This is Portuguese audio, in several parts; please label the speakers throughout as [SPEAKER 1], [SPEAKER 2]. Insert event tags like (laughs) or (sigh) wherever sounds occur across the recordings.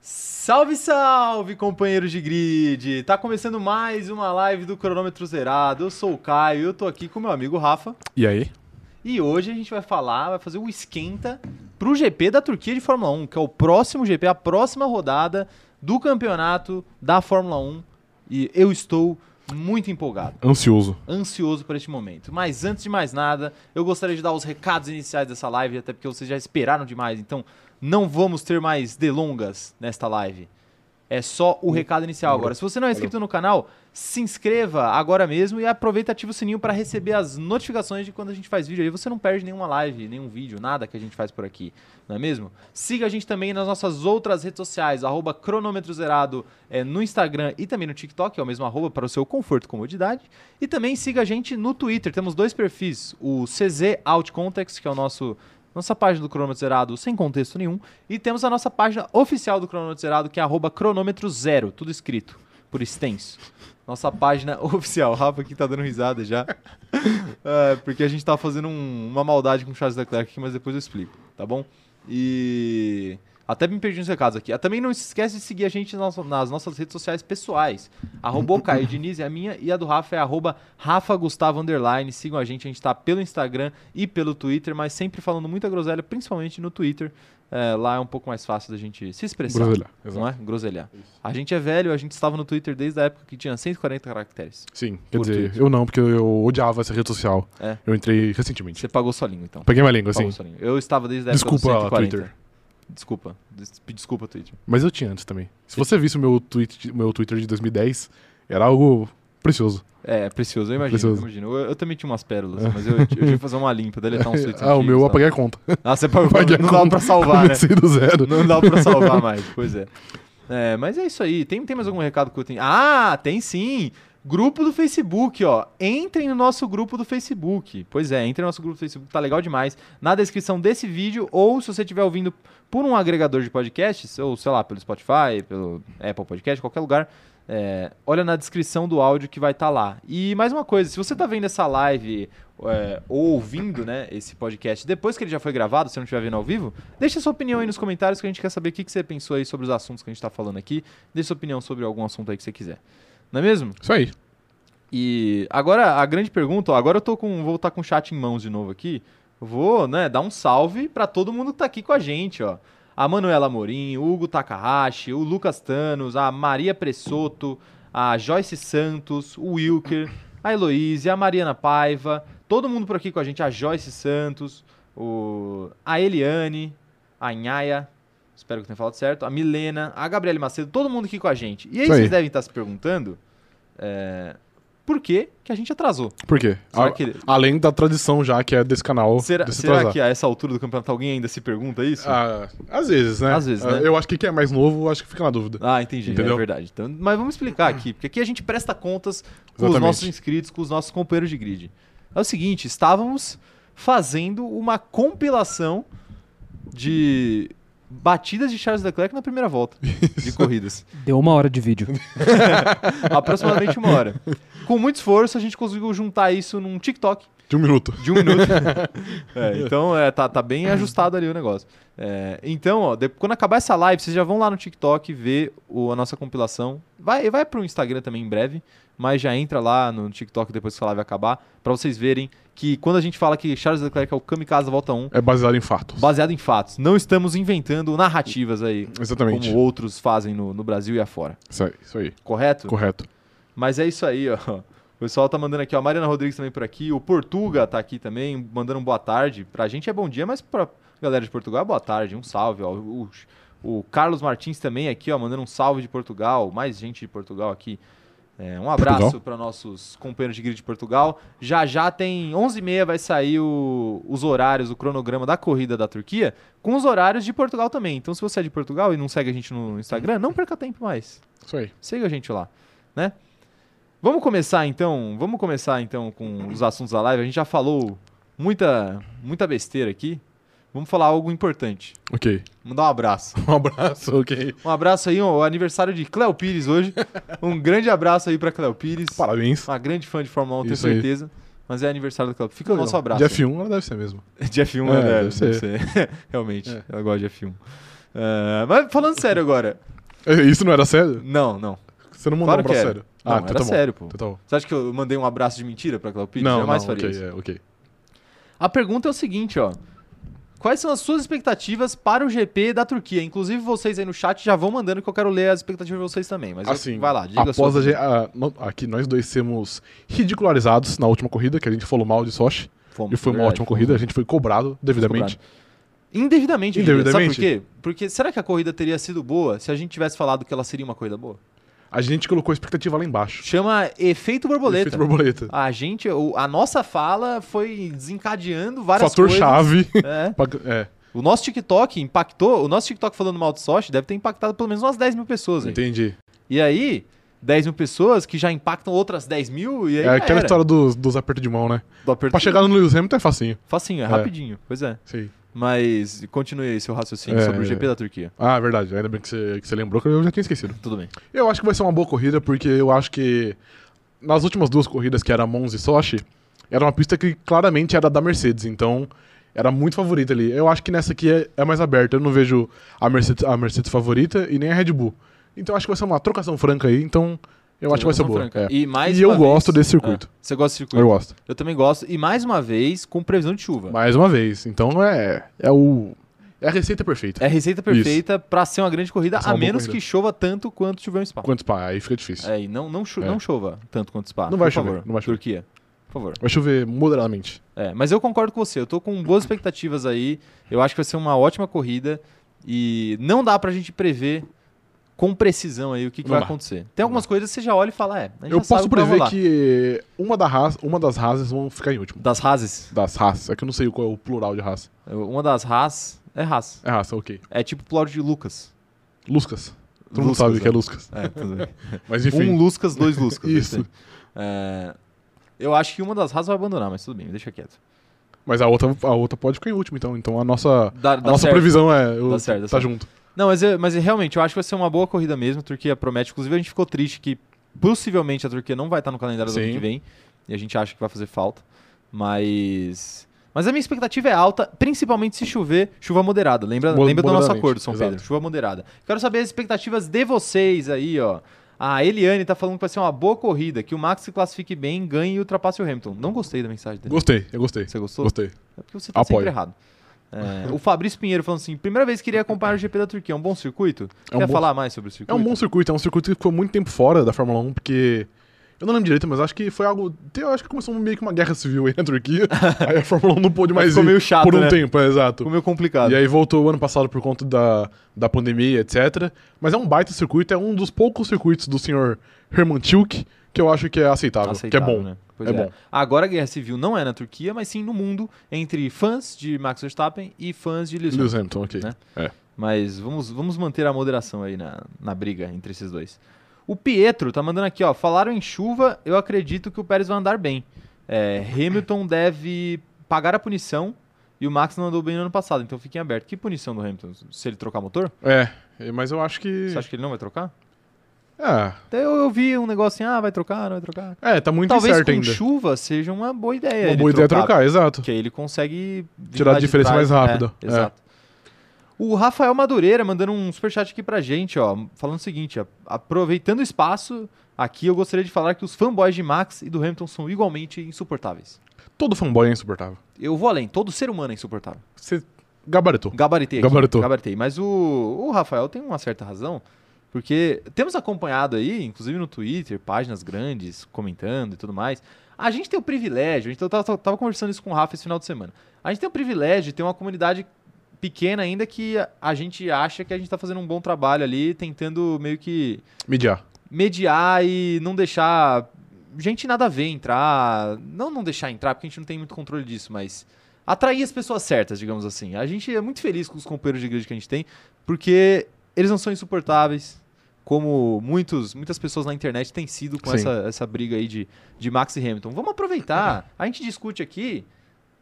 [SPEAKER 1] Salve, salve, companheiros de grid! Tá começando mais uma live do Cronômetro Zerado. Eu sou o Caio, eu tô aqui com meu amigo Rafa.
[SPEAKER 2] E aí?
[SPEAKER 1] E hoje a gente vai falar, vai fazer um esquenta pro GP da Turquia de Fórmula 1, que é o próximo GP, a próxima rodada do campeonato da Fórmula 1. E eu estou muito empolgado,
[SPEAKER 2] Ansioso.
[SPEAKER 1] ansioso por este momento. Mas antes de mais nada, eu gostaria de dar os recados iniciais dessa live, até porque vocês já esperaram demais, então não vamos ter mais delongas nesta live. É só o recado inicial agora. Se você não é inscrito no canal, se inscreva agora mesmo e aproveita e ativa o sininho para receber as notificações de quando a gente faz vídeo. Aí você não perde nenhuma live, nenhum vídeo, nada que a gente faz por aqui, não é mesmo? Siga a gente também nas nossas outras redes sociais, arroba cronômetro zerado é, no Instagram e também no TikTok, é o mesmo arroba para o seu conforto e comodidade. E também siga a gente no Twitter, temos dois perfis, o CZ Out Context, que é o nosso nossa página do Cronômetro Zerado sem contexto nenhum. E temos a nossa página oficial do Cronômetro Zerado, que é arroba cronômetro zero, tudo escrito, por extenso. Nossa página (laughs) oficial. O Rafa aqui tá dando risada já. É, porque a gente tá fazendo um- uma maldade com o Charles Leclerc aqui, mas depois eu explico, tá bom? E. Até me perdi uns recados aqui. Ah, Também não se esquece de seguir a gente nas, nas nossas redes sociais pessoais. Arroba o Caio Diniz é a minha e a do Rafa é arroba Rafa Gustavo Underline. Sigam a gente, a gente tá pelo Instagram e pelo Twitter, mas sempre falando muita groselha, principalmente no Twitter. É, lá é um pouco mais fácil da gente se expressar.
[SPEAKER 2] Brasileiro.
[SPEAKER 1] Não é? Groselhar. A gente é velho, a gente estava no Twitter desde a época que tinha 140 caracteres.
[SPEAKER 2] Sim. Quer
[SPEAKER 1] Por
[SPEAKER 2] dizer,
[SPEAKER 1] Twitter.
[SPEAKER 2] eu não, porque eu odiava essa rede social.
[SPEAKER 1] É.
[SPEAKER 2] Eu entrei recentemente.
[SPEAKER 1] Você pagou sua língua, então.
[SPEAKER 2] Peguei minha língua,
[SPEAKER 1] Pagou
[SPEAKER 2] assim.
[SPEAKER 1] sua língua. Eu estava desde a época do
[SPEAKER 2] Desculpa,
[SPEAKER 1] 140.
[SPEAKER 2] Twitter.
[SPEAKER 1] Desculpa. Des- Desculpa, Twitter.
[SPEAKER 2] Mas eu tinha antes também. Se você visse o meu, tweet, meu Twitter de 2010, era algo precioso.
[SPEAKER 1] É, é precioso, eu imagino.
[SPEAKER 2] Precioso.
[SPEAKER 1] Eu, imagino. Eu, eu também tinha umas pérolas, mas eu, eu tive que fazer uma limpa, deletar
[SPEAKER 2] (laughs)
[SPEAKER 1] uns tweets.
[SPEAKER 2] ah, o
[SPEAKER 1] antigos
[SPEAKER 2] meu
[SPEAKER 1] e
[SPEAKER 2] eu
[SPEAKER 1] tal.
[SPEAKER 2] apaguei a conta.
[SPEAKER 1] Ah, você pagou.
[SPEAKER 2] Apaguei a
[SPEAKER 1] Não dava
[SPEAKER 2] conta.
[SPEAKER 1] pra
[SPEAKER 2] (laughs)
[SPEAKER 1] salvar, né?
[SPEAKER 2] Comecei do zero.
[SPEAKER 1] (laughs) Não dá pra salvar mais, pois é. É, mas é isso aí. Tem, tem mais algum recado que eu tenho? Ah, tem sim! Grupo do Facebook, ó. Entrem no nosso grupo do Facebook. Pois é, entrem no nosso grupo do Facebook, tá legal demais. Na descrição desse vídeo, ou se você estiver ouvindo por um agregador de podcasts, ou sei lá, pelo Spotify, pelo Apple Podcast, qualquer lugar, é, olha na descrição do áudio que vai estar lá. E mais uma coisa, se você tá vendo essa live é, ou ouvindo né, esse podcast depois que ele já foi gravado, se não estiver vendo ao vivo, deixa sua opinião aí nos comentários que a gente quer saber o que, que você pensou aí sobre os assuntos que a gente tá falando aqui. Deixa sua opinião sobre algum assunto aí que você quiser. Não é mesmo?
[SPEAKER 2] Isso aí.
[SPEAKER 1] E agora a grande pergunta, ó, agora eu tô com, vou estar com o chat em mãos de novo aqui. Vou, né, dar um salve pra todo mundo que tá aqui com a gente, ó. A Manuela Morim, o Hugo Takahashi, o Lucas Thanos, a Maria Pressoto, a Joyce Santos, o Wilker, a Heloíse, a Mariana Paiva, todo mundo por aqui com a gente, a Joyce Santos, o, a Eliane, a Nhaia, espero que eu tenha falado certo, a Milena, a Gabriele Macedo, todo mundo aqui com a gente. E aí
[SPEAKER 2] Isso aí.
[SPEAKER 1] vocês devem estar se perguntando, eh, por que, que a gente atrasou.
[SPEAKER 2] Por quê?
[SPEAKER 1] Será
[SPEAKER 2] A-
[SPEAKER 1] que-
[SPEAKER 2] Além da tradição já que é desse canal.
[SPEAKER 1] Será,
[SPEAKER 2] de se
[SPEAKER 1] será
[SPEAKER 2] atrasar.
[SPEAKER 1] que é assim? a essa altura do campeonato alguém ainda se pergunta isso? Ah,
[SPEAKER 2] Ah, às vezes, né?
[SPEAKER 1] Às vezes,
[SPEAKER 2] Ah,
[SPEAKER 1] né?
[SPEAKER 2] Eu acho que quem é mais novo, acho que fica na dúvida.
[SPEAKER 1] entendi, é
[SPEAKER 2] Entendeu?
[SPEAKER 1] verdade. Então, mas vamos explicar aqui, porque aqui a gente presta contas com os
[SPEAKER 2] Exatamente.
[SPEAKER 1] nossos inscritos, com os nossos companheiros de grid. É o seguinte, estávamos fazendo uma compilação de batidas de Charles Leclerc na primeira
[SPEAKER 2] (laughs)
[SPEAKER 1] volta de corridas.
[SPEAKER 3] Deu uma hora de vídeo.
[SPEAKER 1] Aproximadamente uma hora. Com muito esforço, a gente conseguiu juntar isso num TikTok
[SPEAKER 2] De um minuto.
[SPEAKER 1] De um minuto. É, então, é, tá, tá bem ajustado ali o negócio. É, então, ó, de- quando acabar essa live, vocês já vão lá no TikTok ver o- a nossa compilação. Vai, vai pro Instagram também em breve, mas já entra lá no TikTok depois que a live acabar, pra vocês verem que quando a gente fala que Charles Leclerc é o Kamikaze da Volta 1,
[SPEAKER 2] É baseado em fatos.
[SPEAKER 1] baseado em fatos. Não estamos inventando narrativas aí,
[SPEAKER 2] Exatamente.
[SPEAKER 1] como outros fazem no, no Brasil e afora.
[SPEAKER 2] Isso aí. Isso aí.
[SPEAKER 1] Correto?
[SPEAKER 2] Correto.
[SPEAKER 1] Mas é isso aí, ó. O pessoal tá mandando aqui, ó. A Mariana Rodrigues também por aqui. O Portuga tá aqui também, mandando um boa tarde. Pra gente é bom dia, mas pra galera de Portugal é boa tarde. Um salve, ó. O, o Carlos Martins também aqui, ó, mandando um salve de Portugal. Mais gente de Portugal aqui. É, um abraço
[SPEAKER 2] Portugal.
[SPEAKER 1] para nossos companheiros de grid de Portugal. Já já tem 11h30 vai sair o- os horários, o cronograma da corrida da Turquia, com os horários de Portugal também. Então, se você é de Portugal e não segue a gente no Instagram, não perca tempo mais.
[SPEAKER 2] Isso aí.
[SPEAKER 1] Siga a gente lá, né? Vamos começar então, vamos começar então com os assuntos da live. A gente já falou muita muita besteira aqui. Vamos falar algo importante.
[SPEAKER 2] Ok.
[SPEAKER 1] Mandar um abraço.
[SPEAKER 2] (laughs) Um
[SPEAKER 1] (laughs)
[SPEAKER 2] abraço, ok.
[SPEAKER 1] Um abraço aí, ó, o aniversário de Cléo Pires
[SPEAKER 2] (laughs)
[SPEAKER 1] hoje. Um grande abraço aí pra Cléo Pires.
[SPEAKER 2] Parabéns.
[SPEAKER 1] Uma grande fã de Fórmula 1, tenho
[SPEAKER 2] Isso aí.
[SPEAKER 1] certeza. Mas é aniversário do Cléo. Fica o nosso abraço.
[SPEAKER 2] De F1, ela deve ser mesmo.
[SPEAKER 1] De F1,
[SPEAKER 2] É,
[SPEAKER 1] né?
[SPEAKER 2] deve
[SPEAKER 1] Deve ser. (laughs) Realmente,
[SPEAKER 2] É.
[SPEAKER 1] um. ela gosta de F1. Ah, mas falando É, sério agora,
[SPEAKER 2] É, Isso não era sério?
[SPEAKER 1] Não, não.
[SPEAKER 2] Você não mandou
[SPEAKER 1] Claro
[SPEAKER 2] um abraço
[SPEAKER 1] que era.
[SPEAKER 2] sério?
[SPEAKER 1] Não,
[SPEAKER 2] então
[SPEAKER 1] era
[SPEAKER 2] tá bom.
[SPEAKER 1] sério, pô.
[SPEAKER 2] Então tá bom.
[SPEAKER 1] Você acha que eu mandei um abraço de mentira pra Cláudio
[SPEAKER 2] Não,
[SPEAKER 1] Jamais
[SPEAKER 2] não,
[SPEAKER 1] faria
[SPEAKER 2] ok,
[SPEAKER 1] isso.
[SPEAKER 2] é, ok.
[SPEAKER 1] A pergunta é o seguinte, ó. Quais são as suas expectativas para o GP da Turquia? Inclusive, vocês aí no chat já vão mandando que eu quero ler as expectativas de vocês também. Mas eu-
[SPEAKER 2] Assim,
[SPEAKER 1] vai lá, diga a
[SPEAKER 2] após
[SPEAKER 1] sua.
[SPEAKER 2] a gente, ah, no- aqui nós dois sermos ridicularizados na última corrida, que a gente falou mal de Sochi,
[SPEAKER 1] Fomos,
[SPEAKER 2] e foi uma
[SPEAKER 1] verdade.
[SPEAKER 2] ótima corrida, a gente foi cobrado devidamente.
[SPEAKER 1] Indevidamente, eu diria. Sabe
[SPEAKER 2] Indevidamente?
[SPEAKER 1] por quê? Porque será que a corrida teria sido boa se a gente tivesse falado que ela seria uma corrida boa?
[SPEAKER 2] A gente colocou a expectativa lá embaixo.
[SPEAKER 1] Chama efeito borboleta.
[SPEAKER 2] Efeito borboleta.
[SPEAKER 1] A gente, o- a nossa fala foi desencadeando várias
[SPEAKER 2] Fator
[SPEAKER 1] coisas. (laughs)
[SPEAKER 2] chave.
[SPEAKER 1] É.
[SPEAKER 2] Pra- É,
[SPEAKER 1] O nosso TikTok impactou, o nosso TikTok falando mal do Sochi deve ter impactado pelo menos umas 10 mil pessoas. Aí.
[SPEAKER 2] entendi.
[SPEAKER 1] E aí, 10 mil pessoas que já impactam outras 10 mil e aí
[SPEAKER 2] É
[SPEAKER 1] já
[SPEAKER 2] aquela
[SPEAKER 1] era.
[SPEAKER 2] história dos, dos apertos de mão, né?
[SPEAKER 1] do aperto.
[SPEAKER 2] Pra chegar no Lewis Hamilton é facinho.
[SPEAKER 1] Facinho, é,
[SPEAKER 2] É.
[SPEAKER 1] rapidinho, pois é.
[SPEAKER 2] Sim.
[SPEAKER 1] Mas continue aí seu raciocínio
[SPEAKER 2] É,
[SPEAKER 1] sobre o
[SPEAKER 2] é.
[SPEAKER 1] GP da Turquia.
[SPEAKER 2] Ah, é verdade. Ainda bem que você, que você lembrou que eu já tinha esquecido.
[SPEAKER 1] Tudo bem.
[SPEAKER 2] Eu acho que vai ser uma boa corrida, porque eu acho que nas últimas duas corridas, que era Monza e Sochi, era uma pista que claramente era da Mercedes, então era muito favorita ali. Eu acho que nessa aqui é, é mais aberta, eu não vejo a Mercedes, a Mercedes favorita e nem a Red Bull. Então acho que vai ser uma trocação franca aí, então eu acho que vai ser
[SPEAKER 1] São
[SPEAKER 2] boa.
[SPEAKER 1] Franca.
[SPEAKER 2] é.
[SPEAKER 1] E, mais
[SPEAKER 2] E eu
[SPEAKER 1] uma
[SPEAKER 2] gosto
[SPEAKER 1] vez-
[SPEAKER 2] desse circuito.
[SPEAKER 1] Ah, você gosta do circuito?
[SPEAKER 2] Eu gosto.
[SPEAKER 1] Eu também gosto. E mais uma vez, com previsão de chuva.
[SPEAKER 2] Mais uma vez. Então é, é o. É a receita perfeita.
[SPEAKER 1] É a receita perfeita pra ser uma grande corrida,
[SPEAKER 2] Pra ser
[SPEAKER 1] a
[SPEAKER 2] é uma boa
[SPEAKER 1] menos
[SPEAKER 2] corrida.
[SPEAKER 1] que chova tanto quanto chover em Spa.
[SPEAKER 2] Quanto pá, aí fica difícil.
[SPEAKER 1] É, e não, não, cho-
[SPEAKER 2] É.
[SPEAKER 1] não chova tanto quanto Spa.
[SPEAKER 2] Não vai
[SPEAKER 1] por
[SPEAKER 2] chover,
[SPEAKER 1] favor.
[SPEAKER 2] não vai chover.
[SPEAKER 1] Turquia, por favor.
[SPEAKER 2] Vai chover moderadamente.
[SPEAKER 1] É, mas eu concordo com você, eu tô com boas expectativas aí. Eu acho que vai ser uma ótima corrida e não dá pra gente prever com precisão aí o que, que
[SPEAKER 2] Não
[SPEAKER 1] vai
[SPEAKER 2] dá.
[SPEAKER 1] acontecer. Tem algumas coisas que você já olha e fala, é, a gente
[SPEAKER 2] Eu
[SPEAKER 1] já sabe
[SPEAKER 2] posso
[SPEAKER 1] o que vai
[SPEAKER 2] prever
[SPEAKER 1] rolar.
[SPEAKER 2] que uma, da raça, uma das raças vão ficar em último.
[SPEAKER 1] Das rases,
[SPEAKER 2] Das raças. É que eu não sei qual é o plural de raça.
[SPEAKER 1] uma das ras é raça.
[SPEAKER 2] É raça, ok.
[SPEAKER 1] É tipo o plot de Lucas.
[SPEAKER 2] Luscas. Todo mundo
[SPEAKER 1] Luscas,
[SPEAKER 2] sabe o que é
[SPEAKER 1] é.
[SPEAKER 2] Luscas.
[SPEAKER 1] É, tudo
[SPEAKER 2] (laughs)
[SPEAKER 1] bem.
[SPEAKER 2] Mas enfim.
[SPEAKER 1] Um Luscas, dois
[SPEAKER 2] (laughs)
[SPEAKER 1] Luscas.
[SPEAKER 2] Isso.
[SPEAKER 1] assim. É, eu acho que uma das raças vai abandonar, mas tudo bem, deixa quieto.
[SPEAKER 2] Mas a outra, a outra pode ficar em último, então. Então a nossa,
[SPEAKER 1] Dá,
[SPEAKER 2] a
[SPEAKER 1] dá
[SPEAKER 2] nossa
[SPEAKER 1] certo.
[SPEAKER 2] previsão é. o-
[SPEAKER 1] Dá certo, dá
[SPEAKER 2] tá
[SPEAKER 1] certo.
[SPEAKER 2] junto.
[SPEAKER 1] Não, mas, eu- mas é, realmente, eu acho que vai ser uma boa corrida mesmo. A Turquia promete. Inclusive, a gente ficou triste que possivelmente a Turquia não vai estar no calendário do ano
[SPEAKER 2] Sim.
[SPEAKER 1] que vem. E a gente acha que vai fazer falta. Mas. Mas a minha expectativa é alta, principalmente se chover, chuva moderada. Lembra,
[SPEAKER 2] Mo-
[SPEAKER 1] lembra do nosso
[SPEAKER 2] moderadamente,
[SPEAKER 1] acordo, São
[SPEAKER 2] exato.
[SPEAKER 1] Pedro? Chuva moderada. Quero saber as expectativas de vocês aí, ó. A Eliane tá falando que vai ser uma boa corrida, que o Max se classifique bem, ganhe e ultrapasse o Hamilton. Não gostei da mensagem dele.
[SPEAKER 2] Gostei, eu gostei.
[SPEAKER 1] Você gostou?
[SPEAKER 2] Gostei.
[SPEAKER 1] É porque você tá
[SPEAKER 2] Apoio.
[SPEAKER 1] sempre errado. É, o Fabrício Pinheiro falando assim: primeira vez que iria acompanhar o GP da Turquia, é um bom circuito?
[SPEAKER 2] É um
[SPEAKER 1] Quer
[SPEAKER 2] bom-
[SPEAKER 1] falar mais sobre o
[SPEAKER 2] É
[SPEAKER 1] circuito?
[SPEAKER 2] um bom circuito, é um circuito que ficou muito tempo fora da Fórmula 1, porque. Eu não lembro direito, mas acho que foi algo. Eu acho que começou meio que uma guerra civil (laughs) aí
[SPEAKER 1] (laughs)
[SPEAKER 2] na Turquia. aí a Fórmula 1 não pôde mais
[SPEAKER 1] Ficou
[SPEAKER 2] ir
[SPEAKER 1] meio chato,
[SPEAKER 2] por um
[SPEAKER 1] né?
[SPEAKER 2] tempo, é exato.
[SPEAKER 1] Ficou meio complicado.
[SPEAKER 2] E aí voltou o ano passado por conta da, da pandemia, etc. Mas é um baita circuito, é um dos poucos circuitos do senhor Herman Tilke que eu acho que é aceitável, que é bom.
[SPEAKER 1] né? Pois
[SPEAKER 2] É
[SPEAKER 1] é.
[SPEAKER 2] bom.
[SPEAKER 1] Agora a guerra civil não é na Turquia, mas sim no mundo, entre fãs de Max Verstappen e fãs de Lewis.
[SPEAKER 2] Lewis
[SPEAKER 1] Hamilton.
[SPEAKER 2] Hamilton, ok.
[SPEAKER 1] Né?
[SPEAKER 2] É.
[SPEAKER 1] Mas vamos, vamos manter a moderação aí na, na briga entre esses dois. O Pietro tá mandando aqui, ó. Falaram em chuva, eu acredito que o Pérez vai andar bem. É, Hamilton deve pagar a punição e o Max não andou bem no ano passado, então fiquem aberto. Que punição do Hamilton? Se ele trocar motor?
[SPEAKER 2] É, mas eu acho que.
[SPEAKER 1] Você acha que ele não vai trocar?
[SPEAKER 2] Ah,
[SPEAKER 1] Até eu, eu vi um negócio assim, ah, vai trocar, não vai trocar.
[SPEAKER 2] é, tá muito
[SPEAKER 1] Talvez
[SPEAKER 2] incerto
[SPEAKER 1] com
[SPEAKER 2] ainda.
[SPEAKER 1] chuva seja uma boa ideia.
[SPEAKER 2] Uma
[SPEAKER 1] ele
[SPEAKER 2] boa ideia é trocar, exato.
[SPEAKER 1] Porque aí ele consegue
[SPEAKER 2] Tirar a
[SPEAKER 1] virar de
[SPEAKER 2] diferença
[SPEAKER 1] trás.
[SPEAKER 2] mais rápida.
[SPEAKER 1] É,
[SPEAKER 2] É.
[SPEAKER 1] Exato. O Rafael Madureira mandando um superchat aqui pra gente, ó, falando o seguinte, ó, aproveitando o espaço, aqui eu gostaria de falar que os fanboys de Max e do Hamilton são igualmente insuportáveis.
[SPEAKER 2] Todo fanboy é insuportável.
[SPEAKER 1] Eu vou além, todo ser humano é insuportável.
[SPEAKER 2] Você gabaritou.
[SPEAKER 1] Gabaritei. aqui,
[SPEAKER 2] Gabaritou.
[SPEAKER 1] Gabaritei. Mas o, o Rafael tem uma certa razão, porque temos acompanhado aí, inclusive no Twitter, páginas grandes comentando e tudo mais. A gente tem o privilégio, a gente tava, tava- tava conversando isso com o Rafa esse final de semana. A gente tem o privilégio de ter uma comunidade pequena ainda que a, a gente acha que a gente tá fazendo um bom trabalho ali, tentando meio que
[SPEAKER 2] Mediar.
[SPEAKER 1] mediar e não deixar gente nada a ver entrar, não não deixar entrar porque a gente não tem muito controle disso, mas atrair as pessoas certas, digamos assim. A gente é muito feliz com os companheiros de grid que a gente tem, porque eles não são insuportáveis, como muitos, muitas pessoas na internet têm sido com
[SPEAKER 2] Sim.
[SPEAKER 1] essa, essa briga aí de, de Max e Hamilton. Vamos
[SPEAKER 2] (laughs)
[SPEAKER 1] aproveitar, a gente discute aqui,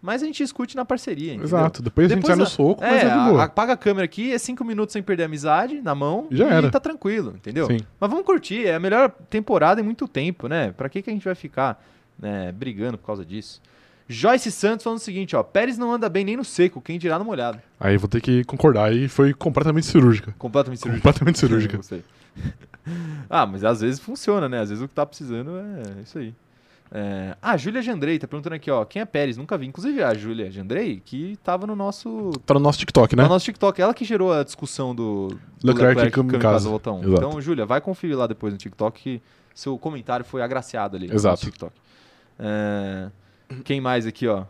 [SPEAKER 1] mas a gente discute na parceria, entendeu?
[SPEAKER 2] Exato. Depois, a gente
[SPEAKER 1] Depois
[SPEAKER 2] sai no
[SPEAKER 1] a-
[SPEAKER 2] soco, mas
[SPEAKER 1] É,
[SPEAKER 2] é de
[SPEAKER 1] a-
[SPEAKER 2] boa.
[SPEAKER 1] apaga a câmera aqui, é cinco minutos sem perder a amizade na mão
[SPEAKER 2] Já
[SPEAKER 1] e
[SPEAKER 2] era.
[SPEAKER 1] tá tranquilo, entendeu?
[SPEAKER 2] Sim.
[SPEAKER 1] Mas vamos curtir, é a melhor temporada em muito tempo, né? Pra que, que a gente vai ficar né, brigando por causa disso? Joyce Santos falando o seguinte, ó. Pérez não anda bem nem no seco, quem dirá no molhado.
[SPEAKER 2] Aí vou ter que concordar. E foi completamente cirúrgica.
[SPEAKER 1] Completamente cirúrgico.
[SPEAKER 2] Completamente
[SPEAKER 1] (laughs)
[SPEAKER 2] cirúrgica.
[SPEAKER 1] Gostei. ah, mas às vezes funciona, né? Às vezes o que tá precisando é isso aí. É... Ah, a Júlia Jandrei tá perguntando aqui, ó. Quem é Pérez? Nunca vi. Inclusive a Júlia Jandrei, que tava no nosso,
[SPEAKER 2] Tá no nosso TikTok, né?
[SPEAKER 1] no nosso TikTok. Ela que gerou a discussão do, do
[SPEAKER 2] Leclerc e Cam em
[SPEAKER 1] Cam em
[SPEAKER 2] casa.
[SPEAKER 1] volta um.
[SPEAKER 2] Exato.
[SPEAKER 1] Então, Júlia, vai conferir lá depois no TikTok que seu comentário foi agraciado ali no
[SPEAKER 2] Exato.
[SPEAKER 1] nosso TikTok. É... Quem mais aqui, ó?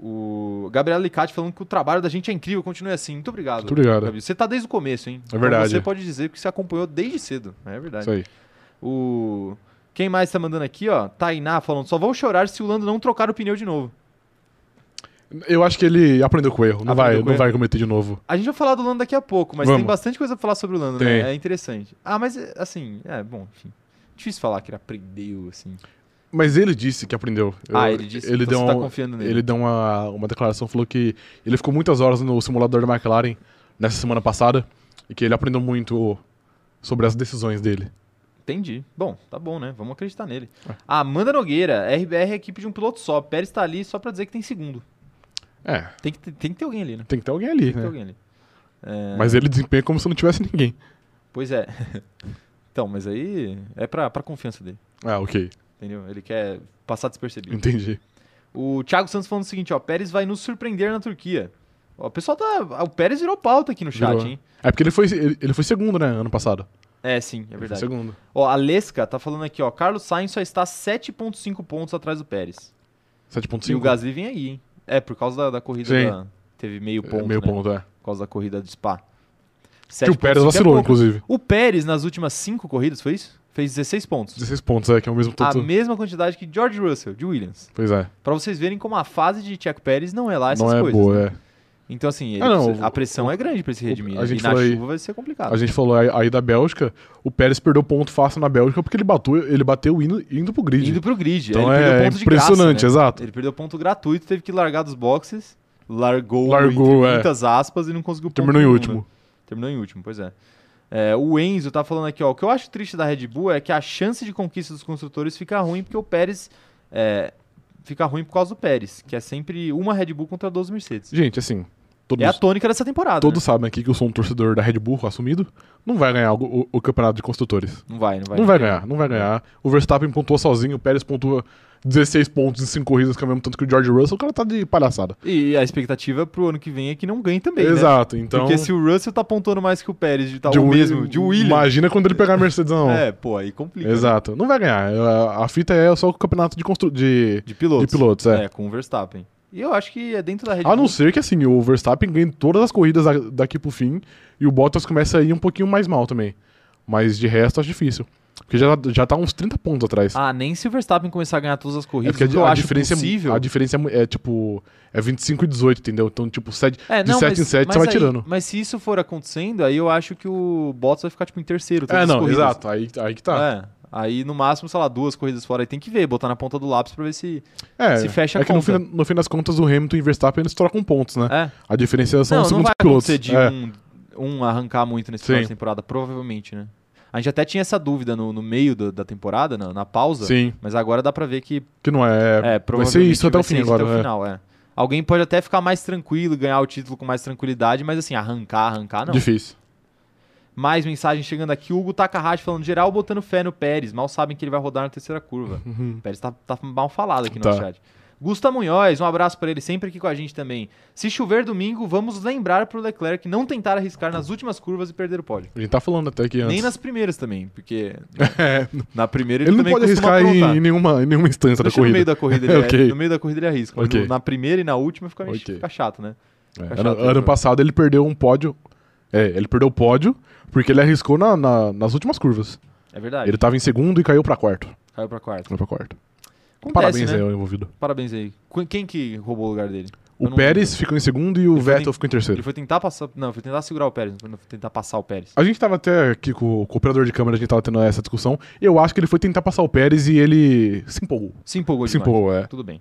[SPEAKER 1] O Gabriel Alicate falando que o trabalho da gente é incrível, continue assim. Muito obrigado.
[SPEAKER 2] Muito obrigado. É
[SPEAKER 1] Gabi. Você tá desde o começo, hein? Então
[SPEAKER 2] verdade.
[SPEAKER 1] Você pode dizer que você acompanhou desde cedo. É verdade.
[SPEAKER 2] Isso aí.
[SPEAKER 1] O. Quem mais tá mandando aqui, ó? Tainá falando, só vão chorar se o Lando não trocar o pneu de novo.
[SPEAKER 2] Eu acho que ele aprendeu com o erro. Não,
[SPEAKER 1] Aprendeu
[SPEAKER 2] vai,
[SPEAKER 1] com o
[SPEAKER 2] não
[SPEAKER 1] erro.
[SPEAKER 2] vai cometer de novo.
[SPEAKER 1] A gente vai falar do Lando daqui a pouco, mas tem
[SPEAKER 2] Vamos.
[SPEAKER 1] bastante coisa pra falar sobre o Lando,
[SPEAKER 2] Tem.
[SPEAKER 1] né? É interessante. Ah, mas é, assim, é bom, enfim. Difícil falar que ele aprendeu, assim.
[SPEAKER 2] Mas ele disse que aprendeu.
[SPEAKER 1] ah,
[SPEAKER 2] Eu-
[SPEAKER 1] ele disse
[SPEAKER 2] Ele
[SPEAKER 1] então
[SPEAKER 2] deu,
[SPEAKER 1] você tá
[SPEAKER 2] um-
[SPEAKER 1] confiando nele.
[SPEAKER 2] ele deu uma, uma declaração, falou que ele ficou muitas horas no simulador da McLaren nessa semana passada e que ele aprendeu muito sobre as decisões dele.
[SPEAKER 1] Entendi. Bom, tá bom, né? Vamos acreditar nele.
[SPEAKER 2] Ah.
[SPEAKER 1] A Amanda Nogueira, RBR é equipe de um piloto só. Pérez tá ali só pra dizer que tem segundo.
[SPEAKER 2] É,
[SPEAKER 1] Tem que, ter- tem que ter alguém ali, né?
[SPEAKER 2] tem que ter alguém ali,
[SPEAKER 1] Tem que
[SPEAKER 2] né?
[SPEAKER 1] ter alguém ali. É,
[SPEAKER 2] Mas ele desempenha como se não tivesse ninguém.
[SPEAKER 1] Pois é. (laughs) então, mas aí é pra, pra confiança dele.
[SPEAKER 2] Ah, ok.
[SPEAKER 1] Entendeu? Ele quer passar despercebido.
[SPEAKER 2] Entendi.
[SPEAKER 1] O Thiago Santos falando o seguinte, ó, Pérez vai nos surpreender na Turquia. Ó, o pessoal tá. O Pérez virou pauta aqui no chat,
[SPEAKER 2] Virou.
[SPEAKER 1] hein?
[SPEAKER 2] É porque ele foi, ele, ele foi segundo, né? Ano passado.
[SPEAKER 1] É, sim, é
[SPEAKER 2] Ele foi
[SPEAKER 1] verdade.
[SPEAKER 2] segundo.
[SPEAKER 1] Ó, a Lesca tá falando aqui, ó. Carlos Sainz só está 7,5 pontos atrás do Pérez. E o
[SPEAKER 2] 7.5.
[SPEAKER 1] Gasly vem aí, hein? É, por causa da, da corrida
[SPEAKER 2] Sim.
[SPEAKER 1] da- Teve meio
[SPEAKER 2] É,
[SPEAKER 1] ponto.
[SPEAKER 2] meio
[SPEAKER 1] né?
[SPEAKER 2] ponto, é.
[SPEAKER 1] Por causa da corrida do Spa.
[SPEAKER 2] Que o
[SPEAKER 1] 7,5
[SPEAKER 2] Pérez
[SPEAKER 1] é
[SPEAKER 2] vacilou,
[SPEAKER 1] pouco.
[SPEAKER 2] inclusive.
[SPEAKER 1] O Pérez, nas últimas cinco corridas, foi isso? Fez 16 pontos.
[SPEAKER 2] 16 pontos, é, que é o mesmo
[SPEAKER 1] A
[SPEAKER 2] tanto.
[SPEAKER 1] mesma quantidade que George Russell, de Williams.
[SPEAKER 2] Pois é.
[SPEAKER 1] Pra vocês verem como a fase de Checo Pérez não é lá essas
[SPEAKER 2] Não é
[SPEAKER 1] coisas. né?
[SPEAKER 2] boa, é.
[SPEAKER 1] Então, assim, ele
[SPEAKER 2] Ah, não,
[SPEAKER 1] precisa- a
[SPEAKER 2] o-
[SPEAKER 1] pressão é grande pra esse redimir.
[SPEAKER 2] a
[SPEAKER 1] né? E
[SPEAKER 2] gente
[SPEAKER 1] na
[SPEAKER 2] falou aí-
[SPEAKER 1] chuva vai ser complicado.
[SPEAKER 2] A gente falou aí, aí da Bélgica, o Pérez perdeu ponto fácil na Bélgica porque ele bateu, ele bateu indo, indo pro grid.
[SPEAKER 1] Indo pro grid.
[SPEAKER 2] Então
[SPEAKER 1] ele
[SPEAKER 2] é
[SPEAKER 1] perdeu ponto de graça,
[SPEAKER 2] impressionante,
[SPEAKER 1] né?
[SPEAKER 2] exato.
[SPEAKER 1] Ele perdeu ponto gratuito, teve que largar dos boxes. Largou,
[SPEAKER 2] Largou,
[SPEAKER 1] entre
[SPEAKER 2] é.
[SPEAKER 1] muitas aspas e não conseguiu ponto
[SPEAKER 2] Terminou em
[SPEAKER 1] nenhum,
[SPEAKER 2] último.
[SPEAKER 1] né? Terminou em último, pois é. É, O Enzo tá falando aqui, ó. O que eu acho triste da Red Bull é que a chance de conquista dos construtores fica ruim porque o Pérez. é, fica ruim por causa do Pérez, que é sempre uma Red Bull contra 12 Mercedes.
[SPEAKER 2] Gente, assim, todos,
[SPEAKER 1] É a né? tônica dessa temporada.
[SPEAKER 2] todos sabem aqui que eu sou um torcedor da Red Bull assumido, não vai ganhar o, o- o campeonato de construtores.
[SPEAKER 1] né? Não vai, não vai.
[SPEAKER 2] não vai ganhar, não vai ganhar. O Verstappen pontuou sozinho, o Pérez pontua 16 pontos em 5 corridas, que é o mesmo tanto que o George Russell, o cara tá de palhaçada.
[SPEAKER 1] E a expectativa pro ano que vem é que não ganhe também, né?
[SPEAKER 2] Exato, então.
[SPEAKER 1] Porque se o Russell tá apontando mais que o Pérez de tal
[SPEAKER 2] de um
[SPEAKER 1] ou
[SPEAKER 2] Wi-
[SPEAKER 1] mesmo, de um Williams.
[SPEAKER 2] Imagina quando ele pegar a Mercedes na mão.
[SPEAKER 1] É, pô, aí complica. né?
[SPEAKER 2] Exato, não vai ganhar. A, a fita é só o campeonato de, constru de
[SPEAKER 1] De pilotos.
[SPEAKER 2] De pilotos, é.
[SPEAKER 1] É, com o Verstappen. E eu acho que é dentro da Red
[SPEAKER 2] A não
[SPEAKER 1] Bull.
[SPEAKER 2] ser que assim, o Verstappen ganhe todas as corridas da- daqui pro fim e o Bottas começa a ir um pouquinho mais mal também. Mas de resto, acho difícil. Porque já, já tá uns 30 pontos atrás.
[SPEAKER 1] Ah, nem se o Verstappen começar a ganhar todas as
[SPEAKER 2] é
[SPEAKER 1] corridas,
[SPEAKER 2] porque
[SPEAKER 1] o que eu
[SPEAKER 2] a, a
[SPEAKER 1] acho
[SPEAKER 2] diferença, é mu-
[SPEAKER 1] possível.
[SPEAKER 2] a diferença é mu- é tipo. É 25 e 18, entendeu? Então, tipo, sete,
[SPEAKER 1] É,
[SPEAKER 2] de
[SPEAKER 1] não,
[SPEAKER 2] 7
[SPEAKER 1] mas-
[SPEAKER 2] em 7
[SPEAKER 1] mas
[SPEAKER 2] você vai
[SPEAKER 1] aí-
[SPEAKER 2] tirando.
[SPEAKER 1] Mas se isso for acontecendo, aí eu acho que o Bottas vai ficar, tipo, em terceiro. Todas
[SPEAKER 2] É,
[SPEAKER 1] as
[SPEAKER 2] não,
[SPEAKER 1] corridas.
[SPEAKER 2] exato. Aí, aí que tá.
[SPEAKER 1] É. Aí, no máximo, sei lá, duas corridas fora. Aí tem que ver, botar na ponta do lápis pra ver se.
[SPEAKER 2] É,
[SPEAKER 1] Se fecha a
[SPEAKER 2] é que no
[SPEAKER 1] conta.
[SPEAKER 2] fim, no fim das contas, o Hamilton e o Verstappen eles trocam pontos, né?
[SPEAKER 1] É.
[SPEAKER 2] A diferença são os
[SPEAKER 1] não, não
[SPEAKER 2] segundos
[SPEAKER 1] vai
[SPEAKER 2] pilotos.
[SPEAKER 1] acontecer de
[SPEAKER 2] É,
[SPEAKER 1] um, um arrancar muito nesse final
[SPEAKER 2] Sim.
[SPEAKER 1] de temporada, provavelmente, né? A gente até tinha essa dúvida no, no meio do- da temporada, na, na pausa.
[SPEAKER 2] Sim,
[SPEAKER 1] Mas agora dá pra ver que
[SPEAKER 2] que não é.
[SPEAKER 1] é,
[SPEAKER 2] vai
[SPEAKER 1] provavelmente
[SPEAKER 2] ser isso até o fim
[SPEAKER 1] isso
[SPEAKER 2] agora.
[SPEAKER 1] até o
[SPEAKER 2] né?
[SPEAKER 1] final, é. Alguém pode até ficar mais tranquilo, ganhar o título com mais tranquilidade, mas assim, arrancar, arrancar, não.
[SPEAKER 2] Difícil.
[SPEAKER 1] Mais mensagem chegando aqui, Hugo Takahashi falando geral botando fé no Pérez, mal sabem que ele vai rodar na terceira
[SPEAKER 2] (laughs)
[SPEAKER 1] curva. O Pérez tá, tá mal falado aqui no
[SPEAKER 2] Uhum. Tá.
[SPEAKER 1] chat. Gusta Munhoz, um abraço pra ele sempre aqui com a gente também. Se chover domingo, vamos lembrar pro Leclerc não tentar arriscar nas últimas curvas e perder o pódio.
[SPEAKER 2] A gente tá falando até aqui antes.
[SPEAKER 1] Nem nas primeiras também, porque
[SPEAKER 2] (laughs) É,
[SPEAKER 1] na primeira ele,
[SPEAKER 2] Ele não
[SPEAKER 1] também
[SPEAKER 2] pode
[SPEAKER 1] costuma
[SPEAKER 2] arriscar
[SPEAKER 1] aprontar.
[SPEAKER 2] em, em nenhuma, em nenhuma instância
[SPEAKER 1] Deixa
[SPEAKER 2] da
[SPEAKER 1] no
[SPEAKER 2] corrida.
[SPEAKER 1] meio da corrida
[SPEAKER 2] (laughs)
[SPEAKER 1] ele, é,
[SPEAKER 2] Ok.
[SPEAKER 1] no meio da corrida ele arrisca. mas
[SPEAKER 2] Ok.
[SPEAKER 1] no- na primeira e na última fica, meio-
[SPEAKER 2] Ok.
[SPEAKER 1] fica chato, né?
[SPEAKER 2] É,
[SPEAKER 1] Fica
[SPEAKER 2] ano,
[SPEAKER 1] chato, né,
[SPEAKER 2] ano
[SPEAKER 1] pô?
[SPEAKER 2] passado ele perdeu um pódio. É, ele perdeu o pódio porque ele arriscou na- na- nas últimas curvas.
[SPEAKER 1] É verdade.
[SPEAKER 2] Ele tava em segundo e caiu pra quarto.
[SPEAKER 1] Caiu pra quarto.
[SPEAKER 2] Caiu pra quarto.
[SPEAKER 1] Acontece,
[SPEAKER 2] Parabéns
[SPEAKER 1] né?
[SPEAKER 2] aí ao envolvido.
[SPEAKER 1] Parabéns aí. Qu- Quem que roubou o lugar dele? Eu
[SPEAKER 2] O
[SPEAKER 1] não
[SPEAKER 2] Pérez ficou em segundo e o
[SPEAKER 1] Ele foi
[SPEAKER 2] Vettel
[SPEAKER 1] nem-
[SPEAKER 2] ficou em
[SPEAKER 1] Ele
[SPEAKER 2] terceiro.
[SPEAKER 1] foi tentar passar. Não, foi tentar segurar o Pérez, não foi tentar passar o Pérez.
[SPEAKER 2] A gente tava até aqui com, com o operador de câmera, a gente tava tendo essa discussão. Eu acho que ele foi tentar passar o Pérez e ele se empolgou.
[SPEAKER 1] Se empolgou
[SPEAKER 2] Se
[SPEAKER 1] demais.
[SPEAKER 2] empolgou, é.
[SPEAKER 1] Tudo bem.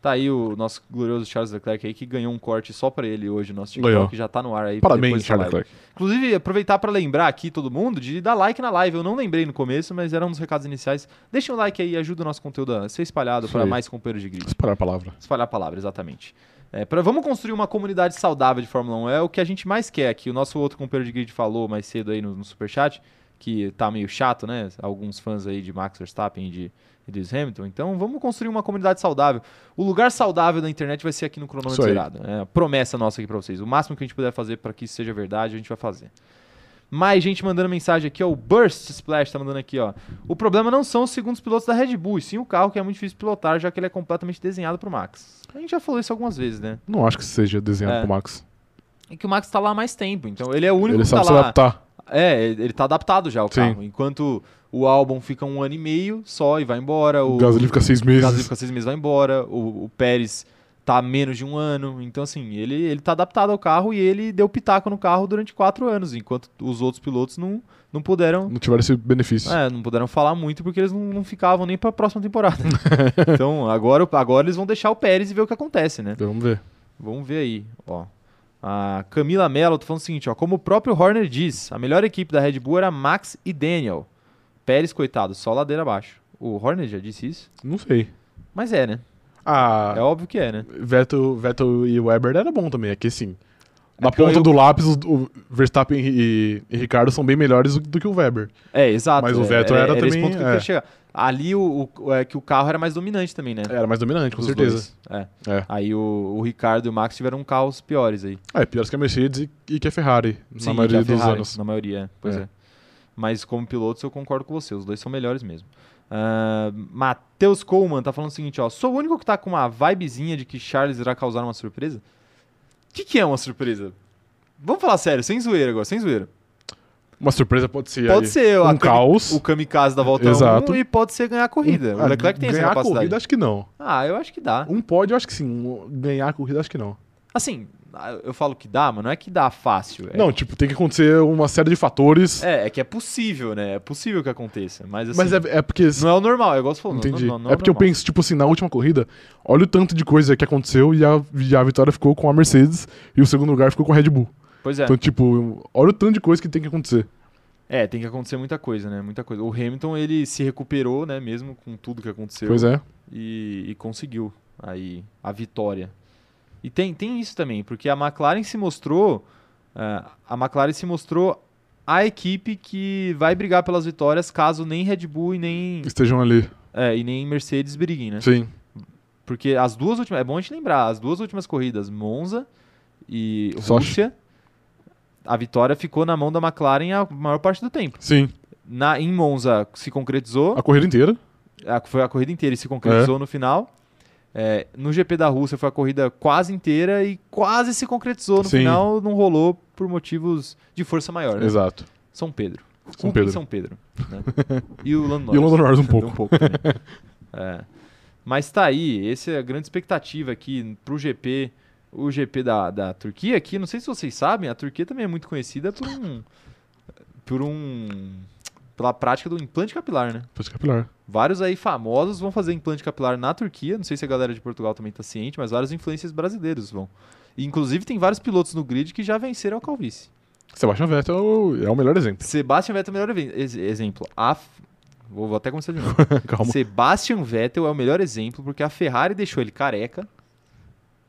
[SPEAKER 1] Tá aí o nosso glorioso Charles Leclerc aí, que ganhou um corte só pra ele hoje, nosso TikTok,
[SPEAKER 2] Ganhou.
[SPEAKER 1] que já tá no ar aí. depois
[SPEAKER 2] Parabéns,
[SPEAKER 1] da
[SPEAKER 2] Charles
[SPEAKER 1] live.
[SPEAKER 2] Leclerc.
[SPEAKER 1] Inclusive, aproveitar para lembrar aqui todo mundo de dar like na live. Eu não lembrei no começo, mas era um dos recados iniciais. Deixa um like aí, ajuda o nosso conteúdo a ser espalhado
[SPEAKER 2] Isso
[SPEAKER 1] para
[SPEAKER 2] aí.
[SPEAKER 1] mais companheiros de grid.
[SPEAKER 2] Espalhar a palavra.
[SPEAKER 1] Espalhar a palavra, exatamente. É, pra- vamos construir uma comunidade saudável de Fórmula 1. É o que a gente mais quer aqui. O nosso outro companheiro de grid falou mais cedo aí no, no superchat, que tá meio chato, né? Alguns fãs aí de Max Verstappen e de e de Lewis Hamilton. Então vamos construir uma comunidade saudável. O lugar saudável da internet vai ser aqui no cronômetro
[SPEAKER 2] Isso aí.
[SPEAKER 1] zerado. É a promessa nossa aqui pra vocês. O máximo que a gente puder fazer para que isso seja verdade, a gente vai fazer. Mais gente mandando mensagem aqui, ó. O Burst Splash tá mandando aqui, ó. O problema não são os segundos pilotos da Red Bull, e sim o carro que é muito difícil de pilotar, já que ele é completamente desenhado pro Max. A gente já falou isso algumas vezes, né?
[SPEAKER 2] Não acho que seja desenhado
[SPEAKER 1] É.
[SPEAKER 2] pro Max.
[SPEAKER 1] É que o Max tá lá há mais tempo, então ele é o único
[SPEAKER 2] Ele
[SPEAKER 1] que tá
[SPEAKER 2] sabe se
[SPEAKER 1] lá.
[SPEAKER 2] adaptar.
[SPEAKER 1] É, ele tá adaptado já ao
[SPEAKER 2] Sim.
[SPEAKER 1] carro. Enquanto o álbum fica um ano e meio só e vai embora.
[SPEAKER 2] O
[SPEAKER 1] O
[SPEAKER 2] Gasly fica seis
[SPEAKER 1] o
[SPEAKER 2] meses.
[SPEAKER 1] Gasly fica seis meses vai embora. O, o Pérez tá há menos de um ano. Então, assim, ele, ele tá adaptado ao carro e ele deu pitaco no carro durante quatro anos, enquanto os outros pilotos não, não puderam
[SPEAKER 2] Não tiveram esse benefício.
[SPEAKER 1] é, não puderam falar muito porque eles não, não ficavam nem pra próxima temporada. (laughs) então, agora, agora eles vão deixar o Pérez e ver o que acontece, né?
[SPEAKER 2] Então, vamos ver.
[SPEAKER 1] Vamos ver aí, ó. A Camila Mello tá falando o seguinte, ó. Como o próprio Horner diz, a melhor equipe da Red Bull era Max e Daniel. Pérez, coitado, só ladeira abaixo. O Horner já disse isso?
[SPEAKER 2] Não sei.
[SPEAKER 1] Mas é, né?
[SPEAKER 2] Ah,
[SPEAKER 1] É óbvio que é, né?
[SPEAKER 2] Vettel, Vettel e Weber era bom também. É que assim, na
[SPEAKER 1] É porque eu-
[SPEAKER 2] ponta do lápis, os- o Verstappen e, e Ricardo são bem melhores do, do que o Weber.
[SPEAKER 1] É, exato.
[SPEAKER 2] Mas o
[SPEAKER 1] é,
[SPEAKER 2] Vettel era
[SPEAKER 1] esse
[SPEAKER 2] também-
[SPEAKER 1] ponto que eu queria
[SPEAKER 2] é.
[SPEAKER 1] chegar. Ali o, o- é que o carro era mais dominante também, né?
[SPEAKER 2] Era mais dominante, É, com
[SPEAKER 1] Os
[SPEAKER 2] certeza.
[SPEAKER 1] dois, é.
[SPEAKER 2] É.
[SPEAKER 1] Aí o, o Ricardo e o Max tiveram carros piores aí.
[SPEAKER 2] Ah, É, piores que a Mercedes e, e que a Ferrari,
[SPEAKER 1] Sim,
[SPEAKER 2] na maioria
[SPEAKER 1] da
[SPEAKER 2] dos
[SPEAKER 1] Ferrari,
[SPEAKER 2] anos.
[SPEAKER 1] Na maioria, é. pois é.
[SPEAKER 2] É.
[SPEAKER 1] Mas como pilotos eu concordo com você, os dois são melhores mesmo. Ah, Matheus Coleman tá falando o seguinte, ó. Sou o único que tá com uma vibezinha de que Charles irá causar uma surpresa? O que, que é uma surpresa? Vamos falar sério, sem zoeira agora, sem zoeira.
[SPEAKER 2] Uma surpresa pode ser.
[SPEAKER 1] Pode
[SPEAKER 2] aí.
[SPEAKER 1] ser a
[SPEAKER 2] Um
[SPEAKER 1] kami-
[SPEAKER 2] caos.
[SPEAKER 1] o kamikaze da volta
[SPEAKER 2] Exato.
[SPEAKER 1] 1 e pode ser ganhar a corrida.
[SPEAKER 2] Ah,
[SPEAKER 1] o Leclerc tem essa
[SPEAKER 2] ganhar a
[SPEAKER 1] capacidade.
[SPEAKER 2] corrida, acho que não.
[SPEAKER 1] Ah, eu acho que dá.
[SPEAKER 2] Um pódio, acho que sim. Um- Ganhar a corrida, acho que não.
[SPEAKER 1] Assim, eu falo que dá, mas não é que dá fácil. É,
[SPEAKER 2] Não, tipo, tem que acontecer uma série de fatores.
[SPEAKER 1] é, é que é possível, né? É possível que aconteça. Mas, assim,
[SPEAKER 2] mas é, é porque.
[SPEAKER 1] não é o normal, é igual você falou. não-
[SPEAKER 2] Entendi.
[SPEAKER 1] não- não
[SPEAKER 2] é porque eu
[SPEAKER 1] normal.
[SPEAKER 2] penso, tipo assim, na última corrida, olha o tanto de coisa que aconteceu e a, e a vitória ficou com a Mercedes e o segundo lugar ficou com a Red Bull.
[SPEAKER 1] Pois é.
[SPEAKER 2] Então, tipo, olha o tanto de coisa que tem que acontecer.
[SPEAKER 1] É, tem que acontecer muita coisa, né? Muita coisa. O Hamilton, ele se recuperou, né? Mesmo com tudo que aconteceu.
[SPEAKER 2] Pois é.
[SPEAKER 1] E, e conseguiu aí a vitória. E tem, tem isso também, porque a McLaren se mostrou... ah, a McLaren se mostrou a equipe que vai brigar pelas vitórias caso nem Red Bull e nem,
[SPEAKER 2] Estejam ali.
[SPEAKER 1] é, e nem Mercedes briguem, né?
[SPEAKER 2] Sim.
[SPEAKER 1] Porque as duas últimas. É bom a gente lembrar, as duas últimas corridas, Monza e
[SPEAKER 2] Sochi.
[SPEAKER 1] Rússia, a vitória ficou na mão da McLaren a maior parte do tempo.
[SPEAKER 2] Sim.
[SPEAKER 1] Na, em Monza se concretizou,
[SPEAKER 2] A corrida inteira.
[SPEAKER 1] a- foi a corrida inteira e se concretizou no final. É, no GP da Rússia foi a corrida quase inteira e quase se concretizou no
[SPEAKER 2] Sim.
[SPEAKER 1] final, não rolou por motivos de força maior. Né?
[SPEAKER 2] Exato.
[SPEAKER 1] São Pedro.
[SPEAKER 2] São
[SPEAKER 1] Culpem
[SPEAKER 2] Pedro.
[SPEAKER 1] São Pedro. né? E o Lando
[SPEAKER 2] (laughs) E o
[SPEAKER 1] Norris.
[SPEAKER 2] Lando Norris um pouco.
[SPEAKER 1] (laughs) Um pouco também. É. Mas tá aí, essa é a grande expectativa aqui pro GP, o GP da, da Turquia aqui. Não sei se vocês sabem, a Turquia também é muito conhecida por um. por um. pela prática do implante capilar, né?
[SPEAKER 2] Depois capilar.
[SPEAKER 1] Vários aí famosos vão fazer implante capilar na Turquia. Não sei se a galera de Portugal também tá ciente, mas vários influencers brasileiros vão. E, inclusive, tem vários pilotos no grid que já venceram a calvície.
[SPEAKER 2] Sebastian Vettel é o- é o melhor exemplo. (laughs)
[SPEAKER 1] Sebastian Vettel é o melhor even- ex- exemplo. A f- Vou vou até começar de novo.
[SPEAKER 2] Calma.
[SPEAKER 1] Sebastian Vettel é o melhor exemplo porque a Ferrari deixou ele careca.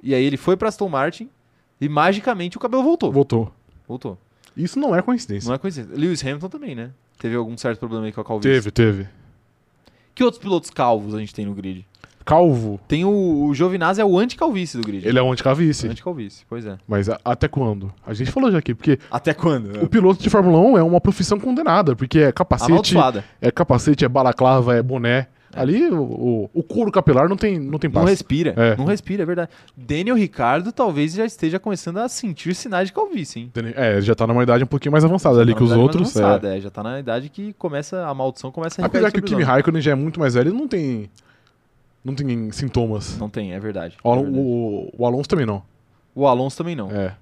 [SPEAKER 1] E aí ele foi pra Aston Martin e magicamente o cabelo voltou.
[SPEAKER 2] Voltou.
[SPEAKER 1] Voltou.
[SPEAKER 2] Isso não é coincidência.
[SPEAKER 1] Não é coincidência. Lewis Hamilton também, né? Teve algum certo problema aí com a calvície.
[SPEAKER 2] Teve, teve.
[SPEAKER 1] Que outros pilotos calvos a gente tem no grid?
[SPEAKER 2] Calvo,
[SPEAKER 1] Tem o, o Giovinazzi é o anti-calvície do grid.
[SPEAKER 2] ele é um anticavice.
[SPEAKER 1] Anti-calvície, pois é.
[SPEAKER 2] Mas a- até quando? A gente falou já aqui, porque
[SPEAKER 1] Até quando?
[SPEAKER 2] o piloto de Fórmula 1 é uma profissão condenada, porque é capacete,
[SPEAKER 1] Amaldiçoada.
[SPEAKER 2] é capacete, é balaclava, é boné. Ali o, o, o couro capilar não tem, não tem
[SPEAKER 1] Não
[SPEAKER 2] passo.
[SPEAKER 1] respira.
[SPEAKER 2] É.
[SPEAKER 1] Não respira, é verdade. Daniel Ricardo talvez já esteja começando a sentir sinais de calvície, hein?
[SPEAKER 2] É, já tá numa idade um pouquinho mais avançada ali
[SPEAKER 1] Na
[SPEAKER 2] que os
[SPEAKER 1] tá idade mais
[SPEAKER 2] outros. é.
[SPEAKER 1] avançada, é, Já tá na idade que começa a maldição começa a recair
[SPEAKER 2] Apesar que o
[SPEAKER 1] sobre os
[SPEAKER 2] Kimi
[SPEAKER 1] homens.
[SPEAKER 2] Raikkonen já é muito mais velho, ele não tem. Não tem sintomas.
[SPEAKER 1] Não tem, é verdade.
[SPEAKER 2] O,
[SPEAKER 1] é
[SPEAKER 2] Alon-
[SPEAKER 1] verdade.
[SPEAKER 2] o- o Alonso também não.
[SPEAKER 1] O Alonso também não.
[SPEAKER 2] É.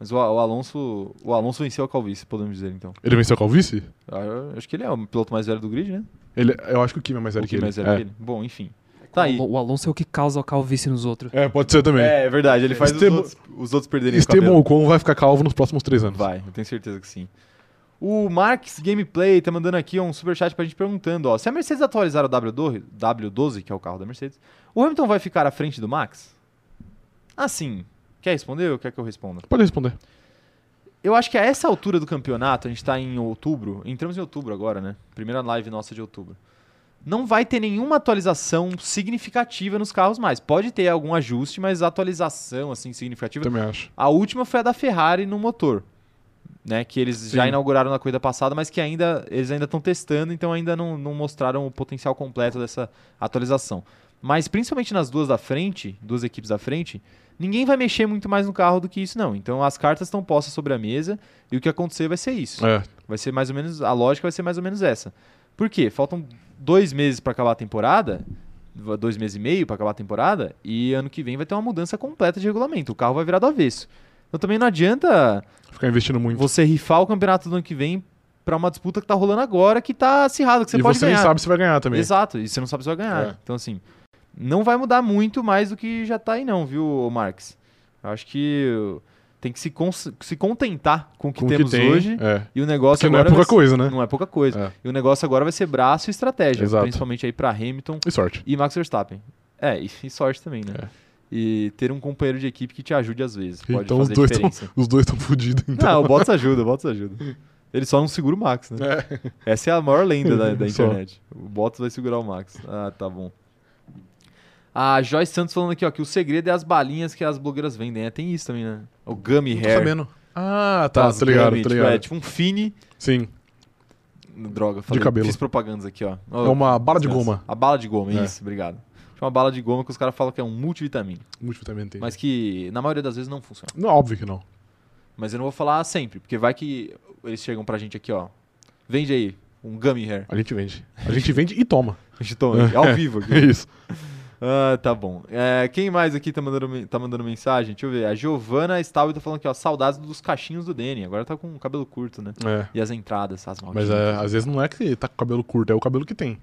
[SPEAKER 1] Mas o, o Alonso. O Alonso venceu a Calvície, podemos dizer então. Ah,
[SPEAKER 2] Ele venceu a Calvície?
[SPEAKER 1] Eu- eu acho que ele é o piloto mais velho do grid, né?
[SPEAKER 2] Ele, eu acho que o Kimi é mais
[SPEAKER 1] O
[SPEAKER 2] velho
[SPEAKER 1] que
[SPEAKER 2] que ele.
[SPEAKER 1] mais velho
[SPEAKER 2] é.
[SPEAKER 1] que ele. Bom, enfim. (laughs) Tá
[SPEAKER 3] o
[SPEAKER 1] aí.
[SPEAKER 3] Alon- O Alonso é o que causa a calvície nos outros.
[SPEAKER 2] É, pode ser também.
[SPEAKER 1] É, é verdade, ele faz
[SPEAKER 2] Esteban-
[SPEAKER 1] os, outros, os outros perderem o
[SPEAKER 2] Esteban
[SPEAKER 1] cabelo.
[SPEAKER 2] Ocon vai ficar calvo nos próximos três anos.
[SPEAKER 1] Vai, eu tenho certeza que sim. O Marx Gameplay tá mandando aqui um superchat pra gente perguntando, ó. Se a Mercedes atualizar o W12, W12, que é o carro da Mercedes, o Hamilton vai ficar à frente do Max? Assim, quer responder ou quer que eu responda?
[SPEAKER 2] Pode responder.
[SPEAKER 1] Eu acho que a essa altura do campeonato, a gente tá em outubro, entramos em outubro agora, né? Primeira live nossa de outubro. Não vai ter nenhuma atualização significativa nos carros mais. Pode ter algum ajuste, mas atualização assim significativa
[SPEAKER 2] Também acho.
[SPEAKER 1] a última foi a da Ferrari no motor, né? Que eles já
[SPEAKER 2] Sim.
[SPEAKER 1] inauguraram na corrida passada, mas que ainda eles ainda estão testando, então ainda não, não mostraram o potencial completo dessa atualização. Mas principalmente nas duas da frente, duas equipes da frente, ninguém vai mexer muito mais no carro do que isso, não. Então as cartas estão postas sobre a mesa e o que acontecer vai ser isso.
[SPEAKER 2] É,
[SPEAKER 1] Vai ser mais ou menos. A lógica vai ser mais ou menos essa. Por quê? Faltam dois meses pra acabar a temporada. v- Dois meses e meio pra acabar a temporada. E ano que vem vai ter uma mudança completa de regulamento. O carro vai virar do avesso. Então também não adianta
[SPEAKER 2] ficar investindo muito.
[SPEAKER 1] você rifar o campeonato do ano que vem pra uma disputa que tá rolando agora que tá acirrada, que você
[SPEAKER 2] e
[SPEAKER 1] pode
[SPEAKER 2] você
[SPEAKER 1] ganhar.
[SPEAKER 2] nem sabe se vai ganhar também.
[SPEAKER 1] Exato, e você não sabe se vai ganhar.
[SPEAKER 2] É.
[SPEAKER 1] Então, assim, não vai mudar muito mais do que já tá aí, não, viu, Marx? Eu acho que tem que se, cons- se contentar com o que
[SPEAKER 2] Com o que
[SPEAKER 1] temos
[SPEAKER 2] tem.
[SPEAKER 1] hoje.
[SPEAKER 2] É.
[SPEAKER 1] E o negócio
[SPEAKER 2] Porque não é
[SPEAKER 1] agora
[SPEAKER 2] pouca
[SPEAKER 1] vai ser-
[SPEAKER 2] coisa, né?
[SPEAKER 1] Não é pouca coisa.
[SPEAKER 2] É.
[SPEAKER 1] E o negócio agora vai ser braço e estratégia,
[SPEAKER 2] Exato.
[SPEAKER 1] principalmente aí pra Hamilton
[SPEAKER 2] E sorte.
[SPEAKER 1] e Max Verstappen. É, e, e sorte também, né?
[SPEAKER 2] É.
[SPEAKER 1] E ter um companheiro de equipe que te ajude às vezes, pode
[SPEAKER 2] Então os
[SPEAKER 1] fazer
[SPEAKER 2] dois, tão,
[SPEAKER 1] diferença.
[SPEAKER 2] os dois estão fodidos. (laughs) Então.
[SPEAKER 1] Não, o Bottas ajuda, o Bottas ajuda. Ele só não segura o Max, né?
[SPEAKER 2] É.
[SPEAKER 1] Essa é a maior lenda da, da
[SPEAKER 2] (laughs) Só.
[SPEAKER 1] internet. O Bottas vai segurar o Max. Ah, tá bom. A Joyce Santos falando aqui, ó, que o segredo é as balinhas que as blogueiras vendem. É, tem isso também, né? O Gummy
[SPEAKER 2] Não tô
[SPEAKER 1] Hair.
[SPEAKER 2] sabendo. Ah, tá,
[SPEAKER 1] As
[SPEAKER 2] tá ligado,
[SPEAKER 1] gummy,
[SPEAKER 2] tá
[SPEAKER 1] tipo,
[SPEAKER 2] ligado.
[SPEAKER 1] é tipo um fine
[SPEAKER 2] Sim,
[SPEAKER 1] Droga, falei,
[SPEAKER 2] cabelo.
[SPEAKER 1] fiz propagandas aqui, ó.
[SPEAKER 2] é uma bala de goma.
[SPEAKER 1] A bala de goma,
[SPEAKER 2] É.
[SPEAKER 1] isso, obrigado. Tinha uma bala de goma que os caras falam que é um multivitamínico,
[SPEAKER 2] Multivitamina tem.
[SPEAKER 1] mas que na maioria das vezes não funciona.
[SPEAKER 2] Não, óbvio que não.
[SPEAKER 1] Mas eu não vou falar sempre, porque vai que eles chegam pra gente aqui, ó. Vende aí, um gummy hair.
[SPEAKER 2] A gente vende. A gente vende e toma.
[SPEAKER 1] A gente toma, ao vivo
[SPEAKER 2] É
[SPEAKER 1] aqui.
[SPEAKER 2] (laughs) isso.
[SPEAKER 1] Ah, tá bom. É, quem mais aqui tá mandando, men- tá mandando mensagem? Deixa eu ver. A Giovana Stalbi tá falando aqui, ó, saudades dos cachinhos do Danny. Agora tá com o cabelo curto, né?
[SPEAKER 2] É.
[SPEAKER 1] E as entradas, as
[SPEAKER 2] Mas
[SPEAKER 1] malditas.
[SPEAKER 2] é, às vezes não é que tá com o cabelo curto, é o cabelo que tem.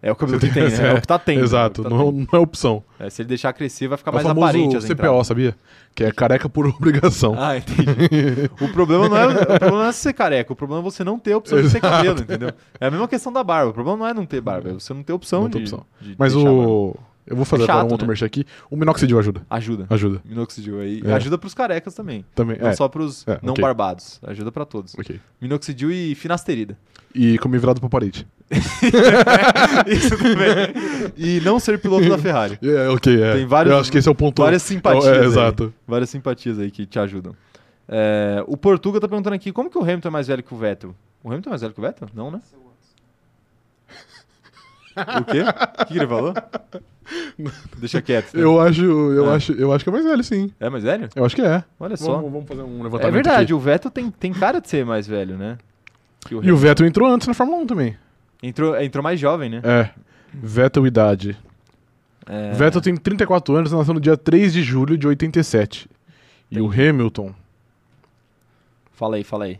[SPEAKER 1] É o cabelo que tem, né? É o que
[SPEAKER 2] (laughs)
[SPEAKER 1] tá tendo. é
[SPEAKER 2] Exato,
[SPEAKER 1] o que tá
[SPEAKER 2] não,
[SPEAKER 1] tendo.
[SPEAKER 2] não é opção.
[SPEAKER 1] É, se ele deixar crescer, vai ficar
[SPEAKER 2] É o
[SPEAKER 1] mais
[SPEAKER 2] famoso
[SPEAKER 1] aparente as
[SPEAKER 2] CPO,
[SPEAKER 1] entradas.
[SPEAKER 2] sabia? Que é careca por (laughs) obrigação.
[SPEAKER 1] Ah, entendi. o problema não é o problema não é ser careca, o problema é você não ter a opção de ter
[SPEAKER 2] Exato.
[SPEAKER 1] cabelo, entendeu? É a mesma questão da barba. O problema não é não ter barba, é você não ter opção
[SPEAKER 2] Não
[SPEAKER 1] de.
[SPEAKER 2] ter opção.
[SPEAKER 1] de
[SPEAKER 2] Mas
[SPEAKER 1] deixar a barba.
[SPEAKER 2] o. Eu vou fazer
[SPEAKER 1] É chato,
[SPEAKER 2] agora um outro
[SPEAKER 1] né?
[SPEAKER 2] merchan aqui. O minoxidil ajuda.
[SPEAKER 1] Ajuda.
[SPEAKER 2] Ajuda.
[SPEAKER 1] Minoxidil aí.
[SPEAKER 2] Ah. É.
[SPEAKER 1] Ajuda pros carecas também.
[SPEAKER 2] Também.
[SPEAKER 1] Não
[SPEAKER 2] é.
[SPEAKER 1] só pros
[SPEAKER 2] É,
[SPEAKER 1] não
[SPEAKER 2] ok.
[SPEAKER 1] barbados. Ajuda pra todos.
[SPEAKER 2] Ok.
[SPEAKER 1] Minoxidil e
[SPEAKER 2] (laughs)
[SPEAKER 1] finasterida. (laughs)
[SPEAKER 2] E comi virado pra parede.
[SPEAKER 1] Isso também. e não ser piloto da Ferrari.
[SPEAKER 2] É, ok, é.
[SPEAKER 1] Tem vários-
[SPEAKER 2] Eu acho que esse é o ponto.
[SPEAKER 1] Várias simpatias.
[SPEAKER 2] É,
[SPEAKER 1] aí.
[SPEAKER 2] exato.
[SPEAKER 1] Várias simpatias aí que te ajudam. É, o Portuga tá perguntando aqui, como que o Hamilton é mais velho que o Vettel? O Hamilton é mais velho que o Vettel? Não,
[SPEAKER 2] (laughs)
[SPEAKER 1] né? O quê? O que, que ele falou? Deixa quieto. né?
[SPEAKER 2] Eu acho, eu
[SPEAKER 1] É.
[SPEAKER 2] acho, eu acho que é mais velho, sim.
[SPEAKER 1] É mais velho?
[SPEAKER 2] Eu acho que é.
[SPEAKER 1] Olha só.
[SPEAKER 2] Vamos, vamos fazer um levantamento.
[SPEAKER 1] é verdade,
[SPEAKER 2] aqui.
[SPEAKER 1] o Vettel tem, tem cara de ser mais velho, né? Que o
[SPEAKER 2] E o
[SPEAKER 1] Hamilton.
[SPEAKER 2] Vettel entrou antes na Fórmula 1 também.
[SPEAKER 1] Entrou, entrou mais jovem, né?
[SPEAKER 2] É. Vettel idade.
[SPEAKER 1] É,
[SPEAKER 2] Vettel tem 34 anos, nasceu no dia 3 de julho de 87. E o Hamilton
[SPEAKER 1] Fala aí, fala aí.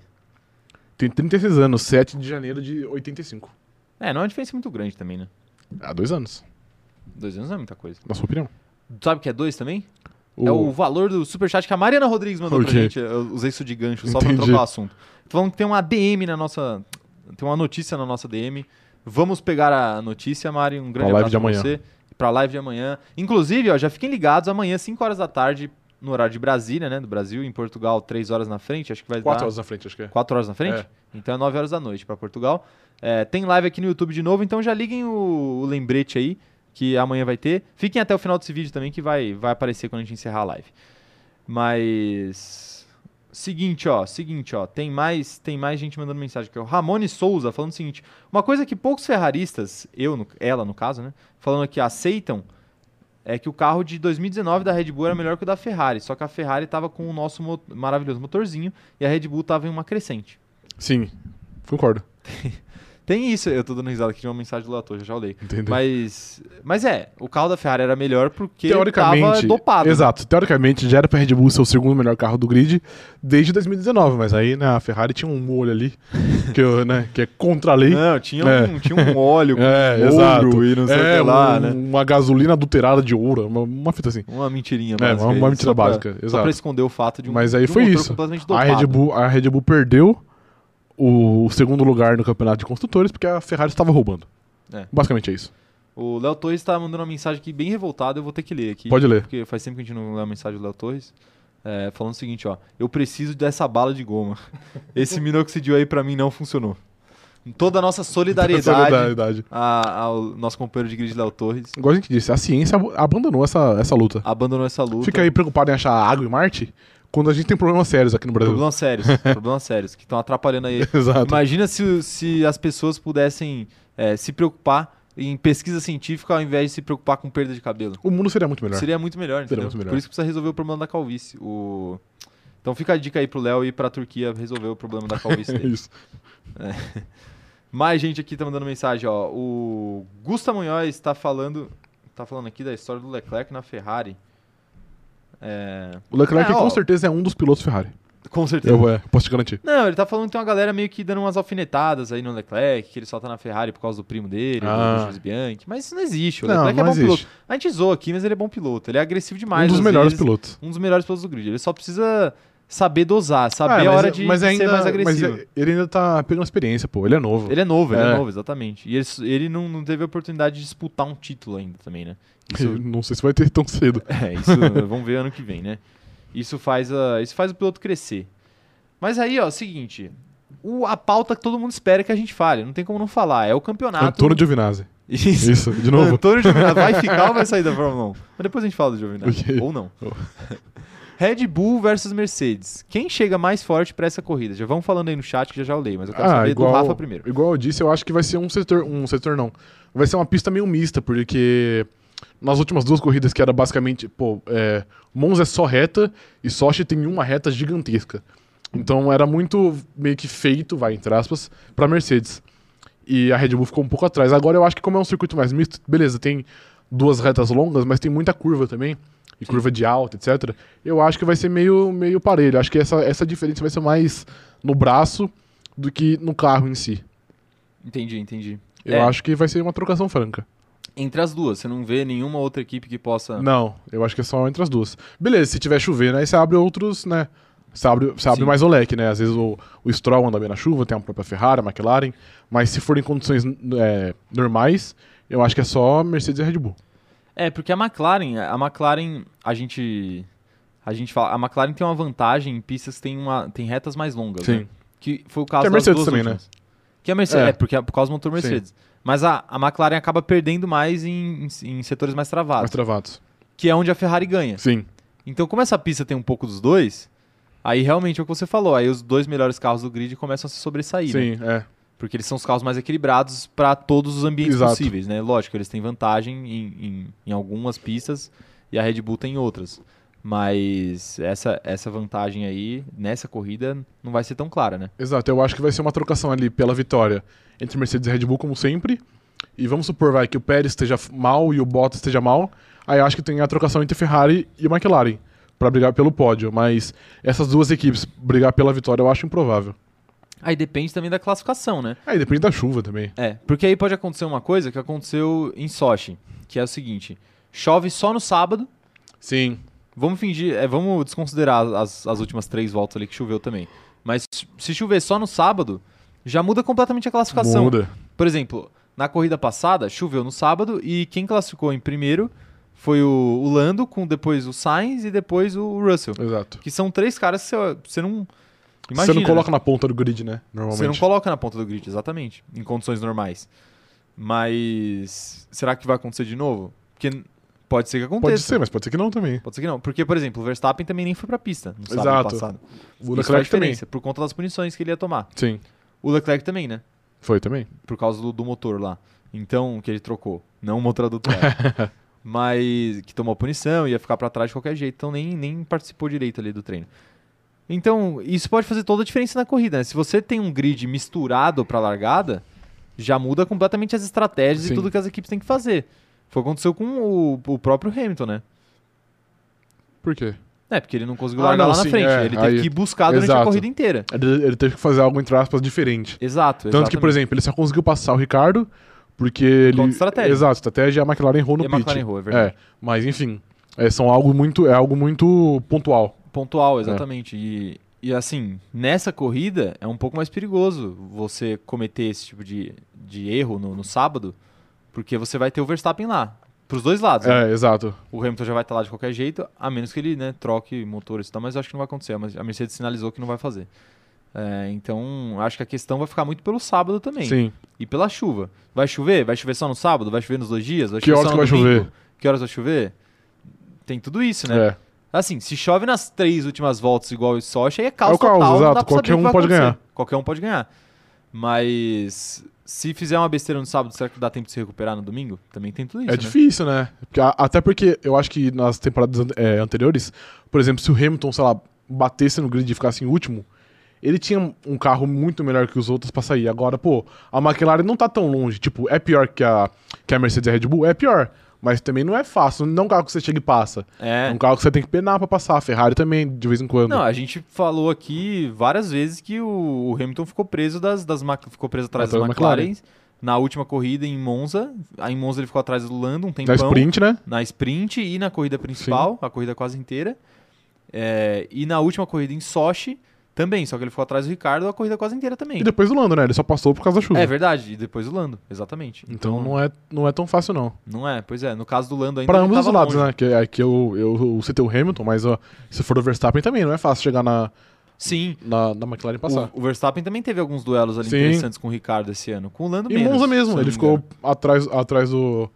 [SPEAKER 2] tem 36 anos, 7 de janeiro de 85.
[SPEAKER 1] É, não é uma diferença muito grande também, né?
[SPEAKER 2] Há dois anos,
[SPEAKER 1] Dois anos não é muita coisa.
[SPEAKER 2] na sua opinião.
[SPEAKER 1] Sabe o que é dois também? É o valor do superchat que a Mariana Rodrigues mandou pra
[SPEAKER 2] Ok.
[SPEAKER 1] gente. Eu usei isso de gancho só pra
[SPEAKER 2] Entendi.
[SPEAKER 1] trocar o assunto. Tô falando que tem uma DM na nossa. Tem uma notícia na nossa DM. Vamos pegar a notícia, Mari. Um grande
[SPEAKER 2] live
[SPEAKER 1] abraço pra
[SPEAKER 2] de amanhã.
[SPEAKER 1] você. Pra live de amanhã. Inclusive, ó, já fiquem ligados, amanhã, 5 horas da tarde, no horário de Brasília, né? Do Brasil, em Portugal, 3 horas na frente. Acho que vai
[SPEAKER 2] 4
[SPEAKER 1] dar.
[SPEAKER 2] horas na frente, acho que é.
[SPEAKER 1] 4 horas na frente?
[SPEAKER 2] É.
[SPEAKER 1] Então é 9 horas da noite para Portugal. É, tem live aqui no YouTube de novo, então já liguem o, o lembrete aí, que amanhã vai ter. Fiquem até o final desse vídeo também, que vai, vai aparecer quando a gente encerrar a live. Mas. Seguinte, ó, seguinte, ó, tem mais, tem mais gente mandando mensagem aqui. O Ramone Souza falando o seguinte: uma coisa que poucos ferraristas, eu, no- ela no caso, né, falando aqui, aceitam é que o carro de 2019 da Red Bull era melhor que o da Ferrari, só que a Ferrari tava com o nosso mo- maravilhoso motorzinho e a Red Bull tava em uma crescente.
[SPEAKER 2] Sim, concordo.
[SPEAKER 1] Tem isso, eu tô dando risada aqui de uma mensagem do Lator, já já eu leio.
[SPEAKER 2] Entendeu?
[SPEAKER 1] Mas, mas é, o carro da Ferrari era melhor porque
[SPEAKER 2] teoricamente,
[SPEAKER 1] tava dopado. né?
[SPEAKER 2] Exato, teoricamente já era pra Red Bull ser o segundo melhor carro do grid desde 2019, mas aí na Ferrari tinha um molho ali que, eu, né, que é contra a lei.
[SPEAKER 1] Não, tinha,
[SPEAKER 2] É.
[SPEAKER 1] um, tinha um óleo com
[SPEAKER 2] (laughs) É,
[SPEAKER 1] ouro
[SPEAKER 2] exato.
[SPEAKER 1] e não sei o
[SPEAKER 2] é,
[SPEAKER 1] que lá,
[SPEAKER 2] um-
[SPEAKER 1] né?
[SPEAKER 2] uma gasolina adulterada de ouro, uma, uma fita assim.
[SPEAKER 1] Uma mentirinha
[SPEAKER 2] É,
[SPEAKER 1] básica.
[SPEAKER 2] uma- uma
[SPEAKER 1] aí,
[SPEAKER 2] mentira
[SPEAKER 1] só pra-
[SPEAKER 2] básica,
[SPEAKER 1] Só pra
[SPEAKER 2] exato.
[SPEAKER 1] esconder o fato de um,
[SPEAKER 2] Mas aí
[SPEAKER 1] de um
[SPEAKER 2] foi
[SPEAKER 1] motor
[SPEAKER 2] isso.
[SPEAKER 1] completamente
[SPEAKER 2] A
[SPEAKER 1] dopado.
[SPEAKER 2] Red, Bull, a Red Bull perdeu o segundo lugar no campeonato de construtores porque a Ferrari estava roubando.
[SPEAKER 1] É.
[SPEAKER 2] Basicamente é isso.
[SPEAKER 1] O Léo Torres tá mandando uma mensagem aqui bem revoltada, eu vou ter que ler aqui.
[SPEAKER 2] Pode ler.
[SPEAKER 1] Porque faz tempo que a gente não lê a mensagem do Léo Torres. É, falando o seguinte, ó. Eu preciso dessa bala de goma. (laughs) Esse minoxidil aí pra mim não funcionou. Toda a nossa
[SPEAKER 2] (laughs)
[SPEAKER 1] solidariedade
[SPEAKER 2] Solidariedade.
[SPEAKER 1] a- ao nosso companheiro de grid Léo Torres.
[SPEAKER 2] Igual a gente disse, a ciência ab- abandonou essa, essa luta.
[SPEAKER 1] Abandonou essa luta.
[SPEAKER 2] Fica aí preocupado em achar água em Marte quando a gente tem problemas sérios aqui no Brasil.
[SPEAKER 1] Problemas sérios. problemas sérios que estão atrapalhando aí
[SPEAKER 2] (laughs) Exato.
[SPEAKER 1] Imagina se, se as pessoas pudessem eh, se preocupar em pesquisa científica ao invés de se preocupar com perda de cabelo.
[SPEAKER 2] O mundo seria muito melhor.
[SPEAKER 1] Seria muito melhor, entendeu?
[SPEAKER 2] Seria muito melhor.
[SPEAKER 1] Por isso que precisa resolver o problema da calvície. O- Então fica a dica aí pro Léo e pra Turquia resolver o problema da calvície
[SPEAKER 2] É
[SPEAKER 1] dele.
[SPEAKER 2] (laughs) isso.
[SPEAKER 1] Mais gente aqui tá mandando mensagem, ó. O Gusta Munhoz tá falando. Tá falando aqui da história do Leclerc na Ferrari. É,
[SPEAKER 2] O Leclerc
[SPEAKER 1] É, ó.
[SPEAKER 2] com certeza é um dos pilotos Ferrari.
[SPEAKER 1] Com certeza.
[SPEAKER 2] Eu é, posso te garantir.
[SPEAKER 1] Não, ele tá falando que tem uma galera meio que dando umas alfinetadas aí no Leclerc, que ele só tá na Ferrari por causa do primo dele,
[SPEAKER 2] Ah.
[SPEAKER 1] do Charles Bianchi. Mas isso não existe. O
[SPEAKER 2] Não,
[SPEAKER 1] Leclerc
[SPEAKER 2] não
[SPEAKER 1] é bom
[SPEAKER 2] existe.
[SPEAKER 1] piloto. A gente zoa aqui, mas ele é bom piloto. Ele é agressivo demais.
[SPEAKER 2] um dos
[SPEAKER 1] às
[SPEAKER 2] melhores
[SPEAKER 1] vezes,
[SPEAKER 2] pilotos.
[SPEAKER 1] Um dos melhores pilotos do grid. Ele só precisa saber dosar,
[SPEAKER 2] Ah,
[SPEAKER 1] saber a
[SPEAKER 2] mas-
[SPEAKER 1] hora de
[SPEAKER 2] mas ainda-
[SPEAKER 1] ser mais agressivo.
[SPEAKER 2] Mas é- ele ainda tá pegando experiência, pô. Ele é novo.
[SPEAKER 1] Ele é novo, ele é.
[SPEAKER 2] É.
[SPEAKER 1] novo, exatamente. E ele, s- ele não, não teve a oportunidade de disputar um título ainda também, né?
[SPEAKER 2] (laughs)
[SPEAKER 1] Isso,
[SPEAKER 2] Não sei se vai ter tão cedo.
[SPEAKER 1] (laughs) é, isso vamos ver ano que vem, né? Isso faz, a, isso faz o piloto crescer. Mas aí, ó, é o seguinte. O, a pauta que todo mundo espera que a gente fale, não tem como não falar, é o campeonato.
[SPEAKER 2] Antônio Giovinazzi.
[SPEAKER 1] Isso. (laughs)
[SPEAKER 2] Isso, de novo.
[SPEAKER 1] Antônio Giovinazzi vai ficar ou vai sair da Fórmula 1? Mas depois a gente fala do Giovinazzi.
[SPEAKER 2] (laughs) Ok. Oh.
[SPEAKER 1] Ou não. (laughs) Red Bull versus Mercedes. Quem chega mais forte pra essa corrida? Já vão falando aí no chat que já já eu leio, mas eu quero saber do Rafa primeiro.
[SPEAKER 2] Ah, Igual eu disse, eu acho que vai ser um setor, um setor não. Vai ser uma pista meio mista, porque nas últimas duas corridas que era basicamente, pô, é, Monza é só reta e Sochi tem uma reta gigantesca. Então era muito meio que feito, vai, entre aspas, pra Mercedes. E a Red Bull ficou um pouco atrás. Agora eu acho que como é um circuito mais misto, beleza, tem duas retas longas, mas tem muita curva também. E curva de alta, etc. Eu acho que vai ser meio, meio parelho. Acho que essa, essa diferença vai ser mais no braço do que no carro em si.
[SPEAKER 1] Entendi, entendi.
[SPEAKER 2] Eu
[SPEAKER 1] É.
[SPEAKER 2] acho que vai ser uma trocação franca.
[SPEAKER 1] Entre as duas, você não vê nenhuma outra equipe que possa.
[SPEAKER 2] Não, eu acho que é só entre as duas. Beleza, se tiver chovendo, aí você abre outros, né? Você abre, você abre
[SPEAKER 1] Sim.
[SPEAKER 2] mais o leque, né? Às vezes o, o Stroll anda bem na chuva, tem a própria Ferrari, a McLaren. Mas se for em condições é, normais, eu acho que é só Mercedes e Red Bull.
[SPEAKER 1] É, porque a McLaren, a McLaren, a gente a gente fala, a McLaren tem uma vantagem em pistas que tem uma tem retas mais longas, né? Que foi o caso
[SPEAKER 2] Que a
[SPEAKER 1] das
[SPEAKER 2] Mercedes
[SPEAKER 1] duas
[SPEAKER 2] também, né?
[SPEAKER 1] últimas. Que a Mercedes, é,
[SPEAKER 2] É.
[SPEAKER 1] porque é por causa do motor Mercedes. Mas a, a McLaren acaba perdendo mais em, em, em setores mais travados,
[SPEAKER 2] Mais travados.
[SPEAKER 1] que é onde a Ferrari ganha.
[SPEAKER 2] Sim.
[SPEAKER 1] Então, como essa pista tem um pouco dos dois, aí realmente é o que você falou, aí os dois melhores carros do grid começam a se sobressair, né?
[SPEAKER 2] Sim, é.
[SPEAKER 1] Porque eles são os carros mais equilibrados para todos os ambientes
[SPEAKER 2] Exato.
[SPEAKER 1] possíveis, né? Lógico, eles têm vantagem em, em, em algumas pistas e a Red Bull tem em outras. Mas essa, essa vantagem aí, nessa corrida, não vai ser tão clara, né?
[SPEAKER 2] Exato, eu acho que vai ser uma trocação ali pela vitória entre Mercedes e Red Bull, como sempre. E vamos supor, vai, que o Pérez esteja f- mal e o Bottas esteja mal. Aí eu acho que tem a trocação entre Ferrari e McLaren pra brigar pelo pódio. Mas essas duas equipes brigar pela vitória eu acho improvável.
[SPEAKER 1] Aí depende também da classificação, né?
[SPEAKER 2] Aí depende da chuva também.
[SPEAKER 1] É, porque aí pode acontecer uma coisa que aconteceu em Sochi, que é o seguinte: chove só no sábado.
[SPEAKER 2] Sim.
[SPEAKER 1] Vamos fingir, é, vamos desconsiderar as, as últimas três voltas ali que choveu também. Mas se chover só no sábado, já muda completamente a classificação.
[SPEAKER 2] Muda.
[SPEAKER 1] Por exemplo, na corrida passada, choveu no sábado e quem classificou em primeiro foi o, o Lando, com depois o Sainz e depois o Russell.
[SPEAKER 2] Exato.
[SPEAKER 1] Que são três caras que você- você não. Imagina,
[SPEAKER 2] Você não
[SPEAKER 1] né?
[SPEAKER 2] coloca na ponta do grid, né?
[SPEAKER 1] Você
[SPEAKER 2] Normalmente.
[SPEAKER 1] não coloca na ponta do grid, exatamente, em condições normais. Mas será que vai acontecer de novo? Porque pode ser que aconteça.
[SPEAKER 2] Pode ser, mas pode ser que não também.
[SPEAKER 1] Pode ser que não. Porque, por exemplo, o Verstappen também nem foi pra pista no sábado
[SPEAKER 2] Exato.
[SPEAKER 1] passado.
[SPEAKER 2] O
[SPEAKER 1] Isso faz
[SPEAKER 2] Leclerc também.
[SPEAKER 1] diferença, por conta das punições que ele ia tomar.
[SPEAKER 2] Sim.
[SPEAKER 1] O Leclerc também, né?
[SPEAKER 2] Foi também.
[SPEAKER 1] por causa do, do motor lá. Então, que ele trocou. Não o motor
[SPEAKER 2] (laughs)
[SPEAKER 1] adulterado. Mas que tomou punição, ia ficar pra trás de qualquer jeito. Então, nem, nem participou direito ali do treino. Então, isso pode fazer toda a diferença na corrida, né? Se você tem um grid misturado pra largada, já muda completamente as estratégias e
[SPEAKER 2] Sim.
[SPEAKER 1] tudo que as equipes têm que fazer. Foi o que aconteceu com o, o próprio Hamilton, né?
[SPEAKER 2] Por quê?
[SPEAKER 1] É, porque ele não conseguiu
[SPEAKER 2] Ah,
[SPEAKER 1] largar
[SPEAKER 2] não,
[SPEAKER 1] lá
[SPEAKER 2] sim,
[SPEAKER 1] na frente.
[SPEAKER 2] é,
[SPEAKER 1] ele teve
[SPEAKER 2] aí-
[SPEAKER 1] que buscar durante a
[SPEAKER 2] Exato.
[SPEAKER 1] corrida inteira.
[SPEAKER 2] Ele, ele teve que fazer algo, entre aspas, diferente.
[SPEAKER 1] Exato.
[SPEAKER 2] Tanto que, por
[SPEAKER 1] exatamente.
[SPEAKER 2] exemplo, ele só conseguiu passar o Ricardo porque ele...
[SPEAKER 1] conta de estratégia.
[SPEAKER 2] Exato, estratégia a McLaren errou no
[SPEAKER 1] E a
[SPEAKER 2] pit.
[SPEAKER 1] McLaren errou, é verdade.
[SPEAKER 2] É, mas enfim, é, são algo muito, é algo muito pontual. É.
[SPEAKER 1] Pontual, exatamente. E, e assim, nessa corrida é um pouco mais perigoso você cometer esse tipo de, de erro no, no sábado, porque você vai ter o Verstappen lá. Pros dois lados. né?
[SPEAKER 2] É, exato.
[SPEAKER 1] O Hamilton já vai estar lá de qualquer jeito, a menos que ele né, troque motores e tal, mas eu acho que não vai acontecer. mas A Mercedes sinalizou que não vai fazer. É, então, acho que a questão vai ficar muito pelo sábado também.
[SPEAKER 2] Sim.
[SPEAKER 1] E pela chuva. Vai chover? Vai chover só no sábado? Vai chover nos dois dias? Vai
[SPEAKER 2] Que
[SPEAKER 1] chover
[SPEAKER 2] horas
[SPEAKER 1] só
[SPEAKER 2] que
[SPEAKER 1] no
[SPEAKER 2] vai
[SPEAKER 1] domingo?
[SPEAKER 2] chover?
[SPEAKER 1] Que horas vai chover? Tem tudo isso, né?
[SPEAKER 2] É.
[SPEAKER 1] Assim, se chove nas três últimas voltas igual o Sochi, aí é caos
[SPEAKER 2] É o caos,
[SPEAKER 1] total, não dá
[SPEAKER 2] exato.
[SPEAKER 1] pra saber
[SPEAKER 2] Qualquer
[SPEAKER 1] o que
[SPEAKER 2] um
[SPEAKER 1] vai
[SPEAKER 2] pode
[SPEAKER 1] acontecer.
[SPEAKER 2] ganhar.
[SPEAKER 1] Qualquer um pode ganhar. Mas se fizer uma besteira no sábado, será que dá tempo de se recuperar no domingo? Também tem tudo isso,
[SPEAKER 2] é
[SPEAKER 1] né?
[SPEAKER 2] difícil, né? Porque a- até porque eu acho que nas temporadas an- é, anteriores, por exemplo, se o Hamilton, sei lá, batesse no grid e ficasse em último, ele tinha um carro muito melhor que os outros pra sair. Agora, pô, a McLaren não tá tão longe. Tipo, é pior que a, que a Mercedes e a Red Bull? É pior. Mas também não é fácil. Não é um carro que você chega e passa. É,
[SPEAKER 1] É.
[SPEAKER 2] um carro que você tem que penar pra passar. A Ferrari também, de vez em quando.
[SPEAKER 1] Não, a gente falou aqui várias vezes que o, o Hamilton ficou preso das, das Mac- ficou preso atrás das
[SPEAKER 2] Atrás da
[SPEAKER 1] McLaren.
[SPEAKER 2] Ah, McLaren.
[SPEAKER 1] Na última corrida em Monza, aí em Monza ele ficou atrás do Lando um
[SPEAKER 2] Na
[SPEAKER 1] tempão.
[SPEAKER 2] sprint, né?
[SPEAKER 1] na sprint e na corrida principal, a corrida quase inteira. É, e na última corrida em Sochi também, só que ele ficou atrás do Ricardo a corrida quase inteira também.
[SPEAKER 2] E depois do Lando, né? Ele só passou por causa da chuva.
[SPEAKER 1] É verdade, e depois o Lando, exatamente.
[SPEAKER 2] então não é, não é tão fácil, não.
[SPEAKER 1] Não é, pois é, no caso do Lando ainda
[SPEAKER 2] Pra
[SPEAKER 1] ele
[SPEAKER 2] ambos os
[SPEAKER 1] tava
[SPEAKER 2] lados,
[SPEAKER 1] longe.
[SPEAKER 2] né? Que aqui eu, eu, eu citei o Hamilton, mas ó, se for o Verstappen também, não é fácil chegar na,
[SPEAKER 1] Sim,
[SPEAKER 2] na, na McLaren e passar.
[SPEAKER 1] o, o Verstappen também teve alguns duelos ali
[SPEAKER 2] Sim.
[SPEAKER 1] interessantes com o Ricardo esse ano, com o Lando
[SPEAKER 2] E
[SPEAKER 1] menos,
[SPEAKER 2] Monza
[SPEAKER 1] se eu
[SPEAKER 2] mesmo,
[SPEAKER 1] não
[SPEAKER 2] ele
[SPEAKER 1] me
[SPEAKER 2] ficou
[SPEAKER 1] engano.
[SPEAKER 2] atrás, atrás do,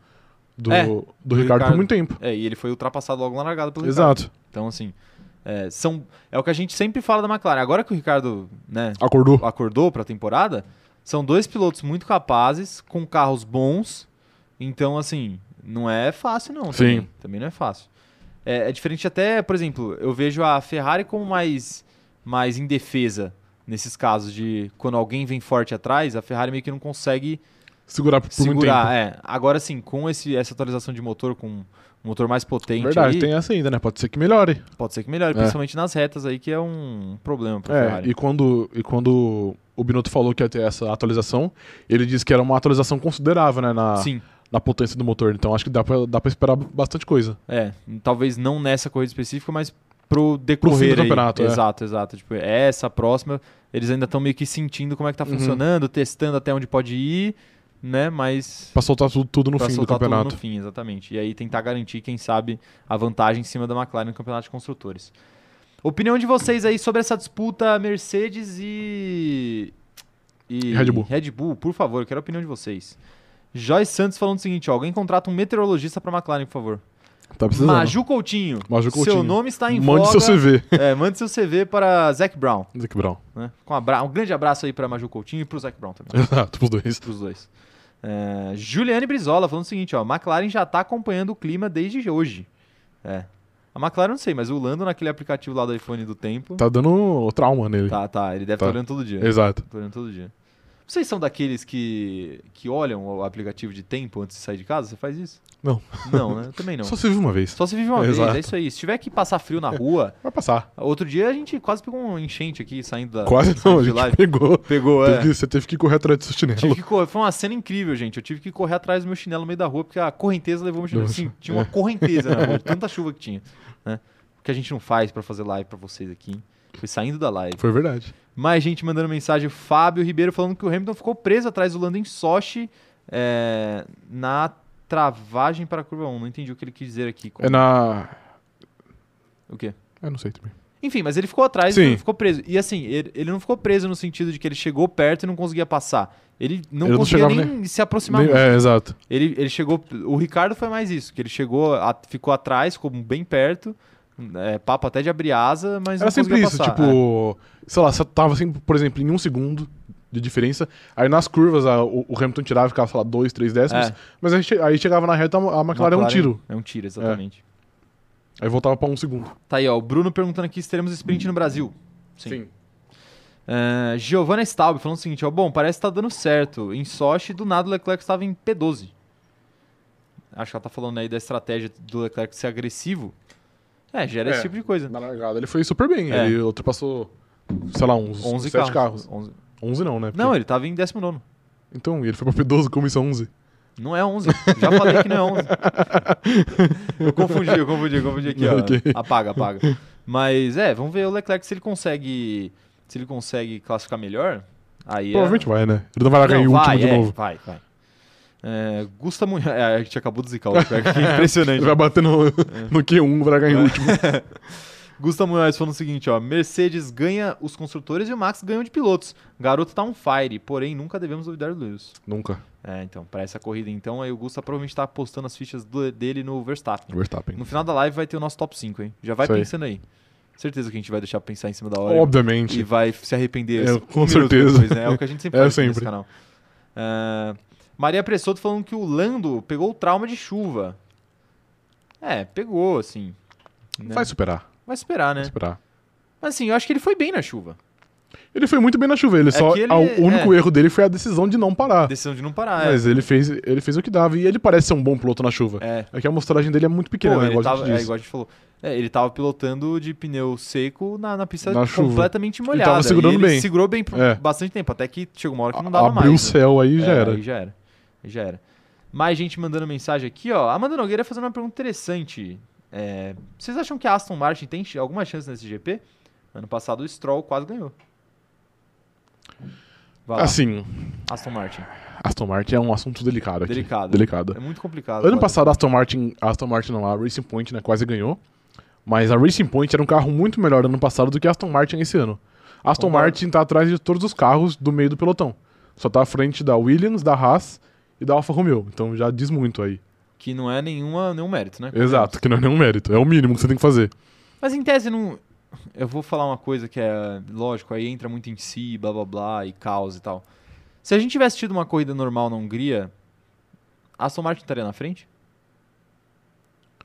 [SPEAKER 2] do,
[SPEAKER 1] É,
[SPEAKER 2] do,
[SPEAKER 1] do
[SPEAKER 2] Ricardo,
[SPEAKER 1] Ricardo.
[SPEAKER 2] por muito tempo.
[SPEAKER 1] É, e ele foi ultrapassado logo na largada pelo Ricardo.
[SPEAKER 2] Exato.
[SPEAKER 1] Então assim, é, são é o que a gente sempre fala da McLaren. Agora que o Ricardo, né,
[SPEAKER 2] Acordou.
[SPEAKER 1] acordou para a temporada, são dois pilotos muito capazes, com carros bons. Então, assim, não é fácil, não.
[SPEAKER 2] Sim.
[SPEAKER 1] Também, também não é fácil. É, é diferente até, por exemplo, eu vejo a Ferrari como mais, mais indefesa nesses casos de quando alguém vem forte atrás, a Ferrari meio que não consegue
[SPEAKER 2] Segurar por, por muito
[SPEAKER 1] segurar. É, agora sim, com esse, essa atualização de motor, com um motor mais potente,
[SPEAKER 2] tempo. Verdade,
[SPEAKER 1] aí,
[SPEAKER 2] tem essa ainda, né? Pode ser que melhore.
[SPEAKER 1] pode ser que melhore,
[SPEAKER 2] É.
[SPEAKER 1] principalmente nas retas aí, que é um problema para a
[SPEAKER 2] É,
[SPEAKER 1] Ferrari.
[SPEAKER 2] e quando, e quando o Binotto falou que ia ter essa atualização, ele disse que era uma atualização considerável, né? Na,
[SPEAKER 1] Sim.
[SPEAKER 2] na potência do motor. Então acho que dá pra, dá pra esperar bastante coisa.
[SPEAKER 1] É, talvez não nessa corrida específica, mas pro decorrer
[SPEAKER 2] do
[SPEAKER 1] aí.
[SPEAKER 2] campeonato, é.
[SPEAKER 1] Exato, exato. Tipo, essa a próxima, eles ainda estão meio que sentindo como é que tá
[SPEAKER 2] Uhum.
[SPEAKER 1] funcionando, testando até onde pode ir, né? Mas
[SPEAKER 2] Pra soltar tudo, tudo no
[SPEAKER 1] pra
[SPEAKER 2] fim do
[SPEAKER 1] soltar tudo
[SPEAKER 2] campeonato.
[SPEAKER 1] no fim, exatamente. E aí tentar garantir, quem sabe, a vantagem em cima da McLaren no Campeonato de Construtores. Opinião de vocês aí sobre essa disputa Mercedes e e
[SPEAKER 2] Red Bull.
[SPEAKER 1] Red Bull, por favor, eu quero a opinião de vocês. Joyce Santos falando o seguinte, ó, alguém contrata um meteorologista pra McLaren, por favor.
[SPEAKER 2] Tá precisando.
[SPEAKER 1] Maju Coutinho.
[SPEAKER 2] Maju
[SPEAKER 1] Seu
[SPEAKER 2] Coutinho.
[SPEAKER 1] nome está em
[SPEAKER 2] Mande
[SPEAKER 1] voga.
[SPEAKER 2] seu CV.
[SPEAKER 1] É, mande seu CV para Zac Brown.
[SPEAKER 2] (laughs) Zac Brown. (laughs)
[SPEAKER 1] né? Com um, abra- um grande abraço aí para Maju Coutinho e para o Zac Brown também.
[SPEAKER 2] Exato, pros dois.
[SPEAKER 1] Para os dois. É, Juliane Brizola falando o seguinte, ó. McLaren já está acompanhando o clima desde hoje. É. A McLaren não sei, mas o Lando naquele aplicativo lá do iPhone do tempo...
[SPEAKER 2] Tá dando trauma nele.
[SPEAKER 1] Tá, tá. Ele deve estar
[SPEAKER 2] Tá.
[SPEAKER 1] olhando todo dia.
[SPEAKER 2] Exato.
[SPEAKER 1] Tá olhando todo dia. Vocês são daqueles que, que olham o aplicativo de tempo antes de sair de casa? Você faz isso?
[SPEAKER 2] Não.
[SPEAKER 1] Não, né? Eu também
[SPEAKER 2] (laughs)
[SPEAKER 1] não.
[SPEAKER 2] Só se vive uma vez.
[SPEAKER 1] Só se vive uma vez,
[SPEAKER 2] Exato.
[SPEAKER 1] é isso aí. Se tiver que passar frio na rua,
[SPEAKER 2] Vai passar.
[SPEAKER 1] Outro dia a gente quase pegou um enchente aqui saindo da.
[SPEAKER 2] Quase
[SPEAKER 1] saindo
[SPEAKER 2] não, a
[SPEAKER 1] de
[SPEAKER 2] gente
[SPEAKER 1] live.
[SPEAKER 2] pegou.
[SPEAKER 1] Pegou,
[SPEAKER 2] Teve
[SPEAKER 1] é.
[SPEAKER 2] que- você teve que correr atrás do seu
[SPEAKER 1] Tive (laughs)
[SPEAKER 2] chinelo.
[SPEAKER 1] que correr. Foi uma cena incrível, gente. Eu tive que correr atrás do meu chinelo no meio da rua, porque a correnteza levou meu chinelo.
[SPEAKER 2] Nossa, é.
[SPEAKER 1] Sim, tinha uma correnteza
[SPEAKER 2] (laughs)
[SPEAKER 1] na rua, de tanta chuva que tinha. Né? O que a gente não faz pra fazer live pra vocês aqui. hein? Foi saindo da live.
[SPEAKER 2] Foi verdade.
[SPEAKER 1] Mais gente mandando mensagem. O Fábio Ribeiro falando que o Hamilton ficou preso atrás do Lando em Sochi é, na travagem para a curva 1. Não entendi o que ele quis dizer aqui. com-
[SPEAKER 2] É na.
[SPEAKER 1] O quê?
[SPEAKER 2] Eu não sei também.
[SPEAKER 1] Enfim, mas ele ficou atrás e
[SPEAKER 2] Sim.
[SPEAKER 1] não ficou preso. E assim, ele, ele não ficou preso no sentido de que ele chegou perto e não conseguia passar. Ele não
[SPEAKER 2] Ele não
[SPEAKER 1] conseguia
[SPEAKER 2] chegava
[SPEAKER 1] nem, se aproximar
[SPEAKER 2] Nem-
[SPEAKER 1] muito.
[SPEAKER 2] é, exato.
[SPEAKER 1] Ele, ele chegou. O Ricardo foi mais isso, que ele chegou, a- ficou atrás, ficou bem perto. é, papo até de abrir asa, mas
[SPEAKER 2] Era
[SPEAKER 1] não
[SPEAKER 2] sempre
[SPEAKER 1] conseguia
[SPEAKER 2] isso,
[SPEAKER 1] passar. é.
[SPEAKER 2] tipo. Sei lá, você tava assim, por exemplo, em um segundo de diferença. Aí nas curvas a- o, o Hamilton tirava e ficava, sei lá, dois, três décimos.
[SPEAKER 1] É.
[SPEAKER 2] Mas aí, che- aí chegava na reta, a a McLaren é um tiro.
[SPEAKER 1] É um tiro, exatamente.
[SPEAKER 2] Aí voltava pra um segundo.
[SPEAKER 1] Tá aí, ó. O Bruno perguntando aqui se teremos sprint no Brasil. Sim. Ah, Giovanna Staub falando o seguinte, ó, bom, parece que tá dando certo. Em Sochi, do nada o Leclerc estava em P12. Acho que ela tá falando aí da estratégia do Leclerc ser agressivo. É, gera esse
[SPEAKER 2] É.
[SPEAKER 1] tipo de coisa.
[SPEAKER 2] Na largada ele foi super bem.
[SPEAKER 1] É.
[SPEAKER 2] Ele ultrapassou, sei lá, uns
[SPEAKER 1] 11
[SPEAKER 2] 11
[SPEAKER 1] carros.
[SPEAKER 2] sete carros.
[SPEAKER 1] 11.
[SPEAKER 2] 11 não, né? Porque-
[SPEAKER 1] Não, ele tava em 19.
[SPEAKER 2] Então, ele foi pra P12 como isso é 11.
[SPEAKER 1] Não é 11. Já falei que não é 11. Eu confundi, eu confundi, eu confundi aqui, ó.
[SPEAKER 2] (laughs) Ok.
[SPEAKER 1] Apaga, apaga. Mas é, vamos ver o Leclerc se ele consegue, se ele consegue classificar melhor. Aí é-
[SPEAKER 2] Provavelmente vai, né? Ele não vai largar em
[SPEAKER 1] Não,
[SPEAKER 2] último
[SPEAKER 1] vai,
[SPEAKER 2] de
[SPEAKER 1] é,
[SPEAKER 2] novo.
[SPEAKER 1] Vai, vai. É, Gusta Munhoz. É, a gente acabou de zicar o Leclerc,
[SPEAKER 2] (laughs)
[SPEAKER 1] que é (laughs) impressionante. É.
[SPEAKER 2] Ele vai bater no, no Q1, vai largar em último.
[SPEAKER 1] Gusta Munhoz falando o seguinte, ó. Mercedes ganha os construtores e o Max ganha de pilotos. Garoto tá on fire, porém nunca devemos duvidar do Lewis.
[SPEAKER 2] Nunca.
[SPEAKER 1] É, então, pra essa corrida então, aí o Gusta provavelmente tá apostando as fichas do- dele no Verstappen.
[SPEAKER 2] Verstappen.
[SPEAKER 1] No final da live vai ter o nosso top 5, hein? Já vai
[SPEAKER 2] Isso aí.
[SPEAKER 1] pensando aí. Certeza que a gente vai deixar pensar em cima da hora. E
[SPEAKER 2] Obviamente.
[SPEAKER 1] vai se arrepender.
[SPEAKER 2] É,
[SPEAKER 1] assim,
[SPEAKER 2] com
[SPEAKER 1] um minuto
[SPEAKER 2] certeza.
[SPEAKER 1] depois, né? É o que a gente sempre
[SPEAKER 2] (laughs) É,
[SPEAKER 1] faz aqui nesse
[SPEAKER 2] sempre.
[SPEAKER 1] canal. Ah, Maria Pressoto falando que o Lando pegou o trauma de chuva. É, pegou, assim. né?
[SPEAKER 2] Vai superar.
[SPEAKER 1] Vai esperar,
[SPEAKER 2] Vai
[SPEAKER 1] né?
[SPEAKER 2] superar.
[SPEAKER 1] Mas assim, eu acho que ele foi bem na chuva.
[SPEAKER 2] Ele foi muito bem na chuva. Ele só,
[SPEAKER 1] É que ele-
[SPEAKER 2] a- o único erro dele foi a decisão de não parar.
[SPEAKER 1] Decisão de não parar. é.
[SPEAKER 2] Mas ele fez, ele fez o que dava. E ele parece ser um bom piloto na chuva.
[SPEAKER 1] É.
[SPEAKER 2] É, que a amostragem dele é muito pequena,
[SPEAKER 1] Pô,
[SPEAKER 2] né?
[SPEAKER 1] ele
[SPEAKER 2] Igual a
[SPEAKER 1] tava,
[SPEAKER 2] gente
[SPEAKER 1] é,
[SPEAKER 2] disse.
[SPEAKER 1] igual a gente falou. É, ele tava pilotando de pneu seco na, na pista
[SPEAKER 2] Na chuva.
[SPEAKER 1] completamente
[SPEAKER 2] tava
[SPEAKER 1] molhada. E
[SPEAKER 2] segurando
[SPEAKER 1] ele
[SPEAKER 2] bem.
[SPEAKER 1] segurou bem por
[SPEAKER 2] É.
[SPEAKER 1] bastante tempo, até que chegou uma hora que não
[SPEAKER 2] A-
[SPEAKER 1] dava
[SPEAKER 2] Abriu o
[SPEAKER 1] mais. né?
[SPEAKER 2] céu aí e já
[SPEAKER 1] É,
[SPEAKER 2] era.
[SPEAKER 1] Aí já era. Aí já era. Mais gente mandando mensagem aqui, ó. Amanda Nogueira fazendo uma pergunta interessante. É, vocês acham que a Aston Martin tem ch- alguma chance nesse GP? Ano passado o Stroll quase ganhou. Vai lá,
[SPEAKER 2] Assim,
[SPEAKER 1] Aston Martin.
[SPEAKER 2] Aston Martin é um assunto delicado aqui.
[SPEAKER 1] Delicado.
[SPEAKER 2] Delicado.
[SPEAKER 1] É muito complicado.
[SPEAKER 2] Ano
[SPEAKER 1] quase.
[SPEAKER 2] passado, a Aston Martin, a Aston Martin não, a Racing Point né, quase ganhou. Mas a Racing Point era um carro muito melhor ano passado do que a Aston Martin esse ano. A Aston
[SPEAKER 1] Concordo.
[SPEAKER 2] Martin tá atrás de todos os carros do meio do pelotão. Só tá à frente da Williams, da Haas e da Alfa Romeo. Então já diz muito aí.
[SPEAKER 1] Que não é nenhuma, nenhum mérito, né?
[SPEAKER 2] Exato, que não é nenhum mérito. É o mínimo que você tem que fazer.
[SPEAKER 1] Mas em tese não. Eu vou falar uma coisa que é lógico, aí entra muito em si, blá blá blá e caos e tal. Se a gente tivesse tido uma corrida normal na Hungria, a Aston Martin estaria na frente?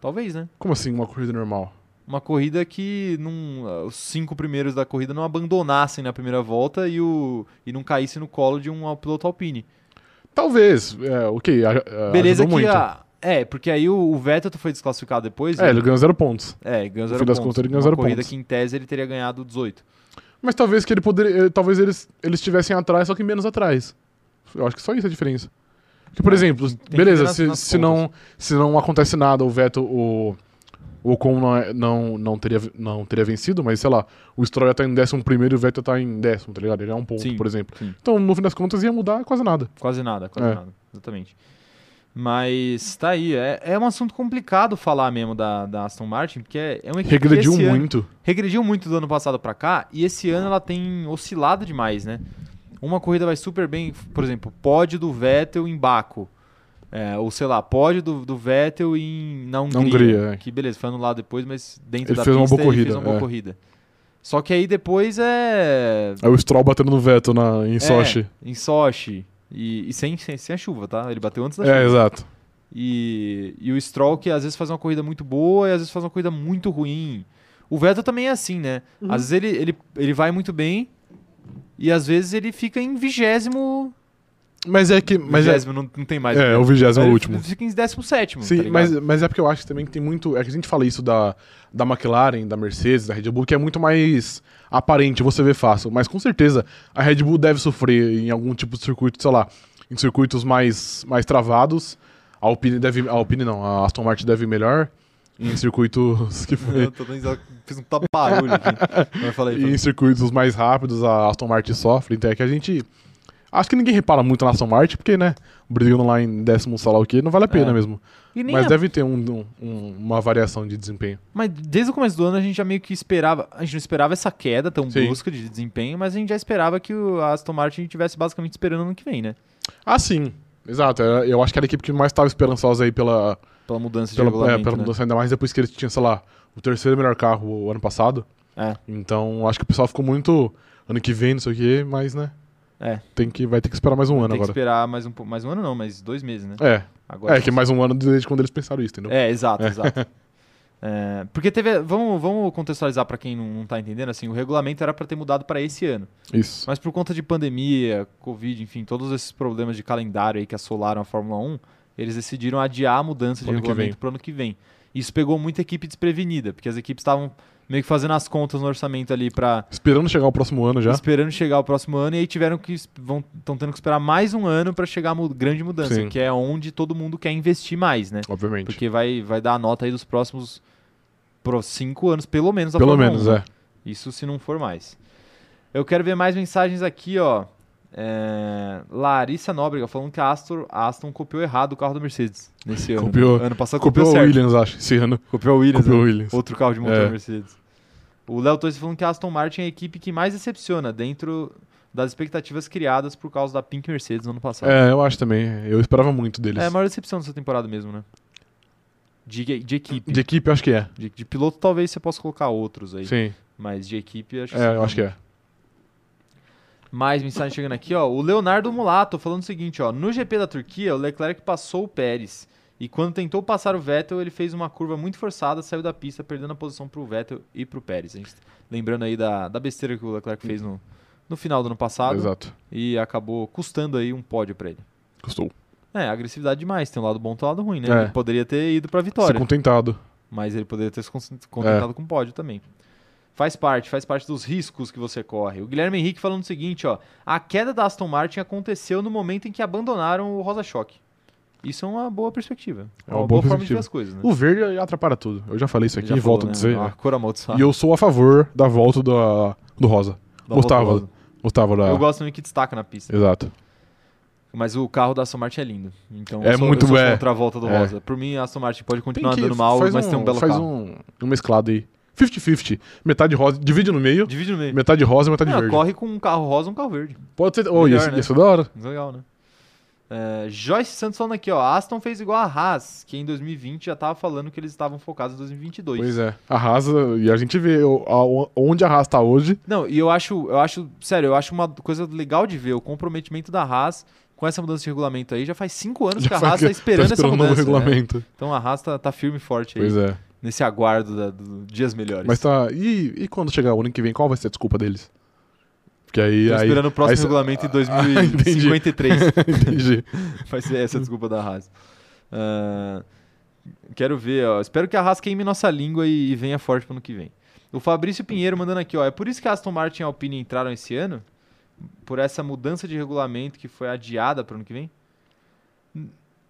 [SPEAKER 1] Talvez, né?
[SPEAKER 2] Como assim uma corrida normal?
[SPEAKER 1] Uma corrida que não, os cinco primeiros da corrida não abandonassem na primeira volta e, o, e não caísse no colo de um piloto Alpine.
[SPEAKER 2] Talvez. É, ok. A, a,
[SPEAKER 1] Beleza
[SPEAKER 2] ajudou
[SPEAKER 1] que
[SPEAKER 2] muito.
[SPEAKER 1] a. É, porque aí o, o Vettel foi desclassificado depois.
[SPEAKER 2] É,
[SPEAKER 1] ele,
[SPEAKER 2] ele ganhou zero pontos.
[SPEAKER 1] é, ele ganhou
[SPEAKER 2] no
[SPEAKER 1] zero
[SPEAKER 2] fim das
[SPEAKER 1] pontos.
[SPEAKER 2] contas, ele ganhou
[SPEAKER 1] Uma
[SPEAKER 2] zero
[SPEAKER 1] corrida
[SPEAKER 2] pontos.
[SPEAKER 1] que em tese ele teria ganhado 18.
[SPEAKER 2] Mas talvez que ele poderia. eh, Talvez eles, eles estivessem atrás, só que menos atrás. Eu acho que só isso é a diferença. Porque, por
[SPEAKER 1] É,
[SPEAKER 2] exemplo,
[SPEAKER 1] que
[SPEAKER 2] beleza,
[SPEAKER 1] ver nas-
[SPEAKER 2] se,
[SPEAKER 1] nas
[SPEAKER 2] se, não, se não acontece nada, o Veto, o. O Ocon não, é- não, não, teria, não teria vencido, mas sei lá, o Stroll ia tá em décimo primeiro e o Vettel tá em décimo, tá ligado? Ele é um ponto,
[SPEAKER 1] Sim,
[SPEAKER 2] por exemplo.
[SPEAKER 1] sim.
[SPEAKER 2] Então, no fim das contas, ia mudar quase nada.
[SPEAKER 1] Quase nada, quase
[SPEAKER 2] É.
[SPEAKER 1] nada, exatamente. Mas tá aí, é, é um assunto complicado falar mesmo da, da Aston Martin, porque é, é uma equipe que
[SPEAKER 2] Regrediu
[SPEAKER 1] esse ano-
[SPEAKER 2] muito.
[SPEAKER 1] regrediu muito do ano passado pra cá, e esse ano ela tem oscilado demais, né? Uma corrida vai super bem, por exemplo, pódio do Vettel em Baco. É, ou sei lá, pódio do, do Vettel em, na Hungria.
[SPEAKER 2] Hungria, é.
[SPEAKER 1] Que beleza, foi anulado depois, mas dentro
[SPEAKER 2] Ele
[SPEAKER 1] da
[SPEAKER 2] fez uma
[SPEAKER 1] pista
[SPEAKER 2] boa
[SPEAKER 1] ele fez
[SPEAKER 2] corrida,
[SPEAKER 1] uma boa
[SPEAKER 2] é.
[SPEAKER 1] corrida. Só que aí depois é
[SPEAKER 2] Aí o Stroll batendo no Vettel na, em Sochi.
[SPEAKER 1] é, em Sochi. E, e sem, sem, sem a chuva, tá? Ele bateu antes da
[SPEAKER 2] É,
[SPEAKER 1] chuva.
[SPEAKER 2] exato.
[SPEAKER 1] E, e o Stroll, que às vezes faz uma corrida muito boa e às vezes faz uma corrida muito ruim. O Vettel também é assim, né? Às vezes ele, ele, ele vai muito bem e às vezes ele fica em vigésimo.
[SPEAKER 2] Mas é que. Mas é,
[SPEAKER 1] vigésimo, não, não tem mais.
[SPEAKER 2] é,
[SPEAKER 1] né?
[SPEAKER 2] o vigésimo
[SPEAKER 1] Aí
[SPEAKER 2] é o
[SPEAKER 1] ele
[SPEAKER 2] último.
[SPEAKER 1] Fica em tá 17.
[SPEAKER 2] Sim, mas, mas é porque eu acho que também que tem muito. É que a gente fala isso da, da McLaren, da Mercedes, da Red Bull, que é muito mais aparente, você vê fácil. Mas com certeza a Red Bull deve sofrer em algum tipo de circuito, sei lá, em circuitos mais, mais travados. A Alpine deve. A Alpine não, a Aston Martin deve ir melhor. Em circuitos que
[SPEAKER 1] (laughs)
[SPEAKER 2] foi.
[SPEAKER 1] Eu tô dando- fiz um barulho
[SPEAKER 2] (laughs)
[SPEAKER 1] aqui. Mas fala aí, então.
[SPEAKER 2] E
[SPEAKER 1] fala aí.
[SPEAKER 2] em circuitos mais rápidos a Aston Martin sofre, então é que a gente. Acho que ninguém repara muito na Aston Martin, porque, né? Brigando lá em décimo sei lá o que, não vale a pena
[SPEAKER 1] É.
[SPEAKER 2] mesmo.
[SPEAKER 1] E nem
[SPEAKER 2] Mas
[SPEAKER 1] a-
[SPEAKER 2] deve ter um- um- uma variação de desempenho.
[SPEAKER 1] Mas desde o começo do ano a gente já meio que esperava. A gente não esperava essa queda tão
[SPEAKER 2] Sim.
[SPEAKER 1] brusca de desempenho, mas a gente já esperava que o Aston Martin tivesse basicamente esperando ano que vem, né?
[SPEAKER 2] Ah, sim. Exato. Era- Eu acho que era a equipe que mais estava esperançosa aí pela,
[SPEAKER 1] Pela mudança de
[SPEAKER 2] pela, é,
[SPEAKER 1] regulamento.
[SPEAKER 2] pela
[SPEAKER 1] né?
[SPEAKER 2] mudança, ainda mais depois que eles tinham, sei lá, o terceiro melhor carro o ano passado.
[SPEAKER 1] É.
[SPEAKER 2] Então, acho que o pessoal ficou muito ano que vem, não sei o quê, mas, né?
[SPEAKER 1] É.
[SPEAKER 2] Tem que, vai ter que esperar mais um ano
[SPEAKER 1] Tem que
[SPEAKER 2] agora.
[SPEAKER 1] esperar mais um, pou- mais um ano, não, mais dois meses, né?
[SPEAKER 2] É.
[SPEAKER 1] Agora
[SPEAKER 2] é, que mais um ano desde quando eles pensaram isso, entendeu? (laughs)
[SPEAKER 1] É, exato, exato. É, porque teve. Vamos, vamos contextualizar para quem não, não tá entendendo, assim, o regulamento era para ter mudado para esse ano.
[SPEAKER 2] Isso.
[SPEAKER 1] Mas por conta de pandemia, Covid, enfim, todos esses problemas de calendário aí que assolaram a Fórmula 1, eles decidiram adiar a mudança
[SPEAKER 2] Pro
[SPEAKER 1] de
[SPEAKER 2] ano que
[SPEAKER 1] regulamento
[SPEAKER 2] vem.
[SPEAKER 1] para o ano que vem. Isso pegou muita equipe desprevenida, porque as equipes estavam meio que fazendo as contas no orçamento ali para
[SPEAKER 2] Esperando chegar o próximo ano já.
[SPEAKER 1] esperando chegar o próximo ano e aí tiveram que estão tendo que esperar mais um ano para chegar a mu- grande mudança,
[SPEAKER 2] Sim.
[SPEAKER 1] que é onde todo mundo quer investir mais, né?
[SPEAKER 2] Obviamente.
[SPEAKER 1] Porque vai, vai dar a nota aí dos próximos pro cinco anos, pelo menos. da
[SPEAKER 2] Pelo
[SPEAKER 1] Fórmula
[SPEAKER 2] menos,
[SPEAKER 1] 1, né?
[SPEAKER 2] é.
[SPEAKER 1] Isso se não for mais. Eu quero ver mais mensagens aqui, ó. É, Larissa Nóbrega falando que a Aston, a Aston copiou errado o carro da Mercedes nesse ano.
[SPEAKER 2] Copiou.
[SPEAKER 1] Ano passado copiou,
[SPEAKER 2] Copiou a
[SPEAKER 1] certo.
[SPEAKER 2] Williams, acho, esse ano.
[SPEAKER 1] Copiou a Williams.
[SPEAKER 2] Copiou
[SPEAKER 1] né?
[SPEAKER 2] a Williams.
[SPEAKER 1] Outro carro de motor
[SPEAKER 2] É.
[SPEAKER 1] da Mercedes. O Léo Torres falando que a Aston Martin é a equipe que mais decepciona dentro das expectativas criadas por causa da Pink Mercedes no ano passado.
[SPEAKER 2] É, eu acho também. Eu esperava muito deles.
[SPEAKER 1] É a maior decepção dessa temporada mesmo, né? De, de equipe.
[SPEAKER 2] De equipe, eu acho que é.
[SPEAKER 1] De, de piloto, talvez você possa colocar outros aí.
[SPEAKER 2] Sim.
[SPEAKER 1] Mas de equipe, acho que.
[SPEAKER 2] É, eu acho que é.
[SPEAKER 1] Mais mensagem chegando aqui, ó. O Leonardo Mulato falando o seguinte, ó. No GP da Turquia, o Leclerc passou o Pérez. E quando tentou passar o Vettel, ele fez uma curva muito forçada, saiu da pista, perdendo a posição pro Vettel e pro Pérez. A gente, tá lembrando aí da, da besteira que o Leclerc fez no, no final do ano passado.
[SPEAKER 2] Exato.
[SPEAKER 1] E acabou custando aí um pódio pra ele.
[SPEAKER 2] Custou.
[SPEAKER 1] É, agressividade demais. Tem um lado bom e um lado ruim, né?
[SPEAKER 2] É.
[SPEAKER 1] Ele poderia ter ido pra
[SPEAKER 2] Ser
[SPEAKER 1] vitória.
[SPEAKER 2] contentado.
[SPEAKER 1] Mas ele poderia ter se con- contentado
[SPEAKER 2] É.
[SPEAKER 1] com o pódio também. Faz parte, faz parte dos riscos que você corre. O Guilherme Henrique falando o seguinte, ó. A queda da Aston Martin aconteceu no momento em que abandonaram o Rosa Choque. Isso é uma boa perspectiva.
[SPEAKER 2] É uma boa
[SPEAKER 1] forma de ver
[SPEAKER 2] perspectiva.
[SPEAKER 1] as coisas, né?
[SPEAKER 2] O verde atrapalha tudo. Eu já falei isso
[SPEAKER 1] Ele
[SPEAKER 2] aqui
[SPEAKER 1] já
[SPEAKER 2] e
[SPEAKER 1] falou,
[SPEAKER 2] volto
[SPEAKER 1] né? tá.
[SPEAKER 2] a dizer.
[SPEAKER 1] A cor amaldiçoada.
[SPEAKER 2] E eu sou a favor da volta do, do Rosa.
[SPEAKER 1] Da
[SPEAKER 2] Gustavo. É.
[SPEAKER 1] Volta Rosa.
[SPEAKER 2] Gustavo da.
[SPEAKER 1] Eu gosto também que destaca na pista.
[SPEAKER 2] Exato.
[SPEAKER 1] Mas o carro da Aston Martin é lindo. Então
[SPEAKER 2] É
[SPEAKER 1] eu sou,
[SPEAKER 2] muito
[SPEAKER 1] eu sou
[SPEAKER 2] é.
[SPEAKER 1] contra a volta do
[SPEAKER 2] É.
[SPEAKER 1] Rosa. Por mim, a Aston Martin pode
[SPEAKER 2] Tem
[SPEAKER 1] continuar
[SPEAKER 2] que-
[SPEAKER 1] andando mal,
[SPEAKER 2] faz
[SPEAKER 1] mas
[SPEAKER 2] um,
[SPEAKER 1] tem um belo
[SPEAKER 2] Faz
[SPEAKER 1] carro.
[SPEAKER 2] um, um mesclado aí. 50-50. Metade rosa. Divide no meio.
[SPEAKER 1] Divide no meio.
[SPEAKER 2] Metade rosa e metade
[SPEAKER 1] Não,
[SPEAKER 2] um verde.
[SPEAKER 1] corre com um carro rosa e um carro verde.
[SPEAKER 2] Pode ser. Oh, ia
[SPEAKER 1] Melhor,
[SPEAKER 2] ser-
[SPEAKER 1] né?
[SPEAKER 2] ia ser da hora.
[SPEAKER 1] Legal, né? É, Joyce Santos falando aqui, ó. A Aston fez igual a Haas, que em 2020 já tava falando que eles estavam focados em 2022.
[SPEAKER 2] Pois é. Arrasa. E a gente vê o- a- onde arrasa tá hoje.
[SPEAKER 1] Não, e eu acho, eu acho, sério, eu acho uma coisa legal de ver o comprometimento da Haas com essa mudança de regulamento aí. Já faz cinco anos
[SPEAKER 2] (laughs) Já
[SPEAKER 1] que a
[SPEAKER 2] faz
[SPEAKER 1] Haas
[SPEAKER 2] que-
[SPEAKER 1] tá esperando,
[SPEAKER 2] tá esperando
[SPEAKER 1] essa
[SPEAKER 2] um novo
[SPEAKER 1] mudança. né?
[SPEAKER 2] regulamento.
[SPEAKER 1] Então a Haas tá, tá firme e forte aí,
[SPEAKER 2] Pois é.
[SPEAKER 1] nesse aguardo da- do dias melhores.
[SPEAKER 2] Mas tá. E, e quando chegar o ano que vem, qual vai ser a desculpa deles? Porque aí.
[SPEAKER 1] Tô
[SPEAKER 2] aí
[SPEAKER 1] esperando o próximo
[SPEAKER 2] aí-
[SPEAKER 1] regulamento em
[SPEAKER 2] Ah, entendi.
[SPEAKER 1] 2053.
[SPEAKER 2] (laughs) Entendi.
[SPEAKER 1] (laughs) Vai ser essa a desculpa da Haas. Ah, quero ver, ó. Espero que a Haas queime nossa língua e, e venha forte pro ano que vem. O Fabrício Pinheiro mandando aqui, ó. É por isso que a Aston Martin e a Alpine entraram esse ano? Por essa mudança de regulamento que foi adiada pro ano que vem?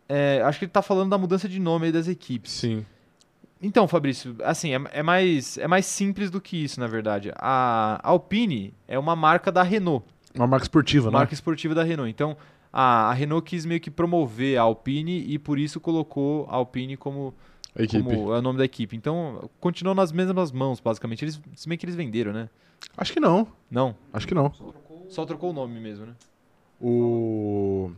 [SPEAKER 1] É, acho que ele tá falando da mudança de nome aí das equipes.
[SPEAKER 2] Sim.
[SPEAKER 1] Então, Fabrício, assim, é, é mais, é mais simples do que isso, na verdade. A Alpine é uma marca da Renault
[SPEAKER 2] Uma marca esportiva, né?
[SPEAKER 1] marca esportiva da Renault. Então, a, a Renault quis meio que promover a Alpine e por isso colocou a Alpine como,
[SPEAKER 2] A equipe.
[SPEAKER 1] como é o nome da equipe. Então, continuou nas mesmas mãos, basicamente. Eles, se bem que eles venderam, né?
[SPEAKER 2] Acho que não.
[SPEAKER 1] Não,
[SPEAKER 2] Acho que não.
[SPEAKER 1] só trocou o nome mesmo, né?
[SPEAKER 2] O.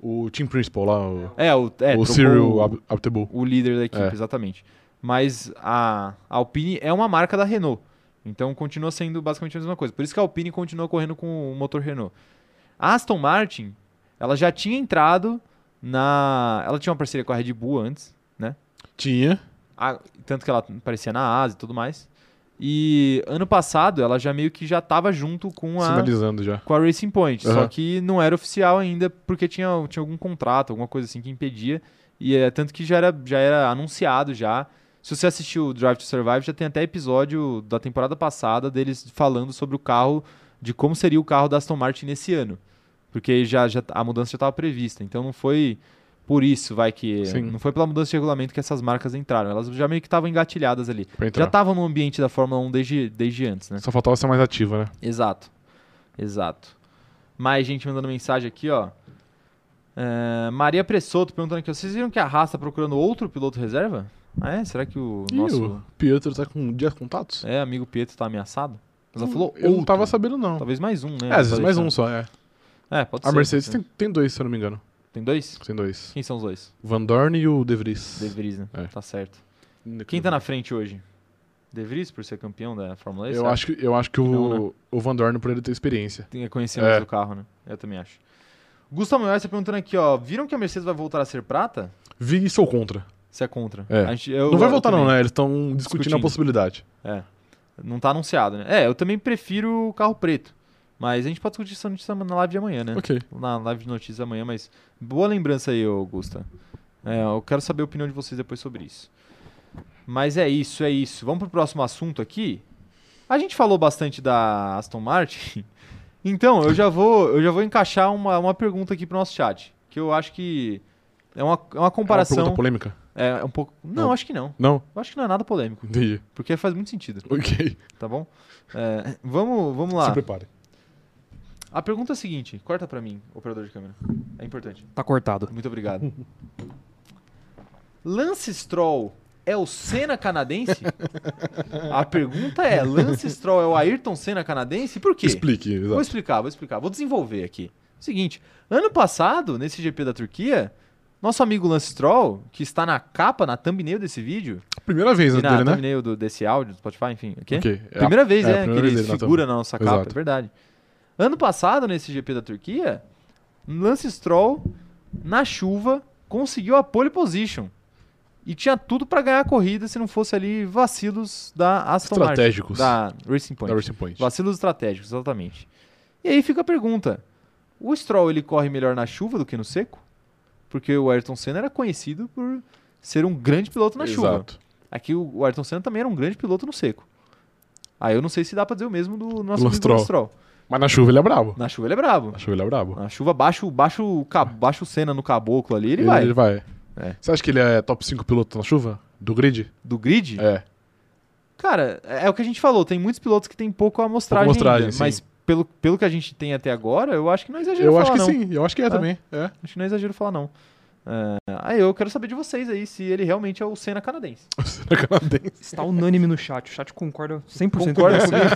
[SPEAKER 2] O Team Principal lá. O,
[SPEAKER 1] É, o, é,
[SPEAKER 2] o
[SPEAKER 1] trocou
[SPEAKER 2] Cyril
[SPEAKER 1] o-
[SPEAKER 2] Ab- Abtebu.
[SPEAKER 1] o líder da equipe,
[SPEAKER 2] É.
[SPEAKER 1] exatamente. Mas a, a Alpine é uma marca da Renault. Então continua sendo basicamente a mesma coisa. Por isso que a Alpine continua correndo com o motor Renault. A Aston Martin, ela já tinha entrado na. Ela tinha uma parceria com a Red Bull antes, né?
[SPEAKER 2] Tinha.
[SPEAKER 1] A- tanto que ela aparecia na Ásia e tudo mais. E ano passado ela já meio que já estava junto com a,
[SPEAKER 2] Sinalizando já.
[SPEAKER 1] com a Racing Point. Só
[SPEAKER 2] Aham.
[SPEAKER 1] que não era oficial ainda, porque tinha, tinha algum contrato, alguma coisa assim que impedia. E é tanto que já era, já era anunciado já. Se você assistiu o Drive to Survive, já tem até episódio da temporada passada deles falando sobre o carro, de como seria o carro da Aston Martin nesse ano. Porque já, já a mudança já estava prevista. Então não foi por isso, vai que.
[SPEAKER 2] Sim.
[SPEAKER 1] Não foi pela mudança de regulamento que essas marcas entraram. Elas já meio que estavam engatilhadas ali.
[SPEAKER 2] Pra
[SPEAKER 1] Já
[SPEAKER 2] entrar.
[SPEAKER 1] estavam no ambiente da Fórmula 1 desde, desde antes, né?
[SPEAKER 2] Só faltava ser mais ativa, né?
[SPEAKER 1] Exato. Exato. Mais gente mandando mensagem aqui, ó. É, Maria Pressoto perguntando aqui, ó, vocês viram que a Haas tá procurando outro piloto reserva? Ah, é? Será que o
[SPEAKER 2] Ih,
[SPEAKER 1] nosso
[SPEAKER 2] o Pietro tá com dias contatos?
[SPEAKER 1] é, amigo Pietro tá ameaçado? Mas ela falou
[SPEAKER 2] Eu não
[SPEAKER 1] outro.
[SPEAKER 2] tava sabendo, não.
[SPEAKER 1] Talvez mais um, né?
[SPEAKER 2] é, às vezes
[SPEAKER 1] Tá
[SPEAKER 2] mais um
[SPEAKER 1] deixando.
[SPEAKER 2] só, é.
[SPEAKER 1] É, pode
[SPEAKER 2] A
[SPEAKER 1] ser.
[SPEAKER 2] Mercedes
[SPEAKER 1] né?
[SPEAKER 2] tem, tem dois, se eu não me engano.
[SPEAKER 1] Tem dois?
[SPEAKER 2] Tem dois.
[SPEAKER 1] Quem são os dois?
[SPEAKER 2] Van Dorn e o De Vries.
[SPEAKER 1] De Vries, né?
[SPEAKER 2] É.
[SPEAKER 1] Tá certo. Quem tá na frente hoje? De Vries, por ser campeão da Fórmula E?
[SPEAKER 2] Eu
[SPEAKER 1] será?
[SPEAKER 2] acho, que, eu acho que o,
[SPEAKER 1] Não, né?
[SPEAKER 2] o Van Dorn, por ele ter experiência.
[SPEAKER 1] tem que conhecer mais
[SPEAKER 2] É.
[SPEAKER 1] o carro, né? Eu também acho. Gustavo Maior tá perguntando aqui, ó. Viram que a Mercedes vai voltar a ser prata?
[SPEAKER 2] Vi e sou contra.
[SPEAKER 1] Você é contra.
[SPEAKER 2] É.
[SPEAKER 1] A gente- eu-
[SPEAKER 2] não vai
[SPEAKER 1] eu
[SPEAKER 2] voltar, não,
[SPEAKER 1] também.
[SPEAKER 2] né? Eles estão discutindo, a
[SPEAKER 1] Discutindo.
[SPEAKER 2] possibilidade.
[SPEAKER 1] É. Não tá anunciado, né? É, eu também prefiro o carro preto. Mas a gente pode discutir essa notícia na live de amanhã, né?
[SPEAKER 2] Ok.
[SPEAKER 1] Na live de notícias amanhã, mas boa lembrança aí, Augusta. É, eu quero saber a opinião de vocês depois sobre isso. Mas é isso, é isso. Vamos pro próximo assunto aqui. A gente falou bastante da Aston Martin. (laughs) Então, eu já vou, eu já vou encaixar uma, uma pergunta aqui pro nosso chat. Que eu acho que é uma, é uma
[SPEAKER 2] É uma
[SPEAKER 1] comparação.
[SPEAKER 2] pergunta polêmica?
[SPEAKER 1] É, é um pouco. Não,
[SPEAKER 2] Não.
[SPEAKER 1] acho que não.
[SPEAKER 2] Não?
[SPEAKER 1] Eu acho que não é nada polêmico.
[SPEAKER 2] Entendi. (laughs)
[SPEAKER 1] Porque faz muito sentido
[SPEAKER 2] Ok.
[SPEAKER 1] tá bom? É, vamos, vamos lá.
[SPEAKER 2] Se prepare.
[SPEAKER 1] A pergunta é a seguinte, corta pra mim, operador de câmera. É importante.
[SPEAKER 3] Tá cortado.
[SPEAKER 1] Muito
[SPEAKER 2] (laughs)
[SPEAKER 1] obrigado. Lance Stroll é o Senna canadense? A pergunta é, Lance Stroll é o Ayrton Senna canadense? Por quê?
[SPEAKER 2] Explique,
[SPEAKER 1] Vou
[SPEAKER 2] exato.
[SPEAKER 1] explicar, vou explicar. Vou desenvolver aqui. Seguinte, ano passado, nesse GP da Turquia, nosso amigo Lance Stroll, que está na capa, na thumbnail desse vídeo,
[SPEAKER 2] Primeira vez
[SPEAKER 1] e
[SPEAKER 2] né,
[SPEAKER 1] na
[SPEAKER 2] dele, né?
[SPEAKER 1] thumbnail do, desse áudio, do Spotify, enfim, ok?
[SPEAKER 2] Ok. É a-
[SPEAKER 1] Primeira vez,
[SPEAKER 2] é,
[SPEAKER 1] é,
[SPEAKER 2] a
[SPEAKER 1] né?
[SPEAKER 2] primeira
[SPEAKER 1] que ele
[SPEAKER 2] vez dele na
[SPEAKER 1] figura na nossa capa,
[SPEAKER 2] Exato.
[SPEAKER 1] é verdade. Ano passado, nesse GP da Turquia, Lance Stroll, na chuva, conseguiu a pole position. E tinha tudo pra ganhar a corrida se não fosse ali vacilos da Aston Martin.
[SPEAKER 2] Estratégicos. Da,
[SPEAKER 1] Da Racing Point.
[SPEAKER 2] Racing Point.
[SPEAKER 1] Vacilos estratégicos, exatamente. E aí fica a pergunta: o Stroll ele corre melhor na chuva do que no seco? Porque o Ayrton Senna era conhecido por ser um grande piloto na chuva.
[SPEAKER 2] Exato.
[SPEAKER 1] Aqui o o Ayrton Senna também era um grande piloto no seco. Aí eu não sei se dá pra dizer o mesmo do nosso
[SPEAKER 2] Do
[SPEAKER 1] amigo
[SPEAKER 2] Stroll.
[SPEAKER 1] Lance Stroll.
[SPEAKER 2] Mas na chuva ele é brabo.
[SPEAKER 1] Na chuva ele é bravo.
[SPEAKER 2] Na chuva ele é brabo.
[SPEAKER 1] Na chuva baixa, o- baixa, o ca- baixa o Senna no caboclo ali, ele, vai.
[SPEAKER 2] Ele vai.
[SPEAKER 1] É.
[SPEAKER 2] Você acha que ele é top 5 piloto na chuva? Do grid?
[SPEAKER 1] Do grid?
[SPEAKER 2] É.
[SPEAKER 1] Cara, é é o que a gente falou. Tem muitos pilotos que tem pouca amostragem,
[SPEAKER 2] Pouca amostragem,
[SPEAKER 1] ainda,
[SPEAKER 2] sim.
[SPEAKER 1] Mas pelo, pelo que a gente tem até agora, eu acho que não é exagero
[SPEAKER 2] Eu
[SPEAKER 1] falar,
[SPEAKER 2] acho que
[SPEAKER 1] não.
[SPEAKER 2] sim. Eu acho que é,
[SPEAKER 1] É.
[SPEAKER 2] também. É. (laughs)
[SPEAKER 1] Acho que não é exagero falar, não. É, Aí eu quero saber de vocês aí, se ele realmente é o Senna
[SPEAKER 2] (laughs)
[SPEAKER 1] canadense.
[SPEAKER 2] Será canadense?
[SPEAKER 3] Está unânime no chat. O chat concorda 100%
[SPEAKER 1] Concorda (laughs)
[SPEAKER 3] comigo. né?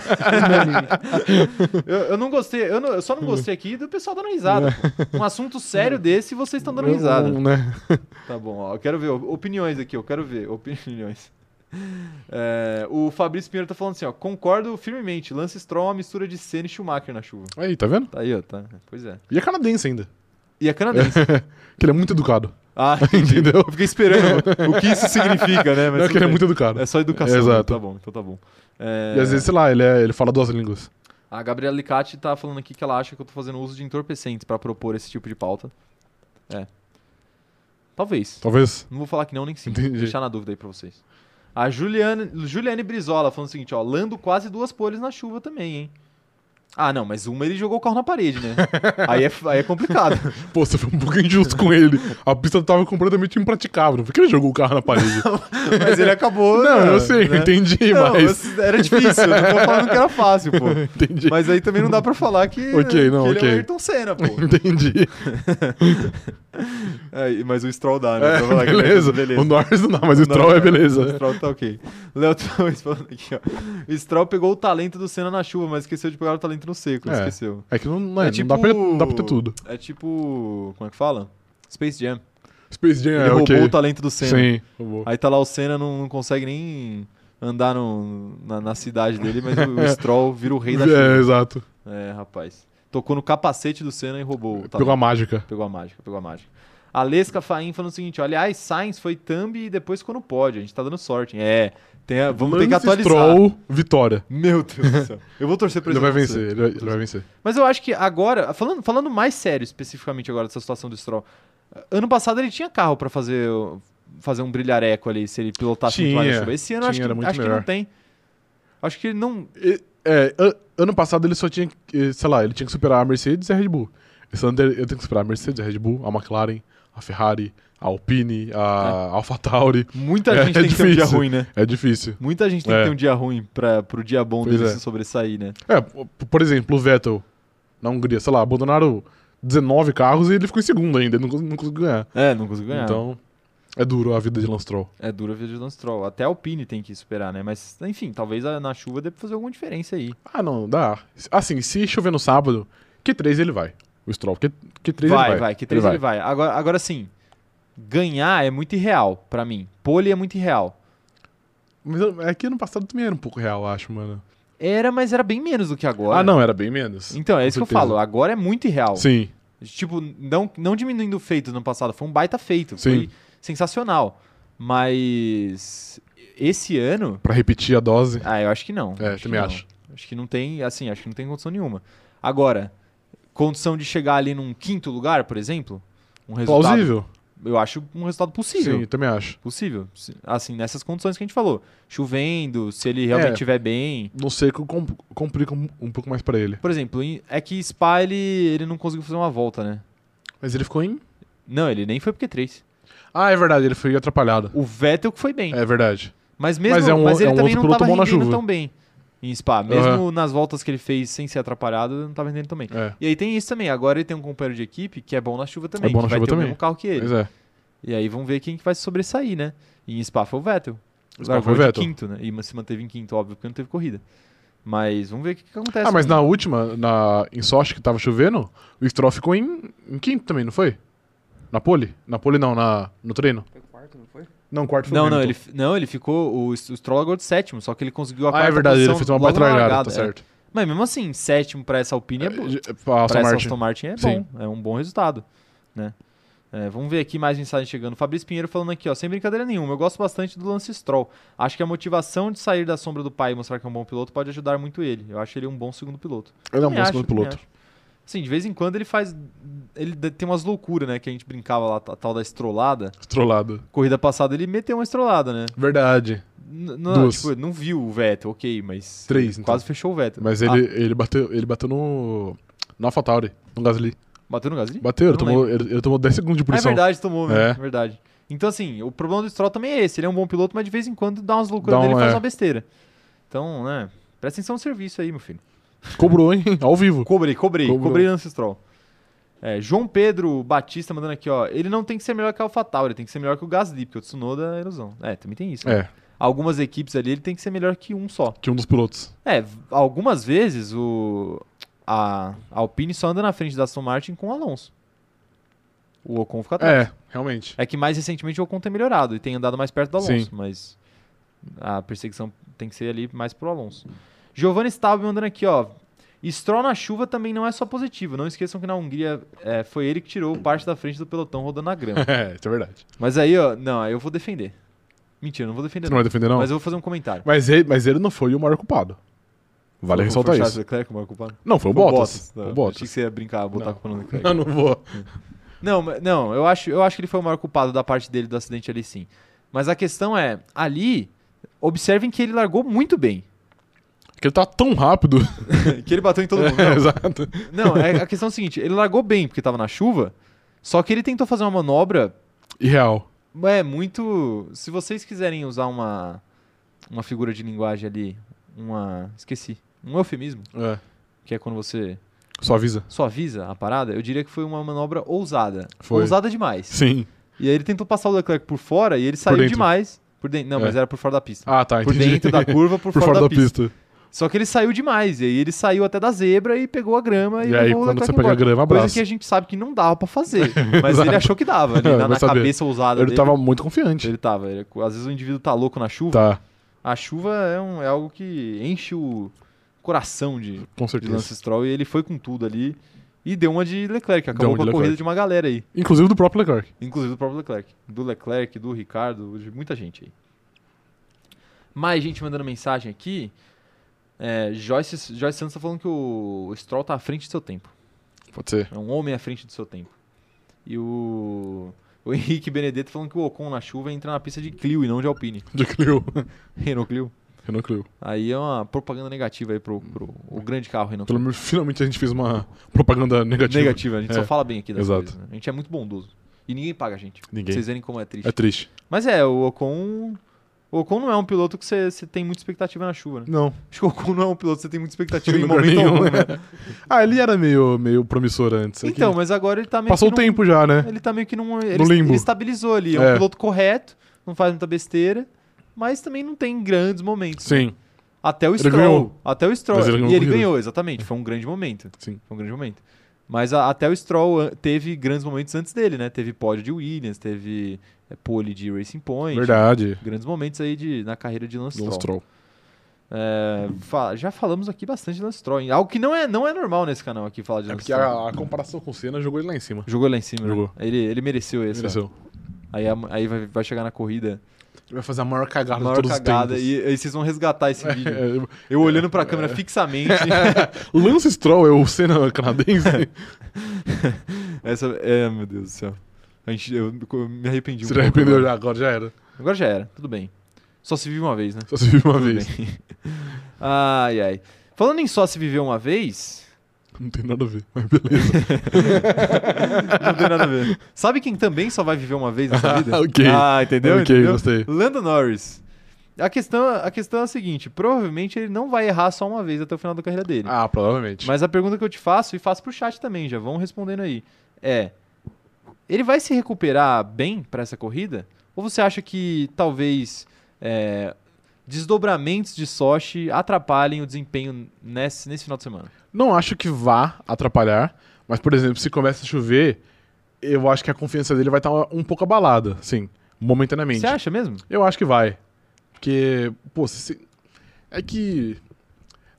[SPEAKER 3] unânime.
[SPEAKER 1] Eu, eu não gostei, eu, não- eu só não gostei aqui do pessoal dando risada. pô. Um assunto
[SPEAKER 2] (laughs)
[SPEAKER 1] sério desse e vocês estão dando risada.
[SPEAKER 2] Não, né?
[SPEAKER 1] Tá bom, ó, eu quero ver op- opiniões aqui, eu quero ver opiniões. (laughs) É, o Fabrício Pinheiro tá falando assim, ó, concordo firmemente, Lance Stroll é uma mistura de Senna e Schumacher na chuva.
[SPEAKER 2] Aí, tá vendo?
[SPEAKER 1] Tá aí, ó, tá, pois é.
[SPEAKER 2] E é canadense ainda.
[SPEAKER 1] E a canadense.
[SPEAKER 2] (laughs) Que ele é muito educado.
[SPEAKER 1] ah,
[SPEAKER 2] Entendeu?
[SPEAKER 1] eu fiquei esperando
[SPEAKER 2] (laughs)
[SPEAKER 1] o que (laughs) isso significa, né? Mas
[SPEAKER 2] não,
[SPEAKER 1] tudo
[SPEAKER 2] que ele é
[SPEAKER 1] bem.
[SPEAKER 2] muito educado.
[SPEAKER 1] É só educação,
[SPEAKER 2] É, exato.
[SPEAKER 1] tá bom, então tá bom. É,
[SPEAKER 2] E às vezes, sei lá, ele, é- ele fala duas línguas.
[SPEAKER 1] A Gabriela Licati tá falando aqui que ela acha que eu tô fazendo uso de entorpecentes pra propor esse tipo de pauta. É. Talvez.
[SPEAKER 2] Talvez.
[SPEAKER 1] Não vou falar que não nem que sim.
[SPEAKER 2] Entendi.
[SPEAKER 1] Vou deixar na dúvida aí pra vocês. A Juliane, Juliane Brizola falando o seguinte, ó. Lando quase duas poles na chuva também, hein? Ah, não, mas uma ele jogou o carro na parede, (laughs) né? aí, é, aí é complicado.
[SPEAKER 2] Pô, você foi um pouco injusto com ele. A pista tava completamente impraticável. Não foi que ele jogou o carro
[SPEAKER 1] (laughs)
[SPEAKER 2] na parede.
[SPEAKER 1] (laughs) mas ele acabou.
[SPEAKER 2] não,
[SPEAKER 1] né?
[SPEAKER 2] eu sei, eu
[SPEAKER 1] Né?
[SPEAKER 2] entendi,
[SPEAKER 1] Não,
[SPEAKER 2] mas.
[SPEAKER 1] eu- era difícil. eu Não tô falando que era fácil, (laughs) pô.
[SPEAKER 2] Entendi.
[SPEAKER 1] Mas aí também não dá pra falar que,
[SPEAKER 2] Ok, não,
[SPEAKER 1] que ele
[SPEAKER 2] ok.
[SPEAKER 1] é o Ayrton Senna, (laughs) pô.
[SPEAKER 2] Entendi.
[SPEAKER 1] É, mas o Stroll dá, né?
[SPEAKER 2] É,
[SPEAKER 1] Pra falar que né? ele é-
[SPEAKER 2] beleza. O Norris não dá, mas o Stroll é
[SPEAKER 1] O
[SPEAKER 2] beleza.
[SPEAKER 1] Stroll tá ok. Léo Torres falando aqui, ó. O Stroll pegou o talento do Senna na chuva, mas esqueceu de pegar o talento no seco.
[SPEAKER 2] É.
[SPEAKER 1] Esqueceu.
[SPEAKER 2] É que não, não é,
[SPEAKER 1] É
[SPEAKER 2] não dá,
[SPEAKER 1] tipo-
[SPEAKER 2] pra, não dá pra ter tudo.
[SPEAKER 1] É tipo. Como é que fala? Space Jam.
[SPEAKER 2] Space Jam
[SPEAKER 1] Ele
[SPEAKER 2] é
[SPEAKER 1] roubou
[SPEAKER 2] ok.
[SPEAKER 1] o talento do Senna.
[SPEAKER 2] Sim, roubou.
[SPEAKER 1] Aí tá lá o Senna, não, não consegue nem andar no- na, na cidade dele, mas o, o Stroll vira o rei da
[SPEAKER 2] (laughs) É,
[SPEAKER 1] chuva.
[SPEAKER 2] exato.
[SPEAKER 1] É, rapaz. Tocou no capacete do Senna e roubou o talento.
[SPEAKER 2] Pegou a mágica.
[SPEAKER 1] Pegou a mágica, pegou a mágica. A Lesca Faim falando o seguinte: ó, aliás, Sainz foi thumb e depois quando pode. A gente tá dando sorte. hein? É, tem a- vamos ter que
[SPEAKER 2] Lance
[SPEAKER 1] atualizar.
[SPEAKER 2] Stroll, vitória.
[SPEAKER 1] Meu Deus do céu. Eu vou torcer pra
[SPEAKER 2] Ele vai
[SPEAKER 1] acontecer.
[SPEAKER 2] vencer, ele vai, ele vai vencer.
[SPEAKER 1] Mas eu acho que agora, falando, falando mais sério especificamente agora dessa situação do Stroll, ano passado ele tinha carro pra fazer fazer um brilhareco ali, se ele pilotasse muito mais na
[SPEAKER 2] Tinha,
[SPEAKER 1] chuva. Esse ano eu acho,
[SPEAKER 2] tinha,
[SPEAKER 1] que,
[SPEAKER 2] era muito
[SPEAKER 1] acho que não
[SPEAKER 2] melhor.
[SPEAKER 1] tem. Acho que ele não.
[SPEAKER 2] E- É, an- ano passado ele só tinha que, eh, sei lá, ele tinha que superar a Mercedes e a Red Bull. Esse ano ele ele tem que superar a Mercedes, a Red Bull, a McLaren, a Ferrari, a Alpine,
[SPEAKER 1] É.
[SPEAKER 2] a AlphaTauri.
[SPEAKER 1] Muita
[SPEAKER 2] (laughs) É,
[SPEAKER 1] gente
[SPEAKER 2] é
[SPEAKER 1] tem que ter um dia
[SPEAKER 2] difícil.
[SPEAKER 1] ruim, né?
[SPEAKER 2] É difícil.
[SPEAKER 1] Muita gente tem
[SPEAKER 2] É.
[SPEAKER 1] que ter um dia ruim pra, pro dia bom
[SPEAKER 2] Pois
[SPEAKER 1] dele
[SPEAKER 2] é.
[SPEAKER 1] se sobressair, né?
[SPEAKER 2] É, p- por exemplo, o Vettel na Hungria, sei lá, abandonaram 19 carros e ele ficou em segundo ainda, ele não, cons- não conseguiu ganhar.
[SPEAKER 1] É, não conseguiu ganhar.
[SPEAKER 2] Então, é duro a vida de Lance Stroll.
[SPEAKER 1] É dura a vida de Lance Stroll. Até a Alpine tem que superar, né? Mas, enfim, talvez a- na chuva dê pra fazer alguma diferença aí.
[SPEAKER 2] Ah, não, dá. Assim, se chover no sábado, Q3 ele vai. O Stroll, Q, Q3
[SPEAKER 1] vai,
[SPEAKER 2] ele vai.
[SPEAKER 1] vai, que três ele vai. Agora, agora sim, ganhar é muito irreal pra mim. Pole é muito irreal.
[SPEAKER 2] Mas eu- é que ano passado também era um pouco real, eu acho, mano.
[SPEAKER 1] Era, mas era bem menos do que agora.
[SPEAKER 2] Ah, não, era bem menos.
[SPEAKER 1] Então, é isso que eu
[SPEAKER 2] certeza.
[SPEAKER 1] falo. Agora é muito irreal.
[SPEAKER 2] Sim,
[SPEAKER 1] Tipo, não, não diminuindo o feito no ano passado. Foi um baita feito.
[SPEAKER 2] Sim.
[SPEAKER 1] Foi sensacional. Mas esse ano,
[SPEAKER 2] Pra repetir a dose.
[SPEAKER 1] ah, eu acho que não.
[SPEAKER 2] É,
[SPEAKER 1] acho que
[SPEAKER 2] também
[SPEAKER 1] não.
[SPEAKER 2] acho.
[SPEAKER 1] Acho que não tem, assim, acho que não tem condição nenhuma. Agora, condição de chegar ali num quinto lugar, por exemplo, um resultado.
[SPEAKER 2] Plausível?
[SPEAKER 1] Eu acho um resultado possível.
[SPEAKER 2] Sim, também acho.
[SPEAKER 1] Possível. Se- Assim, nessas condições que a gente falou. Chovendo, se ele realmente
[SPEAKER 2] É.
[SPEAKER 1] estiver bem.
[SPEAKER 2] Não sei que com- complica um, um pouco mais pra ele.
[SPEAKER 1] Por exemplo, em- é que Spa ele, ele não conseguiu fazer uma volta, né?
[SPEAKER 2] Mas ele ficou em.
[SPEAKER 1] Não, ele nem foi porque três.
[SPEAKER 2] Ah, é verdade, ele foi atrapalhado.
[SPEAKER 1] O Vettel que foi bem.
[SPEAKER 2] É verdade.
[SPEAKER 1] Mas mesmo
[SPEAKER 2] Mas é
[SPEAKER 1] ele
[SPEAKER 2] um- é um
[SPEAKER 1] também
[SPEAKER 2] outro
[SPEAKER 1] não
[SPEAKER 2] piloto
[SPEAKER 1] tava
[SPEAKER 2] bom na
[SPEAKER 1] rendendo
[SPEAKER 2] chuva.
[SPEAKER 1] tão bem em Spa. Mesmo nas voltas que ele fez sem ser atrapalhado, ele não tava rendendo tão bem.
[SPEAKER 2] É.
[SPEAKER 1] E aí tem isso também. Agora ele tem um companheiro de equipe que é bom na chuva também.
[SPEAKER 2] bom
[SPEAKER 1] que
[SPEAKER 2] na
[SPEAKER 1] vai
[SPEAKER 2] chuva
[SPEAKER 1] ter o
[SPEAKER 2] também.
[SPEAKER 1] mesmo carro que ele.
[SPEAKER 2] Pois é.
[SPEAKER 1] E aí vamos ver quem que vai se sobressair, né? E em Spa foi o Vettel.
[SPEAKER 2] Spa
[SPEAKER 1] Largou
[SPEAKER 2] foi o
[SPEAKER 1] de
[SPEAKER 2] Vettel.
[SPEAKER 1] quinto, né? E se manteve em quinto, óbvio, porque não teve corrida. Mas vamos ver o que, que acontece.
[SPEAKER 2] Ah, mas
[SPEAKER 1] com-
[SPEAKER 2] na última, na, em Sochi, que tava chovendo, o Stroll ficou em, em quinto também, não foi? Na pole? Na pole não, na, no treino.
[SPEAKER 3] Foi quarto, não foi?
[SPEAKER 2] Não, quarto foi o
[SPEAKER 1] Não, não,
[SPEAKER 2] Hamilton.
[SPEAKER 1] ele, fi- não, ele ficou. O, S- o Stroll largou de sétimo, só que ele conseguiu a
[SPEAKER 2] Ah,
[SPEAKER 1] quarta
[SPEAKER 2] é verdade, ele
[SPEAKER 1] posição
[SPEAKER 2] fez uma
[SPEAKER 1] logo
[SPEAKER 2] baita
[SPEAKER 1] na
[SPEAKER 2] largada,
[SPEAKER 1] largada,
[SPEAKER 2] tá
[SPEAKER 1] é.
[SPEAKER 2] certo.
[SPEAKER 1] Mas mesmo assim, sétimo pra essa Alpine é, bom.
[SPEAKER 2] É, pra Aston
[SPEAKER 1] Para essa
[SPEAKER 2] Martin.
[SPEAKER 1] Aston Martin é
[SPEAKER 2] Sim.
[SPEAKER 1] bom, é um bom resultado, né? É, vamos ver aqui mais mensagem chegando. Fabrício Pinheiro falando aqui, ó, sem brincadeira nenhuma, eu gosto bastante do Lance Stroll. Acho que a motivação de sair da sombra do pai e mostrar que é um bom piloto pode ajudar muito ele. Eu acho ele um bom segundo piloto.
[SPEAKER 2] Ele é um
[SPEAKER 1] Também
[SPEAKER 2] bom
[SPEAKER 1] acho,
[SPEAKER 2] segundo
[SPEAKER 1] também
[SPEAKER 2] piloto.
[SPEAKER 1] acho. Assim, de vez em quando ele faz ele de- tem umas loucuras, né, que a gente brincava lá a tal da estrolada.
[SPEAKER 2] Trollado.
[SPEAKER 1] Corrida passada ele meteu uma estrolada, né?
[SPEAKER 2] Verdade.
[SPEAKER 1] N- não,
[SPEAKER 2] Duas.
[SPEAKER 1] tipo, não viu o Vettel, OK, mas
[SPEAKER 2] Três, então.
[SPEAKER 1] quase fechou o Vettel.
[SPEAKER 2] Mas
[SPEAKER 1] Ah,
[SPEAKER 2] ele, ele, bateu, ele bateu no. No AlphaTauri, no Gasly.
[SPEAKER 1] bateu no Gasly?
[SPEAKER 2] Bateu, ele
[SPEAKER 1] Não
[SPEAKER 2] tomou, ele, ele tomou 10 segundos de
[SPEAKER 1] É
[SPEAKER 2] punição.
[SPEAKER 1] verdade, tomou, mesmo,
[SPEAKER 2] É.
[SPEAKER 1] é verdade. Então, assim, o problema do Stroll também é esse. Ele é um bom piloto, mas de vez em quando dá umas loucuras
[SPEAKER 2] Dá um-
[SPEAKER 1] dele e faz
[SPEAKER 2] é.
[SPEAKER 1] uma besteira. Então, né, presta atenção no serviço aí, meu filho.
[SPEAKER 2] Cobrou,
[SPEAKER 1] (laughs)
[SPEAKER 2] hein? Ao vivo.
[SPEAKER 1] Cobrei, cobrei,
[SPEAKER 2] Cobrou.
[SPEAKER 1] cobrei Lance Stroll. É, João Pedro Batista mandando aqui, ó. Ele não tem que ser melhor que o AlphaTauri, ele tem que ser melhor que o Gasly, porque o Tsunoda é ilusão. É, também tem isso. né?
[SPEAKER 2] É,
[SPEAKER 1] Algumas equipes ali ele tem que ser melhor que um só.
[SPEAKER 2] que um dos pilotos.
[SPEAKER 1] É, v- algumas vezes o a, a Alpine só anda na frente da Aston Martin com o Alonso. O Ocon fica atrás.
[SPEAKER 2] É, realmente. (laughs)
[SPEAKER 1] É que mais recentemente o Ocon tem melhorado e tem andado mais perto do Alonso,
[SPEAKER 2] Sim.
[SPEAKER 1] mas a perseguição tem que ser ali mais pro Alonso. Giovanni Staub mandando aqui, ó. Stroll na chuva também não é só positivo. Não esqueçam que na Hungria é, foi ele que tirou parte da frente do pelotão rodando na
[SPEAKER 2] (laughs)
[SPEAKER 1] grama.
[SPEAKER 2] É, isso é verdade.
[SPEAKER 1] mas aí, ó, não, aí eu vou defender. Mentira, eu não vou defender.
[SPEAKER 2] Você não vai defender, não?
[SPEAKER 1] Mas
[SPEAKER 2] Mas,
[SPEAKER 1] eu vou fazer um comentário.
[SPEAKER 2] ele, mas ele não foi o maior culpado. Vale
[SPEAKER 1] Foi- foi
[SPEAKER 2] ressaltar
[SPEAKER 1] o
[SPEAKER 2] isso.
[SPEAKER 1] Charles Leclerc, que é o né? maior culpado?
[SPEAKER 2] Não, foi o
[SPEAKER 1] Foi
[SPEAKER 2] Bottas.
[SPEAKER 1] Não,
[SPEAKER 2] Foi o
[SPEAKER 1] Achei que
[SPEAKER 2] Bottas.
[SPEAKER 1] você ia brincar, botar
[SPEAKER 2] Não.
[SPEAKER 1] a culpa no Leclerc.
[SPEAKER 2] Eu não vou.
[SPEAKER 1] Não, mas- não eu, acho, eu acho que ele foi o maior culpado da parte dele do acidente ali sim. Mas a questão é, ali, observem que ele largou muito bem.
[SPEAKER 2] Porque ele tá tão rápido.
[SPEAKER 1] (laughs) que ele bateu em todo mundo.
[SPEAKER 2] É, (laughs) exato.
[SPEAKER 1] (laughs) Não, é, a questão é a seguinte, ele largou bem porque tava na chuva, só que ele tentou fazer uma manobra,
[SPEAKER 2] Irreal.
[SPEAKER 1] é muito... Se vocês quiserem usar uma, uma figura de linguagem ali, uma... esqueci, um eufemismo,
[SPEAKER 2] É.
[SPEAKER 1] que é quando você
[SPEAKER 2] Só avisa.
[SPEAKER 1] suaviza a parada, eu diria que foi uma manobra ousada.
[SPEAKER 2] Foi.
[SPEAKER 1] Ousada demais.
[SPEAKER 2] Sim.
[SPEAKER 1] E aí ele tentou passar o Leclerc por fora e ele saiu
[SPEAKER 2] dentro.
[SPEAKER 1] demais. Por dentro. Não,
[SPEAKER 2] É.
[SPEAKER 1] mas era por fora da pista.
[SPEAKER 2] Ah, tá.
[SPEAKER 1] por
[SPEAKER 2] entendi.
[SPEAKER 1] dentro da curva, por,
[SPEAKER 2] (laughs) Por fora da pista.
[SPEAKER 1] Só que ele saiu demais. E aí ele saiu até da zebra e pegou a grama e,
[SPEAKER 2] E aí,
[SPEAKER 1] levou o
[SPEAKER 2] quando
[SPEAKER 1] Leclerc
[SPEAKER 2] você pega a
[SPEAKER 1] embora.
[SPEAKER 2] grama,
[SPEAKER 1] Coisa
[SPEAKER 2] abraço.
[SPEAKER 1] que é a gente sabe que não dava pra fazer. Mas ele
[SPEAKER 2] (laughs) Exato.
[SPEAKER 1] achou que dava.
[SPEAKER 2] (laughs)
[SPEAKER 1] ali,
[SPEAKER 2] É,
[SPEAKER 1] na
[SPEAKER 2] vai
[SPEAKER 1] na
[SPEAKER 2] saber.
[SPEAKER 1] cabeça ousada
[SPEAKER 2] Ele
[SPEAKER 1] dele.
[SPEAKER 2] tava muito confiante.
[SPEAKER 1] Ele tava. Ele- às vezes o indivíduo tá louco na chuva.
[SPEAKER 2] Tá,
[SPEAKER 1] A chuva é, um- é algo que enche o coração de,
[SPEAKER 2] com
[SPEAKER 1] de
[SPEAKER 2] certeza.
[SPEAKER 1] Lance Stroll. E ele foi com tudo ali. E deu uma de Leclerc. Acabou
[SPEAKER 2] uma
[SPEAKER 1] com a
[SPEAKER 2] de
[SPEAKER 1] corrida
[SPEAKER 2] Leclerc.
[SPEAKER 1] de uma galera aí.
[SPEAKER 2] Inclusive do próprio Leclerc.
[SPEAKER 1] Inclusive do próprio Leclerc. Do Leclerc, do Ricardo, de muita gente aí. Mais gente mandando mensagem aqui. É, Joyce, Joyce Santos tá falando que o Stroll tá à frente do seu tempo.
[SPEAKER 2] Pode ser.
[SPEAKER 1] É um homem à frente do seu tempo. E o, o (laughs) Henrique Benedetto tá falando que o Ocon na chuva entra na pista de Clio e não de Alpine.
[SPEAKER 2] (laughs)
[SPEAKER 1] (laughs)
[SPEAKER 2] De Clio.
[SPEAKER 1] Renault Clio.
[SPEAKER 2] Renault Clio.
[SPEAKER 1] Aí é uma propaganda negativa aí pro, pro o grande carro Renault
[SPEAKER 2] Pelo
[SPEAKER 1] Clio.
[SPEAKER 2] menos, finalmente a gente fez uma propaganda negativa.
[SPEAKER 1] Negativa, a gente só
[SPEAKER 2] É.
[SPEAKER 1] fala bem aqui das
[SPEAKER 2] Exato.
[SPEAKER 1] coisas. né? A gente é muito bondoso. E ninguém paga a gente. Pra
[SPEAKER 2] Ninguém.
[SPEAKER 1] vocês verem como é triste.
[SPEAKER 2] É triste.
[SPEAKER 1] Mas é, o Ocon. O Ocon não é um piloto que você você tem muita expectativa na chuva, né?
[SPEAKER 2] Não.
[SPEAKER 1] Acho que o Ocon não é um piloto que você tem muita expectativa em
[SPEAKER 2] Em lugar
[SPEAKER 1] momento
[SPEAKER 2] nenhum,
[SPEAKER 1] algum,
[SPEAKER 2] né?
[SPEAKER 1] né?
[SPEAKER 2] Ah, ele era meio, meio promissor antes. É que
[SPEAKER 1] Então, mas agora ele tá meio
[SPEAKER 2] passou o
[SPEAKER 1] que num-
[SPEAKER 2] tempo já, né?
[SPEAKER 1] Ele tá meio que num. Ele,
[SPEAKER 2] No limbo.
[SPEAKER 1] ele estabilizou ali. É um
[SPEAKER 2] É.
[SPEAKER 1] piloto correto, não faz muita besteira, mas também não tem grandes momentos.
[SPEAKER 2] Sim.
[SPEAKER 1] Até o
[SPEAKER 2] Ele
[SPEAKER 1] Stroll.
[SPEAKER 2] ganhou.
[SPEAKER 1] Até o Stroll.
[SPEAKER 2] Mas ele ganhou
[SPEAKER 1] e ele
[SPEAKER 2] corrida.
[SPEAKER 1] ganhou, exatamente. Foi um grande momento.
[SPEAKER 2] Sim.
[SPEAKER 1] Foi um grande momento. Mas a- até o Stroll an- teve grandes momentos antes dele, né? Teve pódio de Williams, teve é, pole de Racing Point.
[SPEAKER 2] Verdade.
[SPEAKER 1] Grandes momentos aí de, na carreira de Lance
[SPEAKER 2] Lance
[SPEAKER 1] Stroll.
[SPEAKER 2] Stroll.
[SPEAKER 1] É, fa- já falamos aqui bastante de Lance Stroll, hein? Algo que não é, não é normal nesse canal aqui falar de
[SPEAKER 2] É
[SPEAKER 1] Lance
[SPEAKER 2] porque
[SPEAKER 1] Stroll.
[SPEAKER 2] a, a comparação com o Senna jogou ele lá em cima.
[SPEAKER 1] Jogou lá em cima. né?
[SPEAKER 2] Jogou.
[SPEAKER 1] Ele, ele mereceu esse.
[SPEAKER 2] Mereceu.
[SPEAKER 1] Aí, a- aí vai, vai chegar na corrida,
[SPEAKER 2] Vai fazer a maior cagada
[SPEAKER 1] maior
[SPEAKER 2] de todos
[SPEAKER 1] cagada,
[SPEAKER 2] os tempos.
[SPEAKER 1] e, aí vocês vão resgatar
[SPEAKER 2] (laughs)
[SPEAKER 1] esse vídeo.
[SPEAKER 2] É, eu-
[SPEAKER 1] Eu olhando pra câmera
[SPEAKER 2] (laughs)
[SPEAKER 1] fixamente.
[SPEAKER 2] Lance Stroll é o Senna canadense. (laughs)
[SPEAKER 1] Essa, é, meu Deus do céu. A gente, eu, eu me arrependi um
[SPEAKER 2] Você já
[SPEAKER 1] pouco agora.
[SPEAKER 2] arrependeu já, agora já era.
[SPEAKER 1] Agora já era, tudo bem. Só se vive uma vez, né?
[SPEAKER 2] Só se viu uma
[SPEAKER 1] Tudo
[SPEAKER 2] vez.
[SPEAKER 1] bem. (laughs) ai, ai. Falando em só se viver uma vez,
[SPEAKER 2] Não tem nada a ver, mas beleza.
[SPEAKER 1] não tem nada a ver. (laughs) Sabe quem também só vai viver uma vez (laughs) nessa vida?
[SPEAKER 2] Ok.
[SPEAKER 1] Ah, entendeu?
[SPEAKER 2] (laughs) Ok,
[SPEAKER 1] entendeu?
[SPEAKER 2] gostei.
[SPEAKER 1] Lando Norris. A questão, a questão é a seguinte: provavelmente ele não vai errar só uma vez até o final da carreira dele.
[SPEAKER 2] Ah, provavelmente.
[SPEAKER 1] Mas a pergunta que eu te faço, e faço pro chat também, já vão respondendo aí, é: ele vai se recuperar bem pra essa corrida? Ou você acha que talvez é, desdobramentos de Sochi atrapalhem o desempenho nesse, nesse final de semana?
[SPEAKER 2] Não acho que vá atrapalhar, mas, por exemplo, se começa a chover, eu acho que a confiança dele vai estar um pouco abalada, sim, momentaneamente.
[SPEAKER 1] Você acha mesmo?
[SPEAKER 2] Eu acho que vai. Porque, pô, se- se- é que.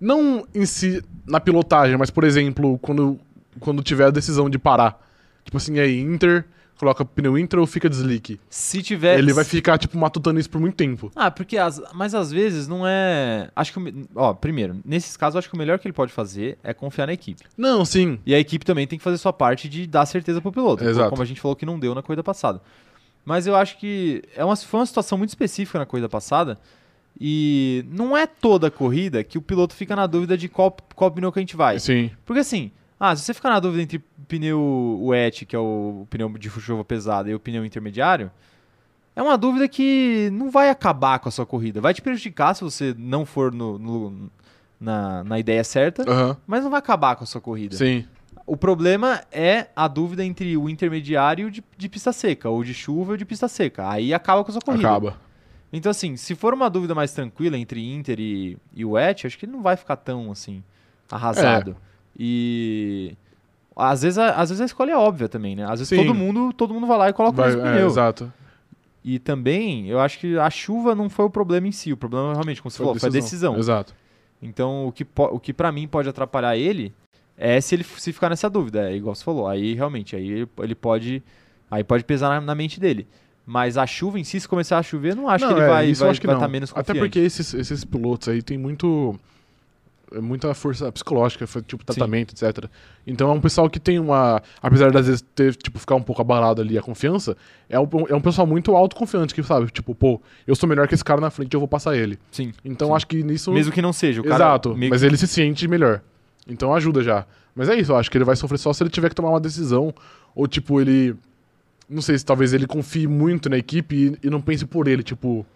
[SPEAKER 2] Não em si na pilotagem, mas, por exemplo, quando, quando tiver a decisão de parar. Tipo assim, aí, Inter, coloca pneu Inter ou fica deslique.
[SPEAKER 1] Se tiver.
[SPEAKER 2] Ele vai ficar, tipo, matutando isso por muito tempo.
[SPEAKER 1] Ah, porque as, mas às vezes não é. Acho que. o me- Ó, primeiro, nesses casos, acho que o melhor que ele pode fazer é confiar na equipe.
[SPEAKER 2] Não, sim.
[SPEAKER 1] E a equipe também tem que fazer sua parte de dar certeza pro piloto,
[SPEAKER 2] Exato.
[SPEAKER 1] como a gente falou que não deu na corrida passada. Mas eu acho que é uma, foi uma situação muito específica na corrida passada e não é toda a corrida que o piloto fica na dúvida de qual, qual pneu que a gente vai.
[SPEAKER 2] Sim.
[SPEAKER 1] Porque assim, ah, se você ficar na dúvida entre pneu wet, que é o pneu de chuva pesada, e o pneu intermediário, é uma dúvida que não vai acabar com a sua corrida. Vai te prejudicar se você não for no- no- na, na ideia certa,
[SPEAKER 2] Aham.
[SPEAKER 1] mas não vai acabar com a sua corrida.
[SPEAKER 2] Sim.
[SPEAKER 1] O problema é a dúvida entre o intermediário de, de pista seca, ou de chuva ou de pista seca. Aí acaba com a sua corrida.
[SPEAKER 2] Acaba.
[SPEAKER 1] Então, assim, se for uma dúvida mais tranquila entre Inter e, e Wet, acho que ele não vai ficar tão, assim,
[SPEAKER 2] É.
[SPEAKER 1] arrasado. E. Às vezes, a, às vezes a escolha é óbvia também, né? Às vezes
[SPEAKER 2] Sim.
[SPEAKER 1] todo mundo, todo mundo vai lá e coloca o
[SPEAKER 2] Vai-
[SPEAKER 1] mesmo
[SPEAKER 2] é,
[SPEAKER 1] pneu.
[SPEAKER 2] exato.
[SPEAKER 1] e também, eu acho que a chuva não foi o problema em si. O problema, realmente, como você falou, foi a decisão.
[SPEAKER 2] Exato.
[SPEAKER 1] Então, o que, po- o que para mim pode atrapalhar ele é se ele f- se ficar nessa dúvida, é igual você falou. Aí realmente, aí ele- ele pode, aí pode pesar na, na mente dele. Mas a chuva em si, se começar a chover, eu não acho
[SPEAKER 2] Não,
[SPEAKER 1] que ele
[SPEAKER 2] é,
[SPEAKER 1] vai
[SPEAKER 2] isso eu
[SPEAKER 1] vai,
[SPEAKER 2] acho que
[SPEAKER 1] vai
[SPEAKER 2] não.
[SPEAKER 1] tá menos confiante.
[SPEAKER 2] Até porque esses, esses pilotos aí tem muito é muita força psicológica, foi, tipo tratamento, etc. Então é um pessoal que tem uma, apesar das vezes ter tipo ficar um pouco abalado ali a confiança, é um, é um pessoal muito autoconfiante que sabe, tipo, pô, eu sou melhor que esse cara na frente, eu vou passar ele.
[SPEAKER 1] Sim.
[SPEAKER 2] Então
[SPEAKER 1] Sim.
[SPEAKER 2] acho que nisso
[SPEAKER 1] Mesmo que não seja, o cara
[SPEAKER 2] Exato,
[SPEAKER 1] meio
[SPEAKER 2] mas é
[SPEAKER 1] que-
[SPEAKER 2] ele se sente melhor. Então ajuda já. Mas é isso, eu acho que ele vai sofrer só se ele tiver que tomar uma decisão. Ou, tipo, ele. Não sei se talvez ele confie muito na equipe e, e não pense por ele, tipo.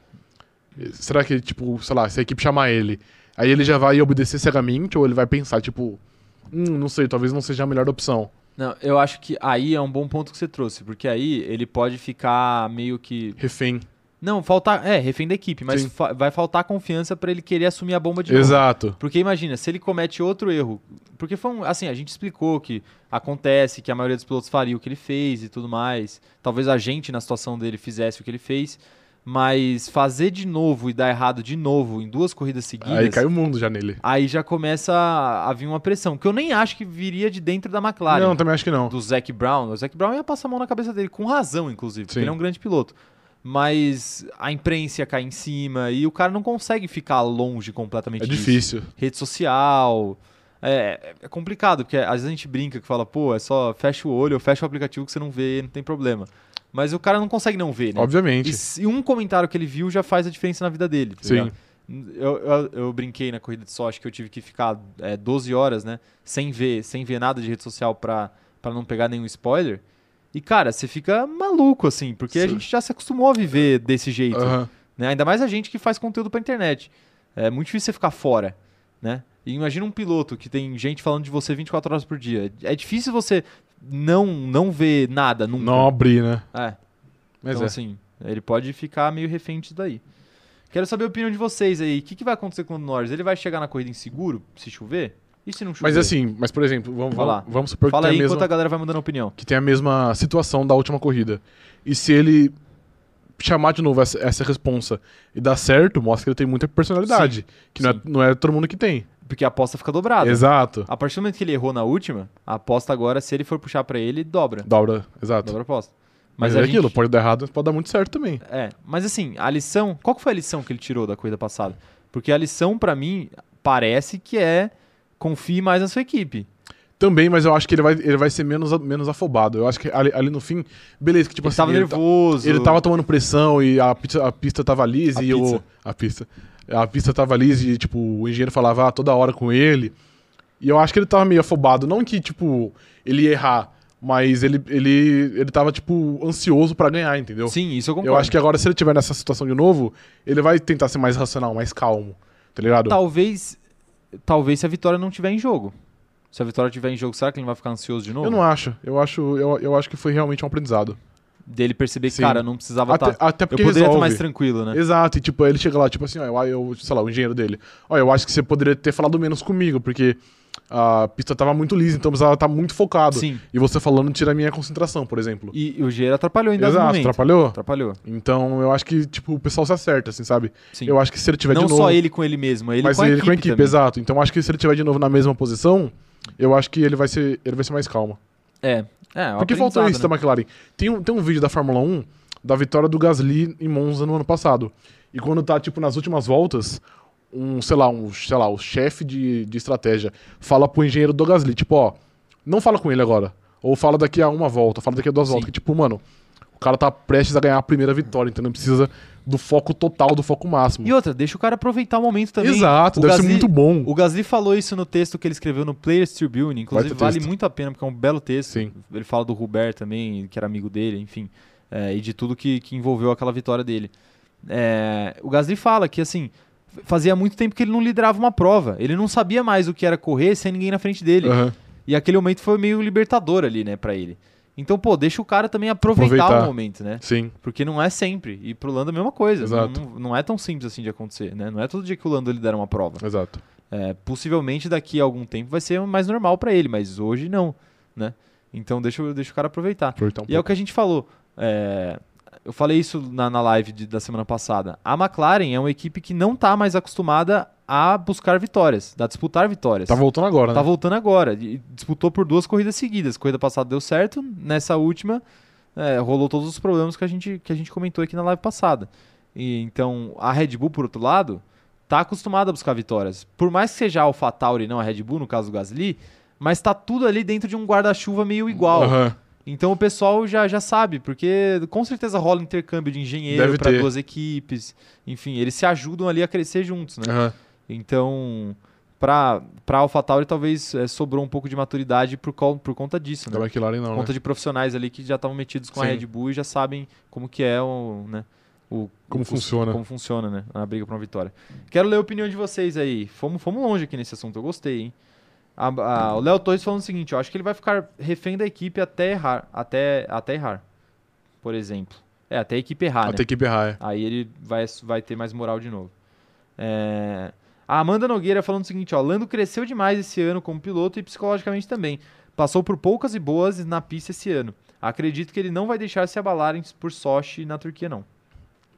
[SPEAKER 2] Será que, tipo, sei lá, se a equipe chamar ele, aí ele já vai obedecer cegamente, ou ele vai pensar, tipo, hum, não sei, talvez não seja a melhor opção.
[SPEAKER 1] Não, eu acho que aí é um bom ponto que você trouxe, porque aí ele pode ficar meio que
[SPEAKER 2] Refém.
[SPEAKER 1] não, faltar, é, refém da equipe, mas
[SPEAKER 2] Sim.
[SPEAKER 1] fa- vai faltar confiança pra ele querer assumir a bomba de novo.
[SPEAKER 2] Exato.
[SPEAKER 1] Porque imagina, se ele comete outro erro, porque foi um, assim, a gente explicou que acontece, que a maioria dos pilotos faria o que ele fez e tudo mais. Talvez a gente na situação dele fizesse o que ele fez, mas fazer de novo e dar errado de novo em duas corridas seguidas,
[SPEAKER 2] Aí cai o mundo já nele.
[SPEAKER 1] aí já começa a, a vir uma pressão, que eu nem acho que viria de dentro da McLaren
[SPEAKER 2] Não, também acho que não.
[SPEAKER 1] do Zac Brown. O Zac Brown ia passar a mão na cabeça dele, com razão, inclusive, porque
[SPEAKER 2] Sim.
[SPEAKER 1] ele é um grande piloto. Mas a imprensa ia cair em cima e o cara não consegue ficar longe completamente
[SPEAKER 2] É
[SPEAKER 1] disso.
[SPEAKER 2] difícil.
[SPEAKER 1] Rede social. É, é complicado, porque às vezes a gente brinca que fala, pô, é só fecha o olho, ou fecha o aplicativo que você não vê, não tem problema. Mas o cara não consegue não ver, né?
[SPEAKER 2] Obviamente.
[SPEAKER 1] E se- E um comentário que ele viu já faz a diferença na vida dele. tá
[SPEAKER 2] Sim.
[SPEAKER 1] ligado? Eu, eu, eu brinquei na corrida de sorte que eu tive que ficar é, 12 horas, né? Sem ver, sem ver nada de rede social pra, pra não pegar nenhum spoiler. E, cara, você fica maluco, assim, porque a
[SPEAKER 2] Sim.
[SPEAKER 1] gente já se acostumou a viver desse jeito.
[SPEAKER 2] Aham.
[SPEAKER 1] né? Ainda mais a gente que faz conteúdo pra internet. É muito difícil você ficar fora, né? E imagina um piloto que tem gente falando de você 24 horas por dia. É difícil você não, não ver nada nunca.
[SPEAKER 2] Nobre, né?
[SPEAKER 1] É
[SPEAKER 2] Mas
[SPEAKER 1] então,
[SPEAKER 2] é.
[SPEAKER 1] assim, ele pode ficar meio refém disso daí. Quero saber a opinião de vocês aí. O que, que vai acontecer com o Norris? Ele vai chegar na corrida inseguro, se chover? E se não chover?
[SPEAKER 2] Mas assim, é mas por exemplo, vamos,
[SPEAKER 1] Vai lá.
[SPEAKER 2] vamos, vamos supor que
[SPEAKER 1] Fala
[SPEAKER 2] tem
[SPEAKER 1] aí
[SPEAKER 2] a mesma...
[SPEAKER 1] enquanto a galera vai mandando a opinião.
[SPEAKER 2] que tem a mesma situação da última corrida. E se ele chamar de novo essa, essa responsa e dar certo, mostra que ele tem muita personalidade. que não é,
[SPEAKER 1] sim.
[SPEAKER 2] não é todo mundo que tem.
[SPEAKER 1] Porque a aposta fica dobrada.
[SPEAKER 2] Exato.
[SPEAKER 1] A partir do momento que ele errou na última, a aposta agora, se ele for puxar pra ele, dobra.
[SPEAKER 2] Dobra, exato.
[SPEAKER 1] Dobra a aposta.
[SPEAKER 2] Mas é
[SPEAKER 1] a gente-
[SPEAKER 2] aquilo, pode dar errado, mas pode dar muito certo também.
[SPEAKER 1] É, mas assim, a lição. Qual que foi a lição que ele tirou da corrida passada? Porque a lição, pra mim, parece que é confie mais na sua equipe.
[SPEAKER 2] Também, mas eu acho que ele vai, ele vai ser menos, a- menos afobado. Eu acho que ali, ali no fim, beleza, que tipo
[SPEAKER 1] ele
[SPEAKER 2] assim.
[SPEAKER 1] tava
[SPEAKER 2] ele tá-
[SPEAKER 1] nervoso.
[SPEAKER 2] Ele tava tomando pressão e a pista, a pista tava lisa
[SPEAKER 1] A
[SPEAKER 2] e o.
[SPEAKER 1] pizza.
[SPEAKER 2] A pista. A pista tava lisa e, tipo, o engenheiro falava ah, toda hora com ele. E eu acho que ele tava meio afobado. Não que, tipo, ele ia errar, mas ele, ele, ele tava, tipo, ansioso pra ganhar, entendeu?
[SPEAKER 1] Sim, isso eu concordo.
[SPEAKER 2] Eu acho que agora, se ele tiver nessa situação de novo, ele vai tentar ser mais racional, mais calmo. Tá ligado?
[SPEAKER 1] Talvez. Talvez se a vitória não tiver em jogo. Se a vitória tiver em jogo, será que ele não vai ficar ansioso de novo?
[SPEAKER 2] Eu não acho. Eu acho, eu, eu acho que foi realmente um aprendizado.
[SPEAKER 1] Dele perceber que,
[SPEAKER 2] Sim.
[SPEAKER 1] cara, não precisava
[SPEAKER 2] Até,
[SPEAKER 1] estar.
[SPEAKER 2] até
[SPEAKER 1] tá. Eu
[SPEAKER 2] porque
[SPEAKER 1] poderia estar
[SPEAKER 2] resolve.
[SPEAKER 1] mais tranquilo, né?
[SPEAKER 2] Exato, e tipo, ele chega lá, tipo assim, ó, eu, eu- sei lá, o engenheiro dele. Ó, eu acho que você poderia ter falado menos comigo, porque a pista tava muito lisa, então precisava estar muito focado.
[SPEAKER 1] Sim.
[SPEAKER 2] E você falando tira a minha concentração, por exemplo.
[SPEAKER 1] E, e o Gera atrapalhou ainda no
[SPEAKER 2] Exato,
[SPEAKER 1] momento.
[SPEAKER 2] atrapalhou?
[SPEAKER 1] Atrapalhou.
[SPEAKER 2] Então eu acho que, tipo, o pessoal se acerta, assim, sabe?
[SPEAKER 1] Sim.
[SPEAKER 2] Eu acho que se ele tiver
[SPEAKER 1] não
[SPEAKER 2] de novo.
[SPEAKER 1] só ele com ele mesmo, ele,
[SPEAKER 2] mas
[SPEAKER 1] com, a
[SPEAKER 2] ele com a equipe,
[SPEAKER 1] equipe. também.
[SPEAKER 2] exato. Então eu acho que se ele tiver de novo na mesma posição, eu acho que ele vai ser, ele vai ser mais calmo.
[SPEAKER 1] É. é um
[SPEAKER 2] Porque faltou
[SPEAKER 1] aprendizado,
[SPEAKER 2] isso
[SPEAKER 1] né?
[SPEAKER 2] da McLaren. Tem um, tem um vídeo da Fórmula 1 da vitória do Gasly em Monza no ano passado. E quando tá, tipo, nas últimas voltas, um, sei lá, um, sei lá, o chefe de, de estratégia fala pro engenheiro do Gasly, tipo, ó, não fala com ele agora. Ou fala daqui a uma volta, fala daqui a duas
[SPEAKER 1] Sim.
[SPEAKER 2] voltas. Que, tipo, mano, o cara tá prestes a ganhar a primeira vitória, então não precisa do foco total, do foco máximo.
[SPEAKER 1] E outra, deixa o cara aproveitar o momento também.
[SPEAKER 2] Exato,
[SPEAKER 1] O
[SPEAKER 2] deve ser
[SPEAKER 1] Gasly-
[SPEAKER 2] muito bom.
[SPEAKER 1] O Gasly falou isso no texto que ele escreveu no Players Tribune, inclusive
[SPEAKER 2] Baita
[SPEAKER 1] vale
[SPEAKER 2] texto.
[SPEAKER 1] muito a pena, porque é um belo texto.
[SPEAKER 2] Sim.
[SPEAKER 1] Ele fala do Hubert também, que era amigo dele, enfim, é, e de tudo que, que envolveu aquela vitória dele. É, o Gasly fala que, assim, f- fazia muito tempo que ele não liderava uma prova. Ele não sabia mais o que era correr sem ninguém na frente dele.
[SPEAKER 2] Aham.
[SPEAKER 1] E aquele momento foi meio libertador ali, né, pra ele. Então, pô, deixa o cara também aproveitar,
[SPEAKER 2] Aproveitar.
[SPEAKER 1] o momento, né?
[SPEAKER 2] Sim.
[SPEAKER 1] Porque não é sempre. E pro Lando é a mesma coisa.
[SPEAKER 2] Exato.
[SPEAKER 1] Não, não é tão simples assim de acontecer, né? Não é todo dia que o Lando lidera uma prova.
[SPEAKER 2] Exato.
[SPEAKER 1] É, possivelmente daqui a algum tempo vai ser mais normal pra ele, mas hoje não, né? Então deixa, o- deixa o cara aproveitar.
[SPEAKER 2] Aproveitar um
[SPEAKER 1] E é o
[SPEAKER 2] pouco.
[SPEAKER 1] que a gente falou. é, eu falei isso na, na live de- da semana passada. A McLaren é uma equipe que não tá mais acostumada a buscar vitórias, a disputar vitórias.
[SPEAKER 2] Tá voltando agora,
[SPEAKER 1] Tá
[SPEAKER 2] né?
[SPEAKER 1] voltando agora. E disputou por duas corridas seguidas. Corrida passada deu certo, nessa última é, rolou todos os problemas que a, gente, que a gente comentou aqui na live passada. E, então, a Red Bull, por outro lado, tá acostumada a buscar vitórias. Por mais que seja a AlphaTauri e não a Red Bull, no caso do Gasly, mas tá tudo ali dentro de um guarda-chuva meio igual.
[SPEAKER 2] Aham.
[SPEAKER 1] Então o pessoal já, já sabe, porque com certeza rola intercâmbio de engenheiro
[SPEAKER 2] Deve
[SPEAKER 1] para
[SPEAKER 2] ter.
[SPEAKER 1] duas equipes. Enfim, eles se ajudam ali a crescer juntos, né?
[SPEAKER 2] aham.
[SPEAKER 1] Então, pra, pra AlphaTauri talvez eh, sobrou um pouco de maturidade por, col- por conta disso, né?
[SPEAKER 2] Da McLaren não,
[SPEAKER 1] Por
[SPEAKER 2] né?
[SPEAKER 1] conta de profissionais ali que já estavam metidos com a
[SPEAKER 2] Sim.
[SPEAKER 1] Red Bull e já sabem como que é o, né? O,
[SPEAKER 2] Como
[SPEAKER 1] o-
[SPEAKER 2] funciona.
[SPEAKER 1] Como funciona, né? A briga pra uma vitória. Quero ler a opinião de vocês aí. Fomos, fomos longe aqui nesse assunto, eu gostei, hein? A- a- o Léo Torres falando o seguinte, eu acho que ele vai ficar refém da equipe até errar, até, até errar, por exemplo. É, até a equipe errar, né?
[SPEAKER 2] Até equipe errar, é.
[SPEAKER 1] Aí ele vai, vai ter mais moral de novo. É, A Amanda Nogueira falando o seguinte, ó, Lando cresceu demais esse ano como piloto e psicologicamente também. Passou por poucas e boas na pista esse ano. Acredito que ele não vai deixar se abalarem por Sochi na Turquia, não.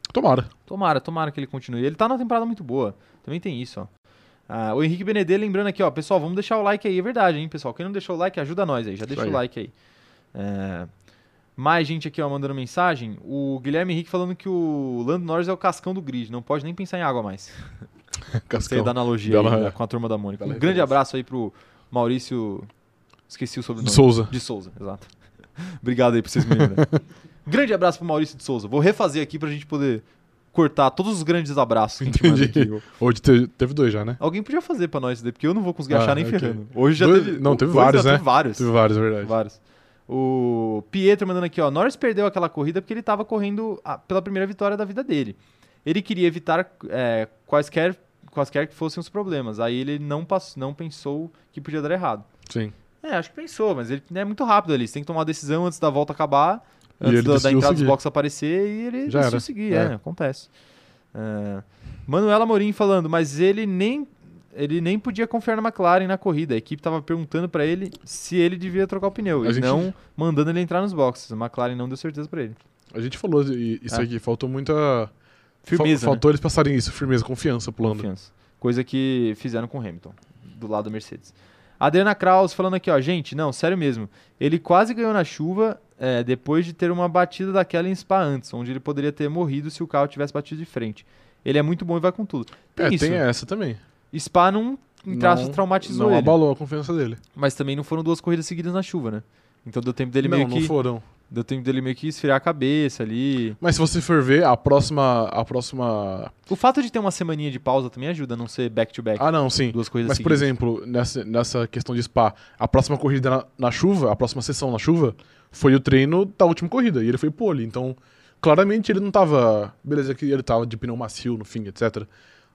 [SPEAKER 1] (laughs)
[SPEAKER 2] Tomara.
[SPEAKER 1] Tomara, tomara que ele continue. Ele tá numa temporada muito boa. Também tem isso, ó. Ah, o Henrique Benedet lembrando aqui, ó. Pessoal, vamos deixar o like aí. É verdade, hein, pessoal. Quem não deixou o like, ajuda nós aí. Já deixa
[SPEAKER 2] aí.
[SPEAKER 1] o like aí. É, Mais gente aqui, ó, mandando mensagem. O Guilherme Henrique falando que o Lando Norris é o cascão do grid. Não pode nem pensar em água mais. Gostei
[SPEAKER 2] Cascão.
[SPEAKER 1] da analogia aí,
[SPEAKER 2] Bela-
[SPEAKER 1] né, com a turma da Mônica. Um
[SPEAKER 2] bela
[SPEAKER 1] grande
[SPEAKER 2] referência.
[SPEAKER 1] abraço aí pro Maurício... Esqueci o sobrenome.
[SPEAKER 2] De Souza.
[SPEAKER 1] De Souza,
[SPEAKER 2] (laughs)
[SPEAKER 1] exato. Obrigado aí pra vocês me lembrarem. (laughs) Grande abraço pro Maurício de Souza. Vou refazer aqui pra gente poder cortar todos os grandes abraços que a gente manda
[SPEAKER 2] Entendi.
[SPEAKER 1] aqui.
[SPEAKER 2] Hoje te- teve dois já, né?
[SPEAKER 1] Alguém podia fazer pra nós isso daí, porque eu não vou conseguir
[SPEAKER 2] Ah,
[SPEAKER 1] achar nem
[SPEAKER 2] ok.
[SPEAKER 1] ferrando. Hoje já
[SPEAKER 2] Dois-
[SPEAKER 1] teve.
[SPEAKER 2] não, teve
[SPEAKER 1] hoje já
[SPEAKER 2] vários, né?
[SPEAKER 1] Teve vários.
[SPEAKER 2] Teve vários, é verdade.
[SPEAKER 1] vários. O Pietro mandando aqui, ó. Norris perdeu aquela corrida porque ele tava correndo a- pela primeira vitória da vida dele. Ele queria evitar é, quaisquer, quaisquer que fossem os problemas. Aí ele não, pass- não pensou que podia dar errado.
[SPEAKER 2] Sim.
[SPEAKER 1] É, acho que pensou, mas ele é muito rápido ali. Você tem que tomar uma decisão antes da volta acabar,
[SPEAKER 2] E
[SPEAKER 1] antes
[SPEAKER 2] ele
[SPEAKER 1] da- da,
[SPEAKER 2] decidiu
[SPEAKER 1] entrada dos
[SPEAKER 2] seguir.
[SPEAKER 1] boxes aparecer e ele
[SPEAKER 2] Já
[SPEAKER 1] decidiu
[SPEAKER 2] era.
[SPEAKER 1] seguir. É,
[SPEAKER 2] É.
[SPEAKER 1] acontece. É. Manuela Morim falando, mas ele nem ele nem podia confiar na McLaren na corrida. A equipe tava perguntando pra ele se ele devia trocar o pneu
[SPEAKER 2] A
[SPEAKER 1] e
[SPEAKER 2] gente-
[SPEAKER 1] não mandando ele entrar nos boxes. A McLaren não deu certeza pra ele.
[SPEAKER 2] A gente falou i- isso
[SPEAKER 1] É.
[SPEAKER 2] aqui, faltou muita. fal-
[SPEAKER 1] Firmeza, né?
[SPEAKER 2] Faltou eles passarem isso, firmeza, confiança pro Lando.
[SPEAKER 1] Confiança. Coisa que fizeram com o Hamilton, do lado da Mercedes. Adriana Kraus falando aqui, ó, gente, não, sério mesmo. Ele quase ganhou na chuva é, depois de ter uma batida daquela em Spa antes, onde ele poderia ter morrido se o carro tivesse batido de frente. Ele é muito bom e vai com tudo. Tem
[SPEAKER 2] é,
[SPEAKER 1] isso.
[SPEAKER 2] tem essa também.
[SPEAKER 1] Spa não, em traços,
[SPEAKER 2] Não-
[SPEAKER 1] traumatizou
[SPEAKER 2] Não
[SPEAKER 1] ele.
[SPEAKER 2] abalou a confiança dele.
[SPEAKER 1] Mas também não foram duas corridas seguidas na chuva, né? Então deu tempo dele
[SPEAKER 2] não,
[SPEAKER 1] meio
[SPEAKER 2] não
[SPEAKER 1] que.
[SPEAKER 2] foram.
[SPEAKER 1] Deu tempo dele meio que esfriar a cabeça ali.
[SPEAKER 2] Mas se você for ver, a próxima. A próxima.
[SPEAKER 1] O fato de ter uma semaninha de pausa também ajuda a não ser back-to-back.
[SPEAKER 2] Ah, não, sim.
[SPEAKER 1] duas coisas
[SPEAKER 2] Mas, por
[SPEAKER 1] seguidas.
[SPEAKER 2] exemplo, nessa, nessa questão de spa, a próxima corrida na, na chuva, a próxima sessão na chuva, foi o treino da última corrida. E ele foi pole. Então, claramente ele não tava. Beleza, que ele tava de pneu macio no fim, etc.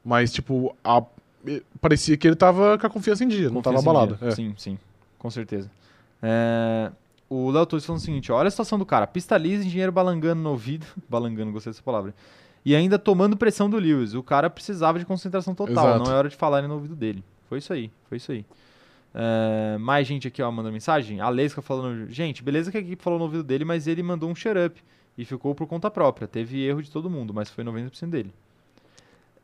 [SPEAKER 2] Mas, tipo, a- e- parecia que ele tava com a confiança em dia, não tava
[SPEAKER 1] Confiança em
[SPEAKER 2] abalado.
[SPEAKER 1] dia.
[SPEAKER 2] É.
[SPEAKER 1] Sim, sim. Com certeza. É, O Léo Torres falando o seguinte: ó, olha a situação do cara. Pista lisa, engenheiro balangando no ouvido. (laughs) balangando, gostei dessa palavra. E ainda tomando pressão do Lewis. O cara precisava de concentração total.
[SPEAKER 2] Exato.
[SPEAKER 1] Não é hora de falarem no ouvido dele. Foi isso aí. Foi isso aí. É, mais gente aqui, ó, mandando mensagem. A Lesca falando: gente, beleza que a equipe falou no ouvido dele, mas ele mandou um share up. E ficou por conta própria. Teve erro de todo mundo, mas foi 90% dele.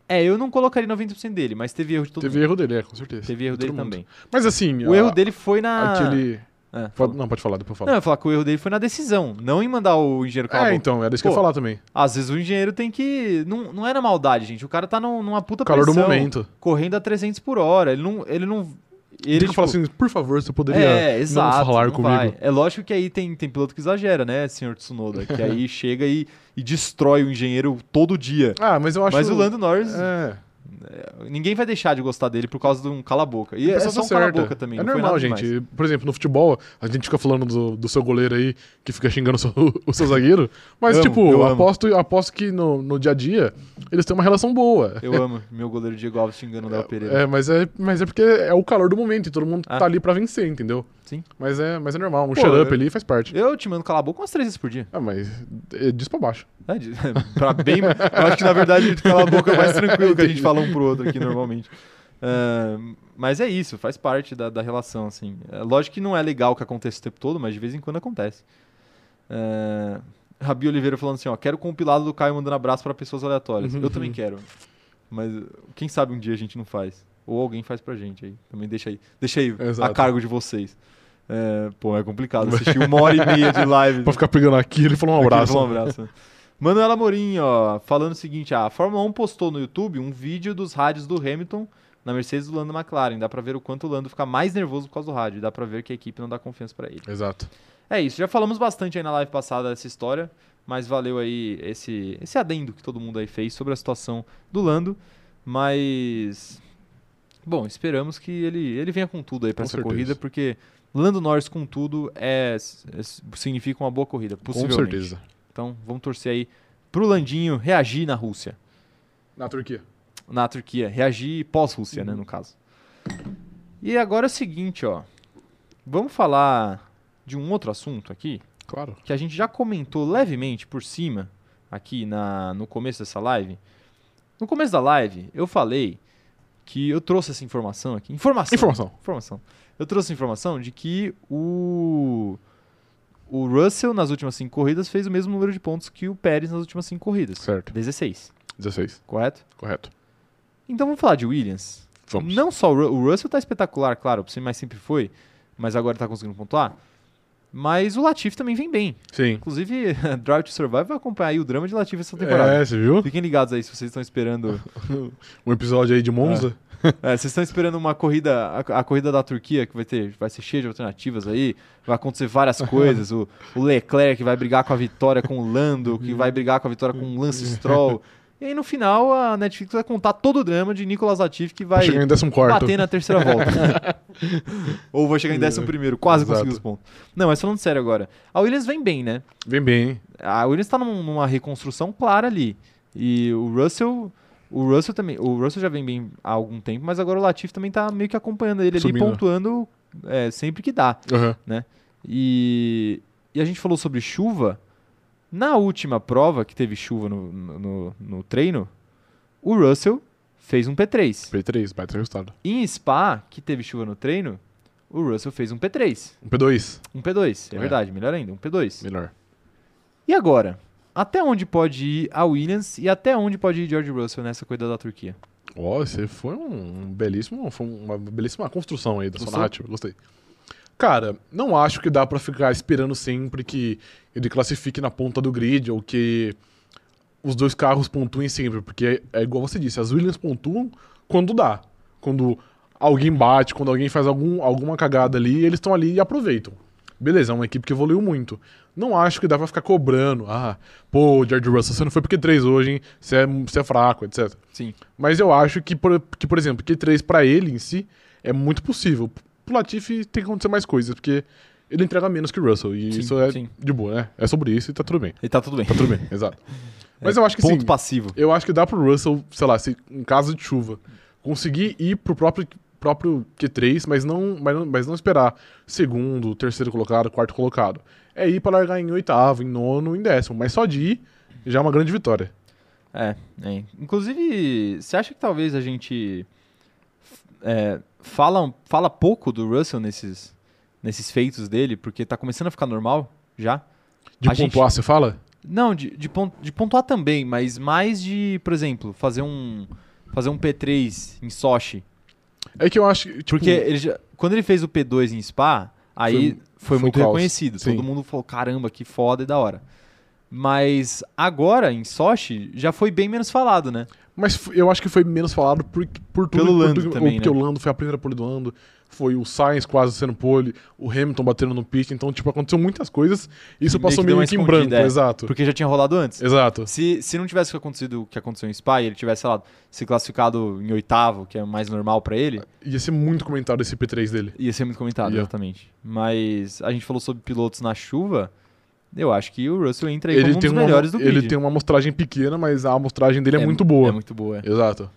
[SPEAKER 1] É, eu não colocaria 90% dele, mas teve erro de todo
[SPEAKER 2] Teve
[SPEAKER 1] mundo.
[SPEAKER 2] erro dele, é, com certeza.
[SPEAKER 1] Teve erro
[SPEAKER 2] De
[SPEAKER 1] dele
[SPEAKER 2] todo mundo.
[SPEAKER 1] também.
[SPEAKER 2] Mas assim,
[SPEAKER 1] O
[SPEAKER 2] a-
[SPEAKER 1] erro dele foi na.
[SPEAKER 2] aquele.
[SPEAKER 1] É, fala.
[SPEAKER 2] Pode- não, pode falar, depois eu falo.
[SPEAKER 1] Não, eu ia falar que o erro dele foi na decisão, não em mandar o engenheiro calar a
[SPEAKER 2] é,
[SPEAKER 1] boca.
[SPEAKER 2] então, era isso que eu ia
[SPEAKER 1] Pô,
[SPEAKER 2] falar também.
[SPEAKER 1] Às vezes o engenheiro tem que. Não, não é na maldade, gente. O cara tá num- numa puta
[SPEAKER 2] Calor do
[SPEAKER 1] pressão,
[SPEAKER 2] momento.
[SPEAKER 1] correndo a 300 por hora. Ele não. Ele não. Ele
[SPEAKER 2] Ele
[SPEAKER 1] tipo,
[SPEAKER 2] fala assim, por favor, você poderia
[SPEAKER 1] é, exato,
[SPEAKER 2] não falar comigo.
[SPEAKER 1] vai. É lógico que aí tem, tem piloto que exagera, né, senhor Tsunoda? Que
[SPEAKER 2] (laughs)
[SPEAKER 1] aí chega e, e destrói o engenheiro todo dia.
[SPEAKER 2] Ah, mas eu acho
[SPEAKER 1] Mas o Lando Norris,
[SPEAKER 2] É,
[SPEAKER 1] ninguém vai deixar de gostar dele por causa de um cala-boca. E
[SPEAKER 2] a
[SPEAKER 1] é
[SPEAKER 2] pessoa
[SPEAKER 1] só
[SPEAKER 2] tá
[SPEAKER 1] um cala-boca
[SPEAKER 2] certa.
[SPEAKER 1] também.
[SPEAKER 2] É
[SPEAKER 1] não
[SPEAKER 2] normal,
[SPEAKER 1] foi nada
[SPEAKER 2] gente.
[SPEAKER 1] demais.
[SPEAKER 2] Por exemplo, no futebol, a gente fica falando do, do seu goleiro aí que fica xingando o seu, (laughs) o seu zagueiro. Mas,
[SPEAKER 1] Eu amo,
[SPEAKER 2] tipo,
[SPEAKER 1] eu amo.
[SPEAKER 2] aposto, aposto que no, no dia a dia eles têm uma relação boa.
[SPEAKER 1] Eu amo meu goleiro Diego Alves xingando o Léo Pereira.
[SPEAKER 2] É, mas é, mas é porque é o calor do momento e todo mundo
[SPEAKER 1] Ah.
[SPEAKER 2] tá ali pra vencer, entendeu?
[SPEAKER 1] Sim.
[SPEAKER 2] Mas é, mas é normal,
[SPEAKER 1] Pô,
[SPEAKER 2] um shut up
[SPEAKER 1] eu-
[SPEAKER 2] ali faz parte.
[SPEAKER 1] Eu te mando calar a boca umas três vezes por dia.
[SPEAKER 2] Ah, mas é disso pra baixo.
[SPEAKER 1] É, de- (laughs) pra bem, eu acho que na verdade cala a boca é mais tranquilo que a gente fala um pro outro aqui normalmente. Ah, mas é isso, faz parte da, da relação, assim. É, lógico que não é legal que aconteça o tempo todo, mas de vez em quando acontece. Ah, Rabi Oliveira falando assim, ó, quero compilado do Caio mandando abraço pra pessoas aleatórias. Eu
[SPEAKER 2] Uhum.
[SPEAKER 1] também quero. Mas quem sabe um dia a gente não faz. Ou alguém faz pra gente aí. Também deixa aí. Deixa aí a
[SPEAKER 2] Exato.
[SPEAKER 1] cargo de vocês. É, pô, é
[SPEAKER 2] (laughs)
[SPEAKER 1] complicado assistir uma hora e meia de live.
[SPEAKER 2] Pra ficar pegando aqui, ele falou um
[SPEAKER 1] Aquele
[SPEAKER 2] abraço.
[SPEAKER 1] falou Um abraço. (laughs) Manuela Morim, ó, falando o seguinte: ah, a Fórmula 1 postou no YouTube um vídeo dos rádios do Hamilton na Mercedes do Lando McLaren. Dá pra ver o quanto o Lando fica mais nervoso por causa do rádio. Dá pra ver que a equipe não dá confiança pra ele.
[SPEAKER 2] Exato.
[SPEAKER 1] É isso, já falamos bastante aí na live passada dessa história, mas valeu aí esse, esse adendo que todo mundo aí fez sobre a situação do Lando. Mas. Bom, esperamos que ele, ele venha com tudo aí pra
[SPEAKER 2] Com
[SPEAKER 1] essa
[SPEAKER 2] certeza.
[SPEAKER 1] corrida, porque Lando Norris com tudo é, é- significa uma boa corrida,
[SPEAKER 2] Com
[SPEAKER 1] possivelmente.
[SPEAKER 2] certeza.
[SPEAKER 1] Então vamos torcer aí pro Landinho reagir na Rússia.
[SPEAKER 2] Na Turquia.
[SPEAKER 1] Na Turquia. Reagir pós-Rússia, né, no caso. E agora é o seguinte, ó. Vamos falar de um outro assunto aqui
[SPEAKER 2] Claro.
[SPEAKER 1] que a gente já comentou levemente por cima aqui na, no começo dessa live. No começo da live, eu falei que eu trouxe essa informação aqui. Informação.
[SPEAKER 2] Informação.
[SPEAKER 1] Informação. Eu trouxe informação de que o o Russell nas últimas cinco corridas fez o mesmo número de pontos que o Pérez nas últimas cinco corridas.
[SPEAKER 2] Certo.
[SPEAKER 1] 16,
[SPEAKER 2] 16.
[SPEAKER 1] correto?
[SPEAKER 2] Correto.
[SPEAKER 1] Então vamos falar de Williams.
[SPEAKER 2] Vamos.
[SPEAKER 1] Não só o, Ru- o Russell tá espetacular, claro, mas sempre foi, mas agora tá conseguindo pontuar. Mas o Latifi também vem bem.
[SPEAKER 2] Sim.
[SPEAKER 1] Inclusive, (laughs) Drive to Survive vai acompanhar aí o drama de Latifi essa temporada.
[SPEAKER 2] É, você viu?
[SPEAKER 1] Fiquem ligados aí se vocês estão esperando.
[SPEAKER 2] Um episódio aí de Monza.
[SPEAKER 1] É, vocês estão esperando uma corrida, a, a corrida da Turquia, que vai, ter, vai ser cheia de alternativas aí. Vai acontecer
[SPEAKER 2] (laughs)
[SPEAKER 1] várias coisas. O, o Leclerc que vai brigar com a vitória com o Lando, que vai brigar com a vitória com o Lance Stroll. E aí, no final, a Netflix vai contar todo o drama de Nicolas Latifi, que
[SPEAKER 2] Tá
[SPEAKER 1] vai
[SPEAKER 2] chegando em 14 quarto.
[SPEAKER 1] bater na terceira
[SPEAKER 2] (laughs)
[SPEAKER 1] volta. Ou vai chegar em décimo primeiro, quase
[SPEAKER 2] Exato.
[SPEAKER 1] conseguiu os pontos. Não, mas falando sério agora. A Williams vem bem, né?
[SPEAKER 2] Vem bem, hein?
[SPEAKER 1] a Williams está numa reconstrução clara ali. E o Russell, o Russell também, o Russell já vem bem há algum tempo, mas agora o Latifi também tá meio que acompanhando ele
[SPEAKER 2] Subindo.
[SPEAKER 1] ali, pontuando é, sempre que dá.
[SPEAKER 2] Aham.
[SPEAKER 1] E, e a gente falou sobre chuva. Na última prova que teve chuva no, no- no- no treino, o Russell fez um P3.
[SPEAKER 2] P3, baita resultado.
[SPEAKER 1] Em Spa, que teve chuva no treino, o Russell fez um P3.
[SPEAKER 2] Um P2,
[SPEAKER 1] Um P2, é,
[SPEAKER 2] É.
[SPEAKER 1] verdade, melhor ainda, um P2.
[SPEAKER 2] melhor.
[SPEAKER 1] E agora? Até onde pode ir a Williams e até onde pode ir George Russell nessa corrida da Turquia?
[SPEAKER 2] um Ó, você foi um belíssimo, foi uma belíssima construção aí da sua
[SPEAKER 1] Gostou?
[SPEAKER 2] narrativa, gostei. Cara, não acho que dá pra ficar esperando sempre que ele classifique na ponta do grid ou que os dois carros pontuem sempre, porque é, é igual você disse, as Williams pontuam quando dá. Quando alguém bate, quando alguém faz algum, alguma cagada ali, eles estão ali e aproveitam. Beleza, é uma equipe que evoluiu muito. Não acho que dá pra ficar cobrando. Ah, pô, George Russell, você não foi porque três hoje, hein? Você é, você é fraco, etc.
[SPEAKER 1] Sim.
[SPEAKER 2] Mas eu acho que, por, que, por exemplo, Q3 pra ele em si é muito possível. Pro Latifi tem que acontecer mais coisas, porque ele entrega menos que o Russell. E
[SPEAKER 1] Sim,
[SPEAKER 2] isso é
[SPEAKER 1] sim.
[SPEAKER 2] de boa, né? É sobre isso e tá tudo bem.
[SPEAKER 1] E tá tudo bem.
[SPEAKER 2] Tá tudo bem, exato.
[SPEAKER 1] (laughs)
[SPEAKER 2] Mas eu acho que
[SPEAKER 1] É, Ponto
[SPEAKER 2] sim.
[SPEAKER 1] passivo.
[SPEAKER 2] Eu acho que dá pro Russell, sei lá, se em caso de chuva, conseguir ir pro próprio, próprio Q3, mas não, mas, não, mas não esperar segundo, terceiro colocado, quarto colocado. É ir pra largar em oitavo, em nono, em décimo. Mas só de ir já é uma grande vitória.
[SPEAKER 1] É, é. Inclusive, você acha que talvez a gente é, fala, fala pouco do Russell nesses, nesses feitos dele, porque tá começando a ficar normal já?
[SPEAKER 2] De
[SPEAKER 1] A gente-
[SPEAKER 2] pontuar, você fala?
[SPEAKER 1] Não, de, de, pon- de pontuar também, mas mais de, por exemplo, fazer um fazer um P3 em Sochi.
[SPEAKER 2] É que eu acho que. Tipo,
[SPEAKER 1] Porque ele já- quando ele fez o P2 em Spa, aí foi,
[SPEAKER 2] foi um
[SPEAKER 1] muito
[SPEAKER 2] caos.
[SPEAKER 1] reconhecido.
[SPEAKER 2] Sim.
[SPEAKER 1] Todo mundo falou, caramba, que foda e da hora. Mas agora, em Sochi, já foi bem menos falado, né?
[SPEAKER 2] Mas f- eu acho que foi menos falado por, por tudo.
[SPEAKER 1] Pelo
[SPEAKER 2] por
[SPEAKER 1] Lando
[SPEAKER 2] tudo-
[SPEAKER 1] também,
[SPEAKER 2] Porque
[SPEAKER 1] né?
[SPEAKER 2] o Lando foi a primeira pole do Lando, foi o Sainz quase sendo pole, o Hamilton batendo no pit. Então, tipo, aconteceu muitas coisas e isso
[SPEAKER 1] meio
[SPEAKER 2] passou
[SPEAKER 1] que
[SPEAKER 2] meio
[SPEAKER 1] deu
[SPEAKER 2] que,
[SPEAKER 1] uma
[SPEAKER 2] em
[SPEAKER 1] escondida,
[SPEAKER 2] branco.
[SPEAKER 1] é.
[SPEAKER 2] Exato.
[SPEAKER 1] Porque já tinha rolado antes.
[SPEAKER 2] Exato.
[SPEAKER 1] Se, se não tivesse acontecido o que aconteceu em Spa e ele tivesse, sei lá, se classificado em oitavo, que é mais normal pra ele,
[SPEAKER 2] Ia ser muito comentado esse P3 dele.
[SPEAKER 1] ia ser muito comentado,
[SPEAKER 2] Ia.
[SPEAKER 1] exatamente. Mas a gente falou sobre pilotos na chuva, eu acho que o Russell entra aí
[SPEAKER 2] Ele
[SPEAKER 1] como um
[SPEAKER 2] tem,
[SPEAKER 1] dos
[SPEAKER 2] uma,
[SPEAKER 1] melhores do grid.
[SPEAKER 2] ele tem uma amostragem pequena, mas a amostragem dele é, muito boa.
[SPEAKER 1] É muito boa, é.
[SPEAKER 2] Exato.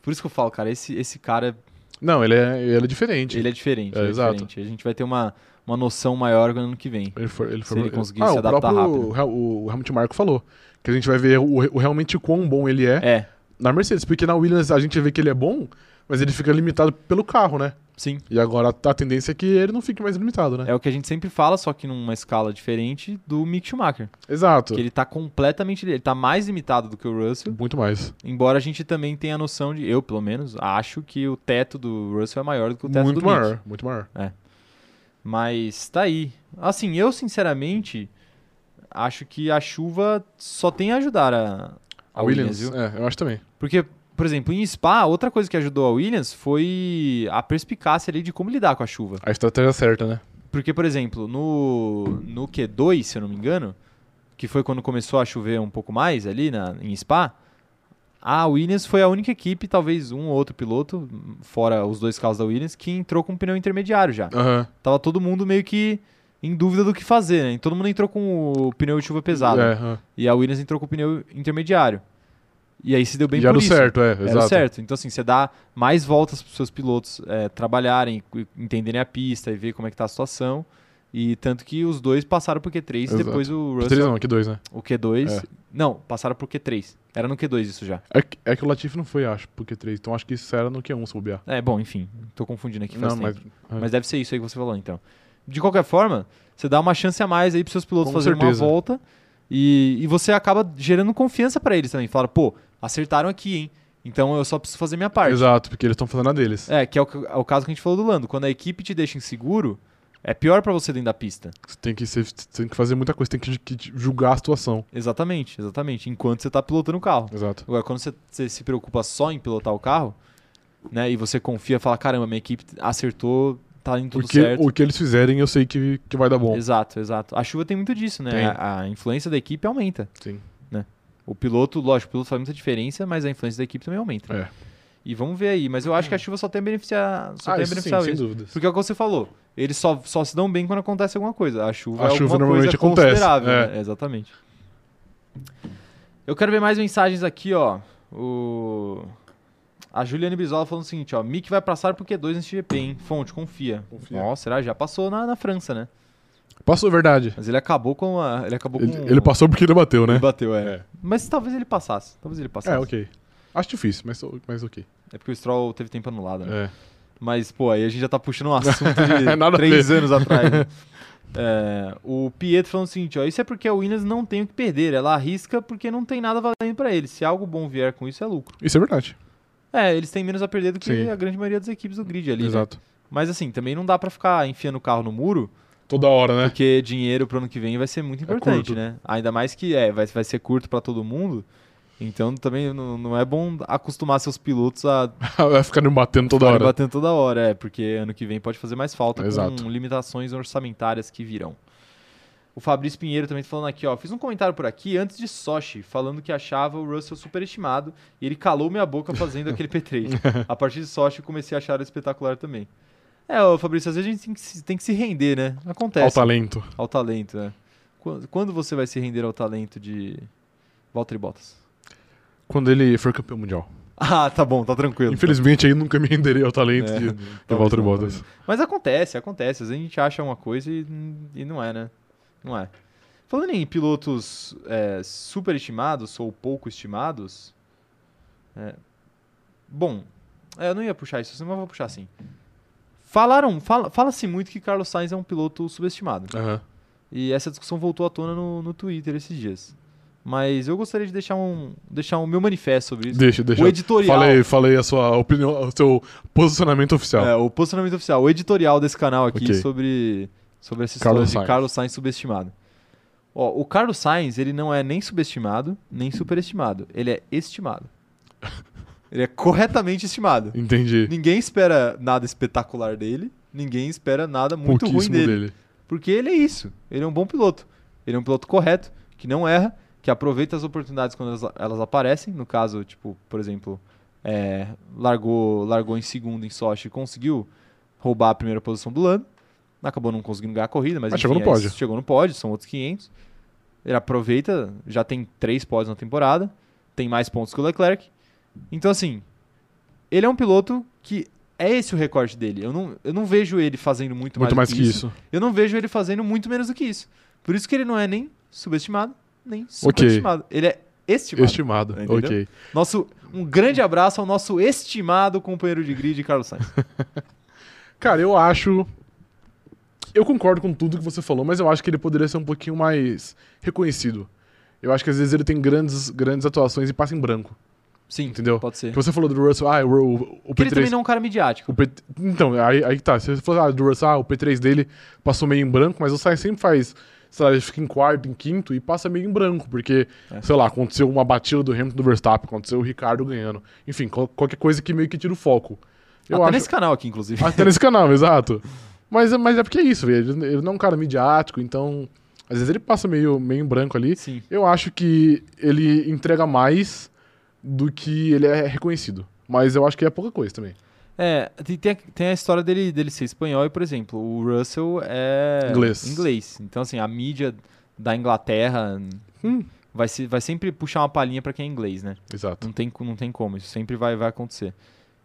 [SPEAKER 1] Por isso que eu falo, cara, esse, esse cara,
[SPEAKER 2] Não, ele é, ele é diferente.
[SPEAKER 1] ele é diferente.
[SPEAKER 2] É,
[SPEAKER 1] ele é
[SPEAKER 2] exato.
[SPEAKER 1] diferente. A gente vai ter uma, uma noção maior no ano que vem.
[SPEAKER 2] Ele for, ele
[SPEAKER 1] é Se
[SPEAKER 2] for-
[SPEAKER 1] ele conseguir se
[SPEAKER 2] o
[SPEAKER 1] adaptar
[SPEAKER 2] próprio
[SPEAKER 1] rápido.
[SPEAKER 2] Hel- O Hamilton Marco falou. Que a gente vai ver o, o realmente quão bom ele é
[SPEAKER 1] É,
[SPEAKER 2] na Mercedes. Porque na Williams a gente vê que ele é bom, mas ele fica limitado pelo carro, né?
[SPEAKER 1] sim.
[SPEAKER 2] E agora a tendência é que ele não fique mais limitado, né?
[SPEAKER 1] É o que a gente sempre fala, só que numa escala diferente do Mick Schumacher.
[SPEAKER 2] Exato.
[SPEAKER 1] Que ele tá completamente. Ele tá mais limitado do que o Russell.
[SPEAKER 2] Muito mais.
[SPEAKER 1] Embora a gente também tenha a noção de, eu pelo menos, acho que o teto do Russell é maior do que o teto
[SPEAKER 2] Muito
[SPEAKER 1] do Mick.
[SPEAKER 2] maior, muito maior.
[SPEAKER 1] Mas tá aí. Assim, eu sinceramente acho que a chuva só tem a ajudar a, a Williams, viu?
[SPEAKER 2] É, eu acho também.
[SPEAKER 1] Porque, por exemplo, em Spa, outra coisa que ajudou a Williams foi a perspicácia ali de como lidar com a chuva.
[SPEAKER 2] A estratégia certa, né?
[SPEAKER 1] Porque, por exemplo, no, no Q2, se eu não me engano, que foi quando começou a chover um pouco mais ali na, em Spa, a Williams foi a única equipe, talvez um ou outro piloto, fora os dois carros da Williams, que entrou com um pneu intermediário já.
[SPEAKER 2] Aham.
[SPEAKER 1] Tava todo mundo meio que em dúvida do que fazer, né? E Todo mundo entrou com o pneu de chuva pesado.
[SPEAKER 2] É, aham.
[SPEAKER 1] E a Williams entrou com o pneu intermediário. E aí se deu bem
[SPEAKER 2] E era
[SPEAKER 1] por
[SPEAKER 2] o
[SPEAKER 1] isso.
[SPEAKER 2] certo, é,
[SPEAKER 1] Era o
[SPEAKER 2] exato.
[SPEAKER 1] certo. Então, assim, você dá mais voltas para seus pilotos é, trabalharem, cu- entenderem a pista e ver como é que tá a situação. E tanto que os dois passaram pro Q3 e
[SPEAKER 2] Exato.
[SPEAKER 1] depois o
[SPEAKER 2] Três
[SPEAKER 1] Russell,
[SPEAKER 2] não, aqui dois, né?
[SPEAKER 1] o Q2.
[SPEAKER 2] É.
[SPEAKER 1] Não, passaram pro Q3. Era no Q2 isso já.
[SPEAKER 2] É que, é que o Latifi não foi, acho, pro Q3. Então acho que isso era no Q1, se bobear.
[SPEAKER 1] É, bom, enfim, tô confundindo aqui faz
[SPEAKER 2] Não, mas
[SPEAKER 1] tempo. Mas deve ser isso aí que você falou, então. De qualquer forma, você dá uma chance a mais aí pros seus pilotos
[SPEAKER 2] Com
[SPEAKER 1] fazerem
[SPEAKER 2] certeza.
[SPEAKER 1] uma volta e, e você acaba gerando confiança para eles também. Falaram, pô, acertaram aqui, hein? Então eu só preciso fazer minha parte.
[SPEAKER 2] Exato, porque eles estão fazendo a deles.
[SPEAKER 1] É, que é o, ca- é o caso que a gente falou do Lando. Quando a equipe te deixa inseguro, é pior pra você dentro da pista.
[SPEAKER 2] Você tem que, ser- você tem que fazer muita coisa, tem que, que julgar a situação.
[SPEAKER 1] Exatamente, exatamente. Enquanto você tá pilotando o carro.
[SPEAKER 2] Exato.
[SPEAKER 1] Agora, quando você, você se preocupa só em pilotar o carro, né? E você confia, fala, caramba, minha equipe acertou, tá indo tudo
[SPEAKER 2] Porque
[SPEAKER 1] certo.
[SPEAKER 2] o que eles fizerem eu sei que, que vai dar bom.
[SPEAKER 1] Exato, exato. A chuva tem muito disso,
[SPEAKER 2] Tem.
[SPEAKER 1] né? A, a influência da equipe aumenta.
[SPEAKER 2] Sim.
[SPEAKER 1] O piloto, lógico, o piloto faz muita diferença, mas a influência da equipe também aumenta.
[SPEAKER 2] É.
[SPEAKER 1] E vamos ver aí. Mas eu acho que a chuva só tem a beneficiar, só
[SPEAKER 2] ah,
[SPEAKER 1] tem a
[SPEAKER 2] isso sim,
[SPEAKER 1] beneficiar
[SPEAKER 2] sem
[SPEAKER 1] eles.
[SPEAKER 2] dúvidas.
[SPEAKER 1] Porque é o que você falou. Eles só, só se dão bem quando acontece alguma coisa. A chuva,
[SPEAKER 2] A
[SPEAKER 1] é
[SPEAKER 2] chuva
[SPEAKER 1] alguma coisa
[SPEAKER 2] normalmente acontece,
[SPEAKER 1] considerável.
[SPEAKER 2] é.
[SPEAKER 1] né? Exatamente. Eu quero ver mais mensagens aqui, ó. O... A Juliane Bisola falando o seguinte, ó. Mick vai passar é pro Q2 nesse GP, hein? Fonte, confia.
[SPEAKER 2] Confia.
[SPEAKER 1] Nossa, será? Já passou na, na França, né?
[SPEAKER 2] Passou verdade.
[SPEAKER 1] Mas ele acabou com a... Ele acabou
[SPEAKER 2] Ele,
[SPEAKER 1] com...
[SPEAKER 2] ele passou porque ele bateu, né?
[SPEAKER 1] Ele bateu, é.
[SPEAKER 2] É.
[SPEAKER 1] Mas talvez ele passasse. Talvez ele passasse.
[SPEAKER 2] É, ok. Acho difícil, mas, mas ok.
[SPEAKER 1] É porque o Stroll teve tempo anulado, né?
[SPEAKER 2] É.
[SPEAKER 1] Mas, pô, aí a gente já tá puxando um assunto de
[SPEAKER 2] (laughs) Nada a
[SPEAKER 1] três
[SPEAKER 2] ver.
[SPEAKER 1] anos atrás. né? (laughs) É, o Pietro falando o seguinte, ó, isso é porque a Williams não tem o que perder, ela arrisca porque não tem nada valendo pra eles. Se algo bom vier com isso, é lucro.
[SPEAKER 2] Isso é verdade.
[SPEAKER 1] É, eles têm menos a perder do que
[SPEAKER 2] Sim.
[SPEAKER 1] a grande maioria das equipes do grid ali, né?
[SPEAKER 2] Exato.
[SPEAKER 1] Mas assim, também não dá pra ficar enfiando o carro no muro,
[SPEAKER 2] Toda hora, né?
[SPEAKER 1] porque dinheiro pro ano que vem vai ser muito importante,
[SPEAKER 2] É curto.
[SPEAKER 1] né? Ainda mais que é, vai, vai ser curto pra todo mundo. Então também não, não é bom acostumar seus pilotos a
[SPEAKER 2] (laughs) Vai ficar me batendo toda
[SPEAKER 1] ficarem
[SPEAKER 2] hora.
[SPEAKER 1] batendo toda hora, é, porque ano que vem pode fazer mais falta
[SPEAKER 2] Exato.
[SPEAKER 1] com limitações orçamentárias que virão. O Fabrício Pinheiro também tá falando aqui, ó. Fiz um comentário por aqui antes de Sochi, falando que achava o Russell superestimado e ele calou minha boca fazendo aquele
[SPEAKER 2] (laughs)
[SPEAKER 1] P3. A partir de Sochi, eu comecei a achar espetacular também. É, ô Fabrício, às vezes a gente tem que se, tem que se render, né?
[SPEAKER 2] Ao
[SPEAKER 1] Acontece.
[SPEAKER 2] talento.
[SPEAKER 1] Ao talento, né? Quando, quando você vai se render ao talento de Valtteri Bottas? (laughs)
[SPEAKER 2] Quando ele for campeão mundial.
[SPEAKER 1] Ah, tá bom, tá tranquilo.
[SPEAKER 2] Infelizmente, aí nunca me renderei ao talento
[SPEAKER 1] É,
[SPEAKER 2] de,
[SPEAKER 1] não,
[SPEAKER 2] de
[SPEAKER 1] talvez
[SPEAKER 2] Walter
[SPEAKER 1] não,
[SPEAKER 2] Bottas.
[SPEAKER 1] Mas acontece, acontece. Às vezes a gente acha uma coisa e, e não é, né? Não é. Falando em pilotos é, superestimados ou pouco estimados. é, bom, é, eu não ia puxar isso, mas eu vou puxar sim. Falaram, fala- fala-se muito que Carlos Sainz é um piloto subestimado.
[SPEAKER 2] Aham.
[SPEAKER 1] E essa discussão voltou à tona no, no Twitter esses dias. Mas eu gostaria de deixar um, deixar o meu manifesto sobre isso.
[SPEAKER 2] Deixa, deixa.
[SPEAKER 1] O editorial.
[SPEAKER 2] Falei, falei a sua opinião, o seu posicionamento oficial.
[SPEAKER 1] É, o posicionamento oficial, o editorial desse canal aqui
[SPEAKER 2] Então. Ok.
[SPEAKER 1] sobre, sobre essa história
[SPEAKER 2] Carlos
[SPEAKER 1] de
[SPEAKER 2] Sainz.
[SPEAKER 1] Carlos Sainz subestimado. Ó, o Carlos Sainz, ele não é nem subestimado, nem superestimado. Ele é
[SPEAKER 2] (laughs)
[SPEAKER 1] estimado. ele é corretamente estimado.
[SPEAKER 2] Entendi.
[SPEAKER 1] Ninguém espera nada espetacular dele, ninguém espera nada muito ruim
[SPEAKER 2] Pouquíssimo
[SPEAKER 1] dele.
[SPEAKER 2] dele.
[SPEAKER 1] Porque ele é isso. Ele é um bom piloto. Ele é um piloto correto, que não erra, que aproveita as oportunidades quando elas, elas aparecem. No caso, tipo, por exemplo, é, largou, largou em segundo em Sochi e conseguiu roubar a primeira posição do Lando. Acabou não conseguindo ganhar a corrida, mas,
[SPEAKER 2] Mas Ah, chegou
[SPEAKER 1] enfim,
[SPEAKER 2] no
[SPEAKER 1] é
[SPEAKER 2] pódio.
[SPEAKER 1] isso. Chegou no pódio, são outros 500. Ele aproveita, já tem três pódios na temporada, tem mais pontos que o Leclerc. Então, assim, ele é um piloto que é esse o recorte dele. Eu não, eu não vejo ele fazendo muito,
[SPEAKER 2] Muito mais
[SPEAKER 1] do
[SPEAKER 2] que isso.
[SPEAKER 1] eu não vejo ele fazendo muito menos do que isso. Por isso que ele não é nem subestimado, nem
[SPEAKER 2] Ok.
[SPEAKER 1] superestimado. Ele é estimado.
[SPEAKER 2] Estimado.
[SPEAKER 1] Entendeu?
[SPEAKER 2] Ok.
[SPEAKER 1] Nosso, um grande abraço ao nosso estimado companheiro de grid, Carlos Sainz.
[SPEAKER 2] (laughs) Cara, eu acho. Eu concordo com tudo que você falou, mas eu acho que ele poderia ser um pouquinho mais reconhecido. Eu acho que às vezes ele tem grandes, grandes atuações e passa em branco.
[SPEAKER 1] Sim,
[SPEAKER 2] Entendeu?
[SPEAKER 1] pode ser.
[SPEAKER 2] Que você falou do Russell, ah, o, o, o
[SPEAKER 1] Porque ele também
[SPEAKER 2] P3.
[SPEAKER 1] não é um cara midiático.
[SPEAKER 2] o P- Então, aí, aí que tá. Você falou ah, do Russell, ah, o P3 dele passou meio em branco, mas o Sainz sempre faz. Sei lá, ele fica em quarto, em quinto e passa meio em branco, porque,
[SPEAKER 1] É.
[SPEAKER 2] sei lá, aconteceu uma batida do Hamilton do Verstappen, aconteceu o Ricardo ganhando. Enfim, qual- qualquer coisa que meio que tira o foco. Eu
[SPEAKER 1] Até
[SPEAKER 2] acho...
[SPEAKER 1] nesse canal aqui, inclusive.
[SPEAKER 2] Até nesse canal, exato. Mas, é- mas é porque é isso, velho. Ele ele não é um cara midiático, então. Às vezes ele passa meio, meio em branco ali.
[SPEAKER 1] (laughs) Sim.
[SPEAKER 2] Eu acho que ele entrega mais do que ele é reconhecido. Mas eu acho que é pouca coisa também.
[SPEAKER 1] É, tem, tem a, tem a história dele, dele ser espanhol e, por exemplo, o Russell é
[SPEAKER 2] Inglês.
[SPEAKER 1] inglês. Então, assim, a mídia da Inglaterra
[SPEAKER 2] Hum.
[SPEAKER 1] vai, se, vai sempre puxar uma palhinha pra quem é inglês, né?
[SPEAKER 2] Exato.
[SPEAKER 1] Não tem, co- não tem como, isso sempre vai, vai acontecer.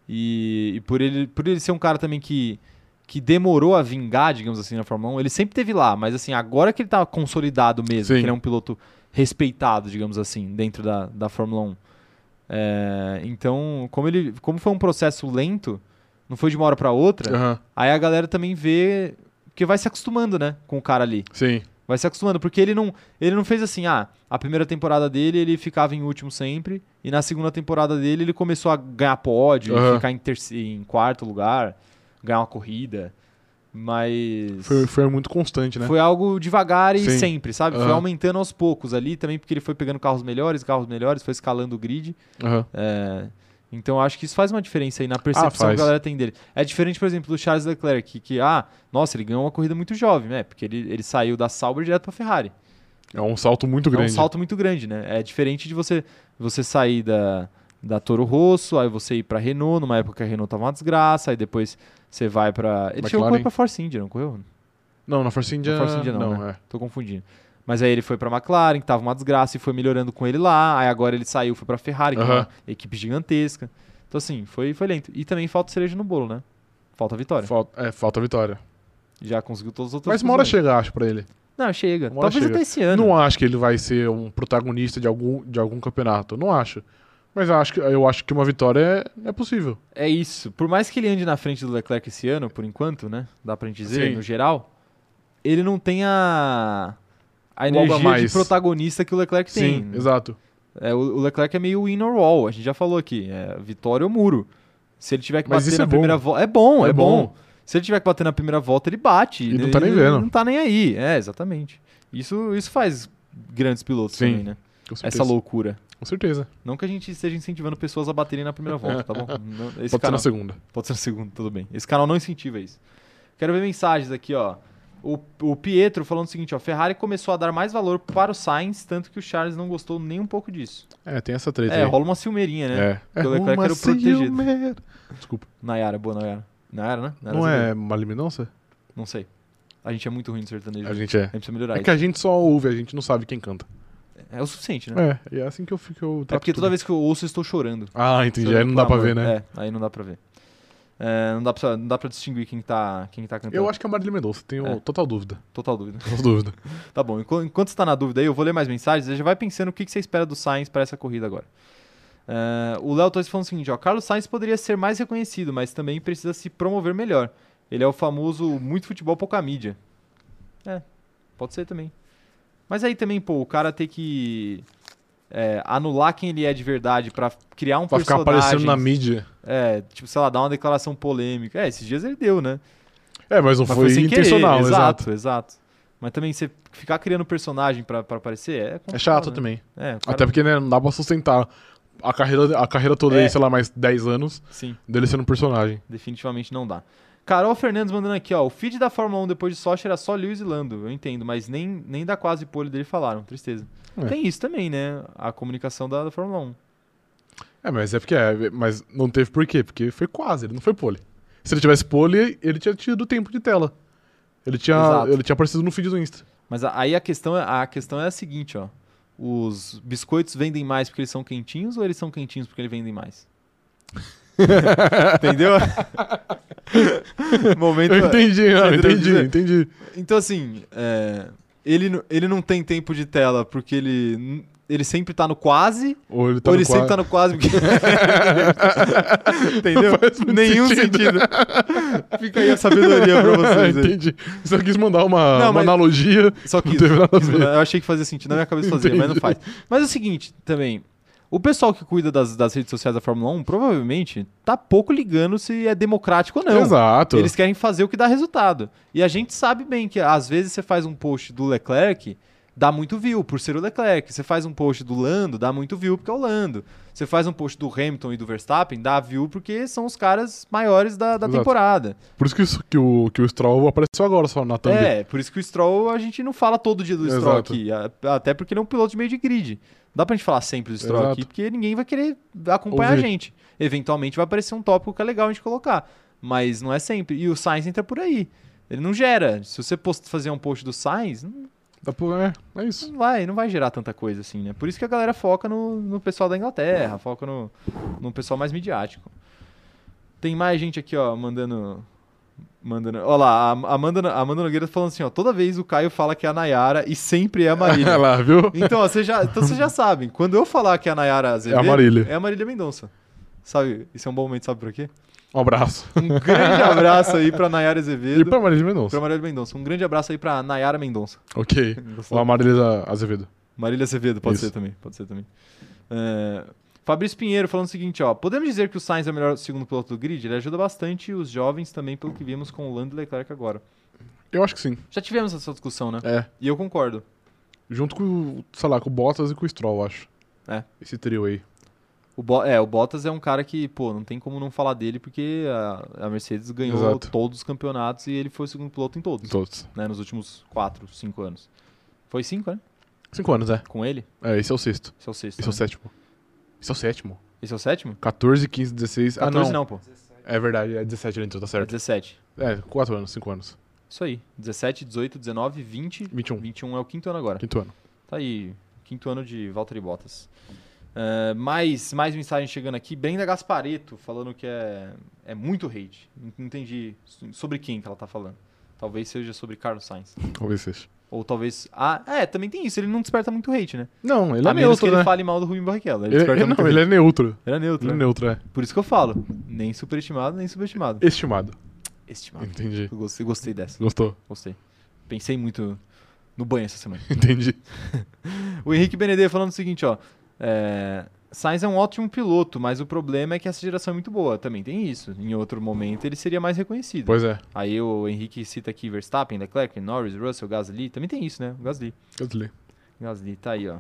[SPEAKER 1] E, e por, ele, por ele ser um cara também que, que demorou a vingar, digamos assim, na Fórmula 1, ele sempre teve lá, mas assim, agora que ele tá consolidado mesmo,
[SPEAKER 2] Sim.
[SPEAKER 1] que ele é um piloto respeitado, digamos assim, dentro da, da Fórmula 1. É, então, como, ele, como foi um processo lento, não foi de uma hora para outra,
[SPEAKER 2] Aham,
[SPEAKER 1] aí a galera também vê que vai se acostumando, né, com o cara ali.
[SPEAKER 2] Sim.
[SPEAKER 1] Vai se acostumando, porque ele não, ele não fez assim, ah, a primeira temporada dele ele ficava em último sempre, e na segunda temporada dele ele começou a ganhar pódio,
[SPEAKER 2] Aham.
[SPEAKER 1] ficar em, terce- em quarto lugar, ganhar uma corrida, mas
[SPEAKER 2] Foi, foi muito constante, né?
[SPEAKER 1] foi algo devagar e
[SPEAKER 2] Sim.
[SPEAKER 1] sempre, sabe? Foi
[SPEAKER 2] Aham.
[SPEAKER 1] aumentando aos poucos ali também, porque ele foi pegando carros melhores, carros melhores, foi escalando o grid,
[SPEAKER 2] Aham.
[SPEAKER 1] é, Então acho que isso faz uma diferença aí na percepção
[SPEAKER 2] Ah, faz.
[SPEAKER 1] que a galera tem dele. É diferente, por exemplo, do Charles Leclerc, que, que, ah, nossa, ele ganhou uma corrida muito jovem, né? Porque ele, ele saiu da Sauber direto pra Ferrari.
[SPEAKER 2] É um salto muito grande.
[SPEAKER 1] É um salto muito grande, né? É diferente de você você sair da, da Toro Rosso, aí você ir pra Renault, numa época que a Renault tava uma desgraça, aí depois você vai pra. Ele chegou a correr
[SPEAKER 2] McLaren.
[SPEAKER 1] pra Force India, não correu?
[SPEAKER 2] Não, na Force India.
[SPEAKER 1] Na Force India não, né?
[SPEAKER 2] é.
[SPEAKER 1] Tô confundindo. Mas aí ele foi pra McLaren, que tava uma desgraça, e foi melhorando com ele lá. Aí agora ele saiu, foi pra Ferrari, que é uma
[SPEAKER 2] Aham.
[SPEAKER 1] equipe gigantesca. Então, assim, foi, foi lento. E também falta cereja no bolo, né? Falta vitória.
[SPEAKER 2] Falta, é, falta a vitória.
[SPEAKER 1] Já conseguiu todos os outros.
[SPEAKER 2] Mas uma hora chega, acho, pra ele.
[SPEAKER 1] Não, chega.
[SPEAKER 2] Uma hora
[SPEAKER 1] Talvez
[SPEAKER 2] chega.
[SPEAKER 1] até esse ano.
[SPEAKER 2] Não acho que ele vai ser um protagonista de algum, de algum campeonato. Não acho. Mas eu acho que, eu acho que uma vitória é, é possível.
[SPEAKER 1] É isso. Por mais que ele ande na frente do Leclerc esse ano, por enquanto, né? Dá pra gente dizer,
[SPEAKER 2] Sim.
[SPEAKER 1] no geral, ele não tem a, a
[SPEAKER 2] Algo a
[SPEAKER 1] energia de
[SPEAKER 2] mais.
[SPEAKER 1] protagonista que o Leclerc
[SPEAKER 2] Sim,
[SPEAKER 1] tem.
[SPEAKER 2] exato.
[SPEAKER 1] É, o o Leclerc é meio win or all, a gente já falou aqui. É vitória ou muro. Se ele tiver que
[SPEAKER 2] Mas
[SPEAKER 1] bater
[SPEAKER 2] isso
[SPEAKER 1] na
[SPEAKER 2] é bom.
[SPEAKER 1] primeira volta. É bom, é, bom. Se ele tiver que bater na primeira volta, ele bate.
[SPEAKER 2] E não
[SPEAKER 1] Ele-
[SPEAKER 2] tá nem
[SPEAKER 1] ele
[SPEAKER 2] vendo.
[SPEAKER 1] Não tá nem aí. É, exatamente. Isso, isso faz grandes pilotos
[SPEAKER 2] Sim,
[SPEAKER 1] também, né?
[SPEAKER 2] Com certeza.
[SPEAKER 1] Essa loucura.
[SPEAKER 2] Com certeza.
[SPEAKER 1] Não que a gente esteja incentivando pessoas a baterem na primeira volta,
[SPEAKER 2] (laughs)
[SPEAKER 1] tá bom? Não- esse
[SPEAKER 2] É. Pode ser
[SPEAKER 1] canal-
[SPEAKER 2] na segunda.
[SPEAKER 1] Pode ser no segundo, tudo bem. Esse canal não incentiva isso. Quero ver mensagens aqui, ó. O, o Pietro falando o seguinte, ó. Ferrari começou a dar mais valor para o Sainz, tanto que o Charles não gostou nem um pouco disso.
[SPEAKER 2] É, tem essa treta
[SPEAKER 1] É,
[SPEAKER 2] aí.
[SPEAKER 1] rola uma ciumeirinha, né?
[SPEAKER 2] É.
[SPEAKER 1] Porque o Leclerc era o protegido.
[SPEAKER 2] ciumeira. Desculpa.
[SPEAKER 1] Nayara, boa Nayara. Nayara, né? Nayara
[SPEAKER 2] Não
[SPEAKER 1] Azevedo.
[SPEAKER 2] é Maliminonça?
[SPEAKER 1] Não sei. A gente é muito ruim no sertanejo.
[SPEAKER 2] A gente é.
[SPEAKER 1] A gente precisa melhorar
[SPEAKER 2] É que
[SPEAKER 1] isso.
[SPEAKER 2] a gente só ouve, a gente não sabe quem canta.
[SPEAKER 1] É o suficiente, né?
[SPEAKER 2] É, e é assim que eu fico. Eu
[SPEAKER 1] É, porque toda vez que eu ouço, eu estou chorando.
[SPEAKER 2] Ah, entendi. Aí não dá pra ver, né?
[SPEAKER 1] É, aí não dá pra ver. É, não, dá pra, não dá pra distinguir quem tá, quem tá cantando.
[SPEAKER 2] Eu acho que é a Marília Mendonça, tenho
[SPEAKER 1] É.
[SPEAKER 2] total dúvida.
[SPEAKER 1] Total dúvida.
[SPEAKER 2] Total dúvida.
[SPEAKER 1] Tá bom, enqu- enquanto está na dúvida aí, eu vou ler mais mensagens. Já vai pensando o que que você espera do Sainz para essa corrida agora. Ah, o Léo Torres falando o seguinte: ó, Carlos Sainz poderia ser mais reconhecido, mas também precisa se promover melhor. Ele é o famoso muito futebol, pouca mídia. É, pode ser também. Mas aí também, pô, o cara tem que é, anular quem ele é de verdade para criar um
[SPEAKER 2] Pra ficar
[SPEAKER 1] personagem.
[SPEAKER 2] aparecendo na mídia.
[SPEAKER 1] É, tipo, sei lá, dar uma declaração polêmica. É, esses dias ele deu, né?
[SPEAKER 2] É, mas não
[SPEAKER 1] Mas
[SPEAKER 2] foi,
[SPEAKER 1] sem
[SPEAKER 2] intencional,
[SPEAKER 1] querer.
[SPEAKER 2] exato.
[SPEAKER 1] exato. Mas também você ficar criando personagem pra, pra aparecer é complicado,
[SPEAKER 2] É chato
[SPEAKER 1] né?
[SPEAKER 2] também.
[SPEAKER 1] É, o cara-
[SPEAKER 2] Até porque, né, não dá pra sustentar a carreira, a carreira toda
[SPEAKER 1] É.
[SPEAKER 2] aí, sei lá, mais 10 anos
[SPEAKER 1] Sim,
[SPEAKER 2] dele sendo um personagem.
[SPEAKER 1] definitivamente não dá. Carol Fernandes mandando aqui, ó. O feed da Fórmula 1 depois de Sochi era só Lewis e Lando, eu entendo, mas nem, nem da quase pole dele falaram, tristeza.
[SPEAKER 2] É.
[SPEAKER 1] Tem isso também, né? A comunicação da, da Fórmula 1.
[SPEAKER 2] É, mas é porque é, mas não teve por quê? Porque foi quase, ele não foi pole. Se ele tivesse pole, ele tinha tido tempo de tela. Ele tinha,
[SPEAKER 1] Exato.
[SPEAKER 2] ele tinha aparecido no feed do Insta.
[SPEAKER 1] Mas a- aí a questão, é- a questão é a seguinte, ó. Os biscoitos vendem mais porque eles são quentinhos ou eles são quentinhos porque eles vendem
[SPEAKER 2] (laughs)
[SPEAKER 1] mais? Entendeu? Momento.
[SPEAKER 2] Eu entendi, eu
[SPEAKER 1] Então, é, entendeu o que eu
[SPEAKER 2] entendi,
[SPEAKER 1] quis
[SPEAKER 2] entendi.
[SPEAKER 1] Então, assim, é, ele, n- ele não tem tempo de tela porque ele, n- ele sempre tá no quase,
[SPEAKER 2] Ou ele tá
[SPEAKER 1] ou
[SPEAKER 2] no
[SPEAKER 1] ele sempre tá
[SPEAKER 2] quadro.
[SPEAKER 1] no quase
[SPEAKER 2] (laughs)
[SPEAKER 1] porque. Entendeu?
[SPEAKER 2] faz muito
[SPEAKER 1] Nenhum sentido.
[SPEAKER 2] sentido.
[SPEAKER 1] Fica aí a sabedoria
[SPEAKER 2] (laughs)
[SPEAKER 1] pra vocês. aí.
[SPEAKER 2] Entendi. Você quis mandar uma,
[SPEAKER 1] Não,
[SPEAKER 2] uma
[SPEAKER 1] mas-
[SPEAKER 2] analogia.
[SPEAKER 1] Só
[SPEAKER 2] Não
[SPEAKER 1] quis,
[SPEAKER 2] teve nada a
[SPEAKER 1] quis
[SPEAKER 2] ver.
[SPEAKER 1] mandar. eu achei que fazia sentido, na minha cabeça fazia, mas não
[SPEAKER 2] Entendi.
[SPEAKER 1] faz. Mas é o seguinte, também, o pessoal que cuida das, das redes sociais da Fórmula 1 provavelmente tá pouco ligando se é democrático ou não.
[SPEAKER 2] Exato.
[SPEAKER 1] Eles querem fazer o que dá resultado. E a gente sabe bem que às vezes você faz um post do Leclerc, dá muito view por ser o Leclerc. Você faz um post do Lando, dá muito view porque é o Lando. Você faz um post do Hamilton e do Verstappen, dá view porque são os caras maiores da, da
[SPEAKER 2] Exato.
[SPEAKER 1] temporada.
[SPEAKER 2] Por isso que, isso que, o, que o Stroll apareceu agora só na thumb.
[SPEAKER 1] É, por isso que o Stroll a gente não fala todo dia do Stroll
[SPEAKER 2] Exato.
[SPEAKER 1] aqui. a- Até porque ele é um piloto de meio de grid. Não Dá pra gente falar sempre do Stroll
[SPEAKER 2] Exato.
[SPEAKER 1] aqui, porque ninguém vai querer acompanhar
[SPEAKER 2] Ouvir.
[SPEAKER 1] a gente. Eventualmente vai aparecer um tópico que é legal a gente colocar. Mas não é sempre. E o Sainz entra por aí. Ele não gera. Se você post, fazer um post do Sainz, não
[SPEAKER 2] Dá pra- é, é isso.
[SPEAKER 1] não vai, não vai gerar tanta coisa assim, né? Por isso que a galera foca no, no pessoal da Inglaterra, foca no, no pessoal mais midiático. Tem mais gente aqui, ó, mandando. Mandando. Olha lá, a Amanda, a Amanda Nogueira falando assim, ó. Toda vez o Caio fala que é a Nayara e sempre é a
[SPEAKER 2] Olha (laughs)
[SPEAKER 1] Marília.
[SPEAKER 2] lá, viu?
[SPEAKER 1] então, ó, vocês já, então vocês já sabem, quando eu falar que é a Nayara Azevedo,
[SPEAKER 2] Marília.
[SPEAKER 1] É a Marília Mendonça. Sabe, isso é um bom momento, sabe por quê?
[SPEAKER 2] Um abraço.
[SPEAKER 1] Um grande abraço aí pra Nayara Azevedo.
[SPEAKER 2] E pra Marília Mendonça.
[SPEAKER 1] Pra Marília Mendonça. Um grande abraço aí pra Nayara Mendonça.
[SPEAKER 2] Ok. Ou a Marília Azevedo.
[SPEAKER 1] Marília Azevedo, pode
[SPEAKER 2] Isso.
[SPEAKER 1] ser também, pode ser também. É, Fabrício Pinheiro falando o seguinte, ó. Podemos dizer que o Sainz é o melhor segundo piloto do grid? Ele ajuda bastante os jovens também, pelo que vimos com o Lando e Leclerc agora.
[SPEAKER 2] Eu acho que sim.
[SPEAKER 1] Já tivemos essa discussão, né?
[SPEAKER 2] É.
[SPEAKER 1] E eu concordo.
[SPEAKER 2] Junto com, o, sei lá, com o Bottas e com o Stroll, eu acho.
[SPEAKER 1] É.
[SPEAKER 2] Esse trio aí.
[SPEAKER 1] O Bo- é, o Bottas é um cara que, pô, não tem como não falar dele, porque a, a Mercedes ganhou
[SPEAKER 2] Exato. Então.
[SPEAKER 1] todos os campeonatos e ele foi o segundo piloto em todos,
[SPEAKER 2] Todos.
[SPEAKER 1] né? Nos últimos quatro, cinco anos. Foi cinco, né?
[SPEAKER 2] Cinco anos, é.
[SPEAKER 1] Com ele?
[SPEAKER 2] É, esse é o sexto.
[SPEAKER 1] Esse é o sexto.
[SPEAKER 2] Esse é o
[SPEAKER 1] né?
[SPEAKER 2] sétimo. Esse é o sétimo.
[SPEAKER 1] Esse é o sétimo?
[SPEAKER 2] 14, 15, 16.
[SPEAKER 1] 14
[SPEAKER 2] ah,
[SPEAKER 1] não,
[SPEAKER 2] não.
[SPEAKER 1] pô.
[SPEAKER 2] É verdade, é 17 ele entrou, tá
[SPEAKER 1] É
[SPEAKER 2] certo.
[SPEAKER 1] 17.
[SPEAKER 2] É, 4 anos, 5 anos.
[SPEAKER 1] Isso aí. 17, 18, 19, 20,
[SPEAKER 2] 21.
[SPEAKER 1] 21 é o quinto ano agora.
[SPEAKER 2] Quinto ano.
[SPEAKER 1] Tá aí, quinto ano de Valtteri Bottas. Ah, mais, mais mensagem chegando aqui. Brenda Gaspareto falando que é, é muito hate. Não entendi so- sobre quem que ela tá falando. Talvez seja sobre Carlos Sainz.
[SPEAKER 2] Talvez seja.
[SPEAKER 1] Ou talvez. Ah, é, também tem isso. Ele não desperta muito hate, né?
[SPEAKER 2] Não, ele
[SPEAKER 1] a
[SPEAKER 2] é
[SPEAKER 1] menos que
[SPEAKER 2] neutro,
[SPEAKER 1] ele
[SPEAKER 2] né?
[SPEAKER 1] fale mal do Rubinho Barrichello. Ele,
[SPEAKER 2] Ele,
[SPEAKER 1] desperta
[SPEAKER 2] ele-
[SPEAKER 1] muito
[SPEAKER 2] não,
[SPEAKER 1] hate.
[SPEAKER 2] ele é neutro.
[SPEAKER 1] Ele é neutro.
[SPEAKER 2] Ele é
[SPEAKER 1] né?
[SPEAKER 2] neutro, é.
[SPEAKER 1] Por isso que eu falo. Nem superestimado, nem subestimado.
[SPEAKER 2] Estimado.
[SPEAKER 1] Estimado.
[SPEAKER 2] Entendi.
[SPEAKER 1] Eu gostei, gostei dessa.
[SPEAKER 2] Gostou? (laughs)
[SPEAKER 1] Gostei. Pensei muito no banho essa semana.
[SPEAKER 2] Entendi.
[SPEAKER 1] O Henrique Benedê falando o seguinte, ó. é, Sainz é um ótimo piloto, mas o problema é que essa geração é muito boa. Também tem isso. Em outro momento ele seria mais reconhecido.
[SPEAKER 2] Pois é,
[SPEAKER 1] Aí o Henrique cita aqui Verstappen, Leclerc, Norris, Russell, Gasly. Também tem isso, né? O Gasly.
[SPEAKER 2] Gasly.
[SPEAKER 1] Gasly, tá aí, ó.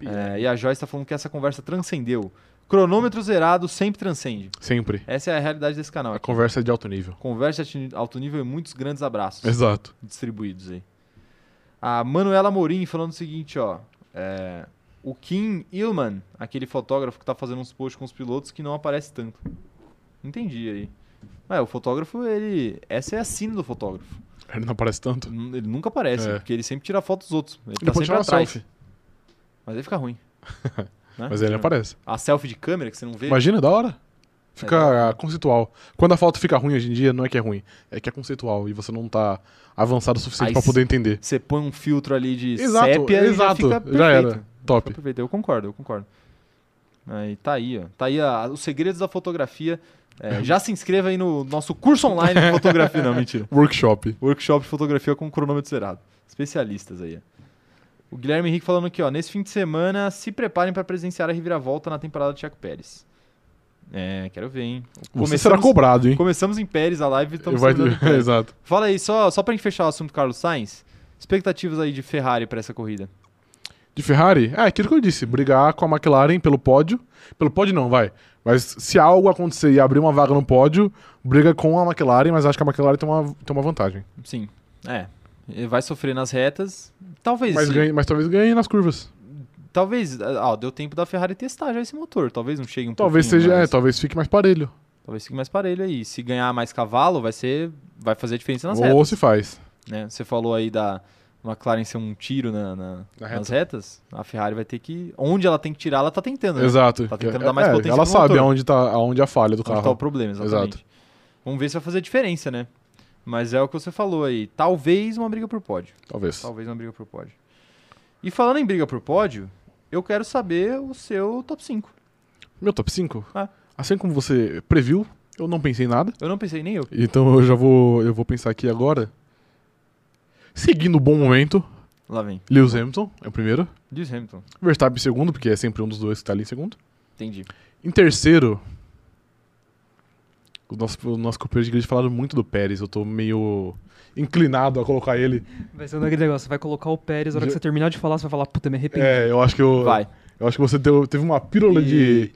[SPEAKER 1] É, e a Joyce tá falando que essa conversa transcendeu. Cronômetro zerado sempre transcende.
[SPEAKER 2] Sempre.
[SPEAKER 1] Essa é a realidade desse canal.
[SPEAKER 2] A conversa é de alto nível.
[SPEAKER 1] Conversa de alto nível e muitos grandes abraços
[SPEAKER 2] Exato.
[SPEAKER 1] distribuídos aí. A Manuela Morim falando o seguinte, ó. é, o Kim Ilman, aquele fotógrafo que tá fazendo uns posts com os pilotos que não aparece tanto. Entendi aí. Mas o fotógrafo, ele. Essa é a sina do fotógrafo.
[SPEAKER 2] Ele não aparece tanto.
[SPEAKER 1] N- Ele nunca aparece,
[SPEAKER 2] É.
[SPEAKER 1] porque ele sempre tira foto dos outros. Ele,
[SPEAKER 2] Ele
[SPEAKER 1] tá sempre
[SPEAKER 2] pode tirar uma
[SPEAKER 1] atrás.
[SPEAKER 2] selfie,
[SPEAKER 1] Mas aí fica
[SPEAKER 2] (laughs)
[SPEAKER 1] ruim. Né?
[SPEAKER 2] mas ele não aparece.
[SPEAKER 1] A selfie de câmera que você não vê.
[SPEAKER 2] Imagina, da hora.
[SPEAKER 1] É,
[SPEAKER 2] Fica conceitual. Quando a foto fica ruim hoje em dia, não é que é ruim, é que é conceitual e você não tá avançado o suficiente
[SPEAKER 1] Aí
[SPEAKER 2] pra
[SPEAKER 1] se-
[SPEAKER 2] poder entender.
[SPEAKER 1] Você põe um filtro ali de
[SPEAKER 2] Exato,
[SPEAKER 1] sépia
[SPEAKER 2] exato.
[SPEAKER 1] e já fica
[SPEAKER 2] Já
[SPEAKER 1] perfeito.
[SPEAKER 2] era. Top.
[SPEAKER 1] Fica perfeito. Eu concordo, eu concordo. Aí tá aí, ó. Tá aí a- os segredos da fotografia.
[SPEAKER 2] (laughs)
[SPEAKER 1] É, já se inscreva aí no nosso curso online de fotografia. Não, mentira.
[SPEAKER 2] Workshop.
[SPEAKER 1] Workshop de fotografia com cronômetro zerado. Especialistas aí. ó. O Guilherme Henrique falando aqui, ó. Nesse fim de semana, se preparem pra presenciar a reviravolta na temporada de Tiago Pérez. É, quero ver, hein?
[SPEAKER 2] Você será cobrado, hein?
[SPEAKER 1] começamos em Pérez a live e estamos
[SPEAKER 2] Vai-
[SPEAKER 1] terminando em
[SPEAKER 2] (laughs)
[SPEAKER 1] Pérez.
[SPEAKER 2] Exato.
[SPEAKER 1] Fala aí, só, só pra gente fechar o assunto Carlos Sainz, expectativas aí de Ferrari pra essa corrida.
[SPEAKER 2] De Ferrari? É aquilo que eu disse, brigar com a McLaren pelo pódio. Pelo pódio não, vai. Mas se algo acontecer e abrir uma vaga no pódio, briga com a McLaren, mas acho que a McLaren tem uma, tem uma vantagem.
[SPEAKER 1] Sim, é. Ele Vai sofrer nas retas. Talvez.
[SPEAKER 2] Mas, ganhe, mas talvez ganhe nas curvas.
[SPEAKER 1] Talvez. Ah, deu tempo da Ferrari testar já esse motor. Talvez não chegue um
[SPEAKER 2] Talvez
[SPEAKER 1] pouquinho
[SPEAKER 2] seja, é,
[SPEAKER 1] mais-
[SPEAKER 2] talvez fique mais parelho.
[SPEAKER 1] Talvez fique mais parelho aí. Se ganhar mais cavalo, vai ser. Vai fazer diferença nas
[SPEAKER 2] Ou
[SPEAKER 1] retas.
[SPEAKER 2] se faz.
[SPEAKER 1] né? Você falou aí da McLaren ser um tiro na, na-
[SPEAKER 2] Na
[SPEAKER 1] nas retas. A Ferrari vai ter que. Onde ela tem que tirar, ela tá tentando. Né?
[SPEAKER 2] Exato.
[SPEAKER 1] Tá tentando
[SPEAKER 2] É,
[SPEAKER 1] dar mais
[SPEAKER 2] é,
[SPEAKER 1] potência
[SPEAKER 2] Ela
[SPEAKER 1] pro
[SPEAKER 2] sabe
[SPEAKER 1] motor.
[SPEAKER 2] aonde, tá, aonde é a falha do
[SPEAKER 1] Onde tá o
[SPEAKER 2] carro.
[SPEAKER 1] problema, exatamente. Vamos ver se vai fazer diferença, né? Mas é o que você falou aí. Talvez uma briga por pódio.
[SPEAKER 2] Talvez.
[SPEAKER 1] Talvez uma briga por pódio. E falando em briga por pódio, eu quero saber o seu top 5.
[SPEAKER 2] Meu top 5?
[SPEAKER 1] Ah.
[SPEAKER 2] Assim como você previu, eu não pensei em nada.
[SPEAKER 1] Eu não pensei nem eu.
[SPEAKER 2] Então eu já vou, eu vou pensar aqui agora. Seguindo o bom momento,
[SPEAKER 1] Lá vem.
[SPEAKER 2] Lewis Hamilton é o primeiro.
[SPEAKER 1] Diz Hamilton.
[SPEAKER 2] Verstappen em segundo, porque é sempre um dos dois que tá ali em segundo.
[SPEAKER 1] Entendi.
[SPEAKER 2] Em terceiro, os nossos, os nossos companheiros de grid falaram muito do Pérez. Eu tô meio inclinado a colocar ele.
[SPEAKER 3] Vai ser aquele negócio, você vai colocar o Pérez, na hora que
[SPEAKER 2] Já-
[SPEAKER 3] você terminar de falar, você vai falar, puta, me arrependi.
[SPEAKER 2] É, eu acho que eu,
[SPEAKER 1] Vai.
[SPEAKER 2] eu acho que você deu- teve uma pílula
[SPEAKER 1] E-
[SPEAKER 2] de,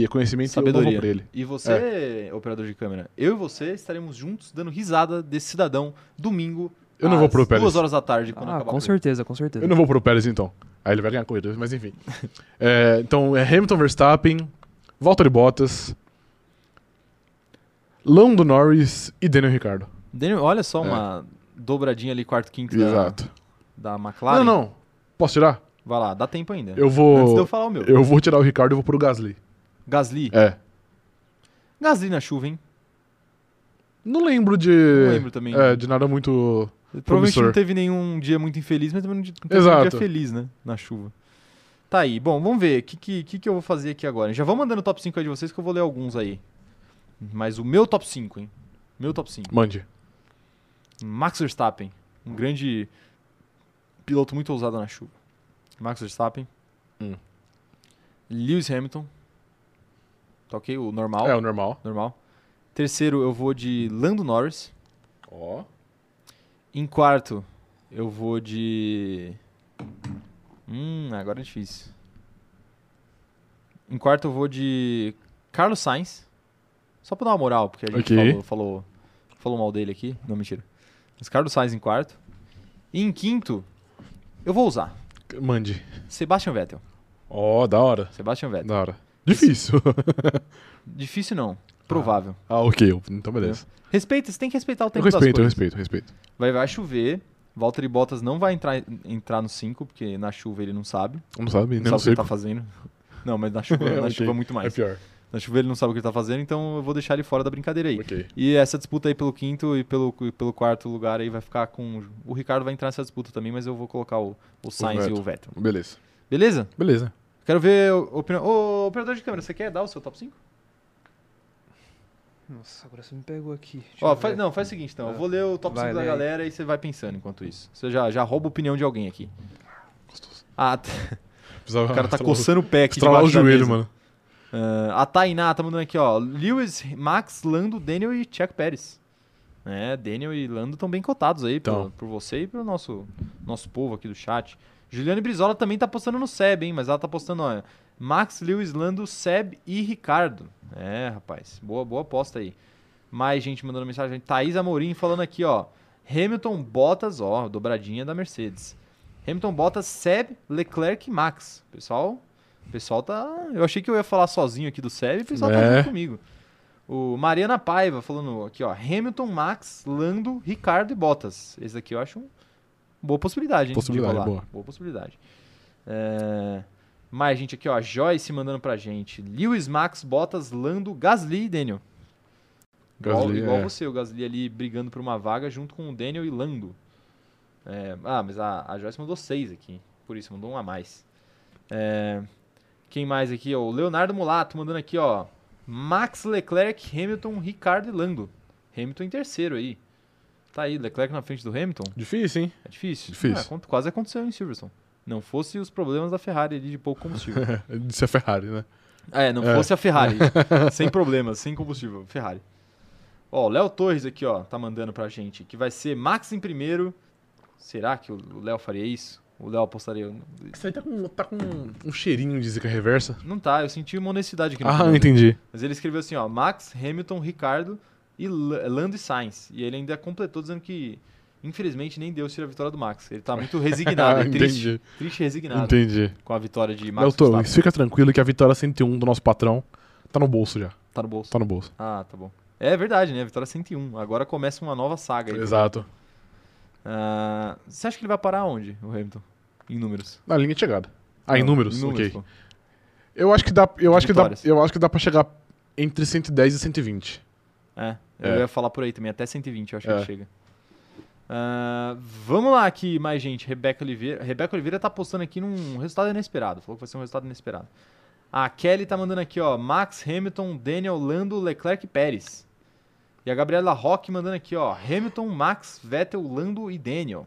[SPEAKER 2] de conhecimento e eu não vou
[SPEAKER 1] Sabedoria.
[SPEAKER 2] um pra ele. É.
[SPEAKER 1] E você, operador de câmera, eu e você estaremos juntos dando risada desse cidadão domingo.
[SPEAKER 2] Eu não vou pro Pérez.
[SPEAKER 1] Duas horas da tarde, quando
[SPEAKER 3] ah,
[SPEAKER 1] acabar.
[SPEAKER 3] com
[SPEAKER 1] a corrida.
[SPEAKER 3] certeza, com certeza.
[SPEAKER 2] Eu não vou pro Pérez então. Aí ele vai ganhar a corrida, mas enfim. É, então é Hamilton Verstappen, Valtteri Bottas, Lando Norris e Daniel Ricciardo.
[SPEAKER 1] Daniel, olha só
[SPEAKER 2] É.
[SPEAKER 1] uma dobradinha ali, quarto, quinto da,
[SPEAKER 2] Exato.
[SPEAKER 1] da McLaren.
[SPEAKER 2] Não, não. Posso tirar?
[SPEAKER 1] Vai lá, dá tempo ainda.
[SPEAKER 2] Eu
[SPEAKER 1] Antes de eu
[SPEAKER 2] vou.
[SPEAKER 1] falar o meu.
[SPEAKER 2] Eu vou tirar o Ricardo e vou pro Gasly.
[SPEAKER 1] Gasly.
[SPEAKER 2] É.
[SPEAKER 1] Gasly na chuva, hein?
[SPEAKER 2] Não lembro de.
[SPEAKER 1] Não lembro também.
[SPEAKER 2] É, de nada muito.
[SPEAKER 1] Provavelmente
[SPEAKER 2] promissor.
[SPEAKER 1] não teve nenhum dia muito infeliz, mas também não teve nenhum
[SPEAKER 2] Exato.
[SPEAKER 1] dia feliz, né? Na chuva. Tá aí. Bom, vamos ver. O que, que, que, que eu vou fazer aqui agora? Já vou mandando o top 5 aí de vocês que eu vou ler alguns aí. Mas o meu top 5, hein? Meu top 5.
[SPEAKER 2] Mande.
[SPEAKER 1] Max Verstappen. Um grande piloto muito ousado na chuva. Max Verstappen.
[SPEAKER 2] Hum.
[SPEAKER 1] Lewis Hamilton. Tá ok? O normal.
[SPEAKER 2] É o normal.
[SPEAKER 1] Normal. Terceiro, eu vou de Lando Norris.
[SPEAKER 2] Ó.
[SPEAKER 1] Em quarto, eu vou de. Hum, agora é difícil. Em quarto, eu vou de Carlos Sainz. Só pra dar uma moral, porque a gente
[SPEAKER 2] Ok.
[SPEAKER 1] falou, falou, falou mal dele aqui. Não, mentira. Mas Carlos Sainz em quarto. E em quinto, eu vou usar
[SPEAKER 2] Mande.
[SPEAKER 1] Sebastian Vettel.
[SPEAKER 2] Ó, da hora.
[SPEAKER 1] Sebastian Vettel.
[SPEAKER 2] Da hora.
[SPEAKER 1] (laughs)
[SPEAKER 2] Difícil.
[SPEAKER 1] Difícil não, provável.
[SPEAKER 2] ah, ok. Então beleza.
[SPEAKER 1] Respeita, você tem que respeitar o
[SPEAKER 2] Eu
[SPEAKER 1] tempo das
[SPEAKER 2] respeito, eu
[SPEAKER 1] coisas.
[SPEAKER 2] respeito, eu respeito.
[SPEAKER 1] Vai, vai chover. Valtteri Bottas não vai entrar, entrar no 5, porque na chuva ele não sabe.
[SPEAKER 2] Não sabe,
[SPEAKER 1] Não sabe
[SPEAKER 2] nem não
[SPEAKER 1] o que ele
[SPEAKER 2] sei.
[SPEAKER 1] tá fazendo. Não, mas
[SPEAKER 2] (laughs)
[SPEAKER 1] na chuva,
[SPEAKER 2] É,
[SPEAKER 1] na
[SPEAKER 2] ok.
[SPEAKER 1] chuva muito
[SPEAKER 2] É
[SPEAKER 1] mais.
[SPEAKER 2] pior.
[SPEAKER 1] Na chuva ele não sabe o que ele tá fazendo, então eu vou deixar ele fora da brincadeira aí.
[SPEAKER 2] Ok.
[SPEAKER 1] E essa disputa aí pelo quinto e pelo, e pelo quarto lugar aí vai ficar com. O Ricardo vai entrar nessa disputa também, mas eu vou colocar o, o Sainz e o
[SPEAKER 2] Vettel.
[SPEAKER 1] Vettel.
[SPEAKER 2] Beleza.
[SPEAKER 1] Beleza?
[SPEAKER 2] Beleza.
[SPEAKER 1] Quero ver a opinião. Ô, operador de câmera, você quer dar o seu top 5?
[SPEAKER 3] Nossa, agora você me pegou aqui. Deixa
[SPEAKER 1] Ó,
[SPEAKER 3] eu
[SPEAKER 1] faz,
[SPEAKER 3] ver.
[SPEAKER 1] não, faz o seguinte então. Eu
[SPEAKER 2] É.
[SPEAKER 3] Ah.
[SPEAKER 1] vou ler o top
[SPEAKER 3] Vai,
[SPEAKER 1] 5 da
[SPEAKER 3] lê aí.
[SPEAKER 1] galera e você vai pensando enquanto isso. Você já, já rouba a opinião de alguém aqui.
[SPEAKER 2] Gostoso.
[SPEAKER 1] A,
[SPEAKER 2] Precisava,
[SPEAKER 1] Ah, O cara tá coçando o pé aqui
[SPEAKER 2] (laughs) Estralar o
[SPEAKER 1] debaixo da
[SPEAKER 2] joelho,
[SPEAKER 1] mesa.
[SPEAKER 2] mano.
[SPEAKER 1] Ah, a Tainá tá mandando aqui, ó. Lewis, Max, Lando, Daniel e Checo Pérez. É, Daniel e Lando estão bem cotados aí
[SPEAKER 2] Tão.
[SPEAKER 1] por, por você e pelo nosso, nosso povo aqui do chat. Juliane Brizola também tá postando no Seb, hein? Mas ela tá postando, ó. Max, Lewis, Lando, Seb e Ricardo. É, rapaz. Boa, boa aposta aí. Mais gente mandando mensagem. Thaís Amorim falando aqui, ó. Hamilton, Bottas, ó, dobradinha da Mercedes. Hamilton, Bottas, Seb, Leclerc e Max. Pessoal, pessoal tá... Eu achei que eu ia falar sozinho aqui do Seb e o pessoal tá
[SPEAKER 2] É.
[SPEAKER 1] junto comigo. O Mariana Paiva falando aqui, ó. Hamilton, Max, Lando, Ricardo e Bottas. Esse daqui eu acho uma boa possibilidade, hein? de
[SPEAKER 2] Possibilidade,
[SPEAKER 1] colar.
[SPEAKER 2] boa.
[SPEAKER 1] Boa possibilidade. É... Mais gente aqui, ó. Joyce mandando pra gente. Lewis, Max, Bottas, Lando, Gasly e Daniel. Igual,
[SPEAKER 2] Gasly,
[SPEAKER 1] igual
[SPEAKER 2] é.
[SPEAKER 1] você, o Gasly ali brigando por uma vaga junto com o Daniel e Lando. É, ah, mas a, a Joyce mandou seis aqui. Por isso, mandou um a mais. É, quem mais aqui? ó? O Leonardo Mulato mandando aqui, ó. Max Leclerc, Hamilton, Ricardo e Lando. Hamilton em terceiro aí. Tá aí, Leclerc na frente do Hamilton.
[SPEAKER 2] Difícil, hein?
[SPEAKER 1] É difícil.
[SPEAKER 2] Difícil.
[SPEAKER 1] Ah, acon- quase aconteceu em Silverstone. Não fosse os problemas da Ferrari ali de pouco combustível.
[SPEAKER 2] Disse a Ferrari, né?
[SPEAKER 1] Ah, É, não
[SPEAKER 2] É.
[SPEAKER 1] fosse a
[SPEAKER 2] (laughs)
[SPEAKER 1] Ferrari. sem problemas, sem combustível. Ferrari. Ó, o Léo Torres aqui, ó, tá mandando pra gente que vai ser Max em primeiro. Será que o Léo faria isso? O Léo apostaria.
[SPEAKER 2] Isso aí tá com, tá com um cheirinho de zica reversa.
[SPEAKER 1] Não tá, eu senti uma honestidade aqui no
[SPEAKER 2] Ah,
[SPEAKER 1] final.
[SPEAKER 2] entendi.
[SPEAKER 1] Mas ele escreveu assim, ó, Max, Hamilton, Ricardo e L- Lando e Sainz. E ele ainda completou dizendo que, infelizmente, nem Deus tira a vitória do Max. Ele tá
[SPEAKER 2] (laughs)
[SPEAKER 1] muito resignado, é triste.
[SPEAKER 2] Ah, Entendi.
[SPEAKER 1] triste e resignado
[SPEAKER 2] Entendi.
[SPEAKER 1] com a vitória de Max
[SPEAKER 2] Léo Torres,
[SPEAKER 1] Verstappen.
[SPEAKER 2] fica tranquilo que a vitória 101 do nosso patrão tá no bolso já.
[SPEAKER 1] Tá no bolso.
[SPEAKER 2] Tá no bolso.
[SPEAKER 1] Ah, tá bom. É verdade, né? Vitória 101. Agora começa uma nova saga. aí.
[SPEAKER 2] Exato.
[SPEAKER 1] Ah, você acha que ele vai parar onde, o Hamilton? Em números.
[SPEAKER 2] Na linha de chegada. Ah, em
[SPEAKER 1] Não,
[SPEAKER 2] números, ok.
[SPEAKER 1] pô.
[SPEAKER 2] Eu acho que dá, eu acho que dá,
[SPEAKER 1] Vitórias.
[SPEAKER 2] eu acho que dá para chegar entre 110 e 120.
[SPEAKER 1] É, eu
[SPEAKER 2] É.
[SPEAKER 1] ia falar por aí também, até 120 eu acho
[SPEAKER 2] É.
[SPEAKER 1] que ele chega. Ah, vamos lá aqui, mais gente. Rebeca Oliveira. Rebeca Oliveira tá postando aqui num resultado inesperado. Falou que vai ser um resultado inesperado. A Kelly tá mandando aqui, ó. Max, Hamilton, Daniel, Lando, Leclerc e Pérez. E a Gabriela Rock mandando aqui, ó. Hamilton, Max, Vettel, Lando e Daniel.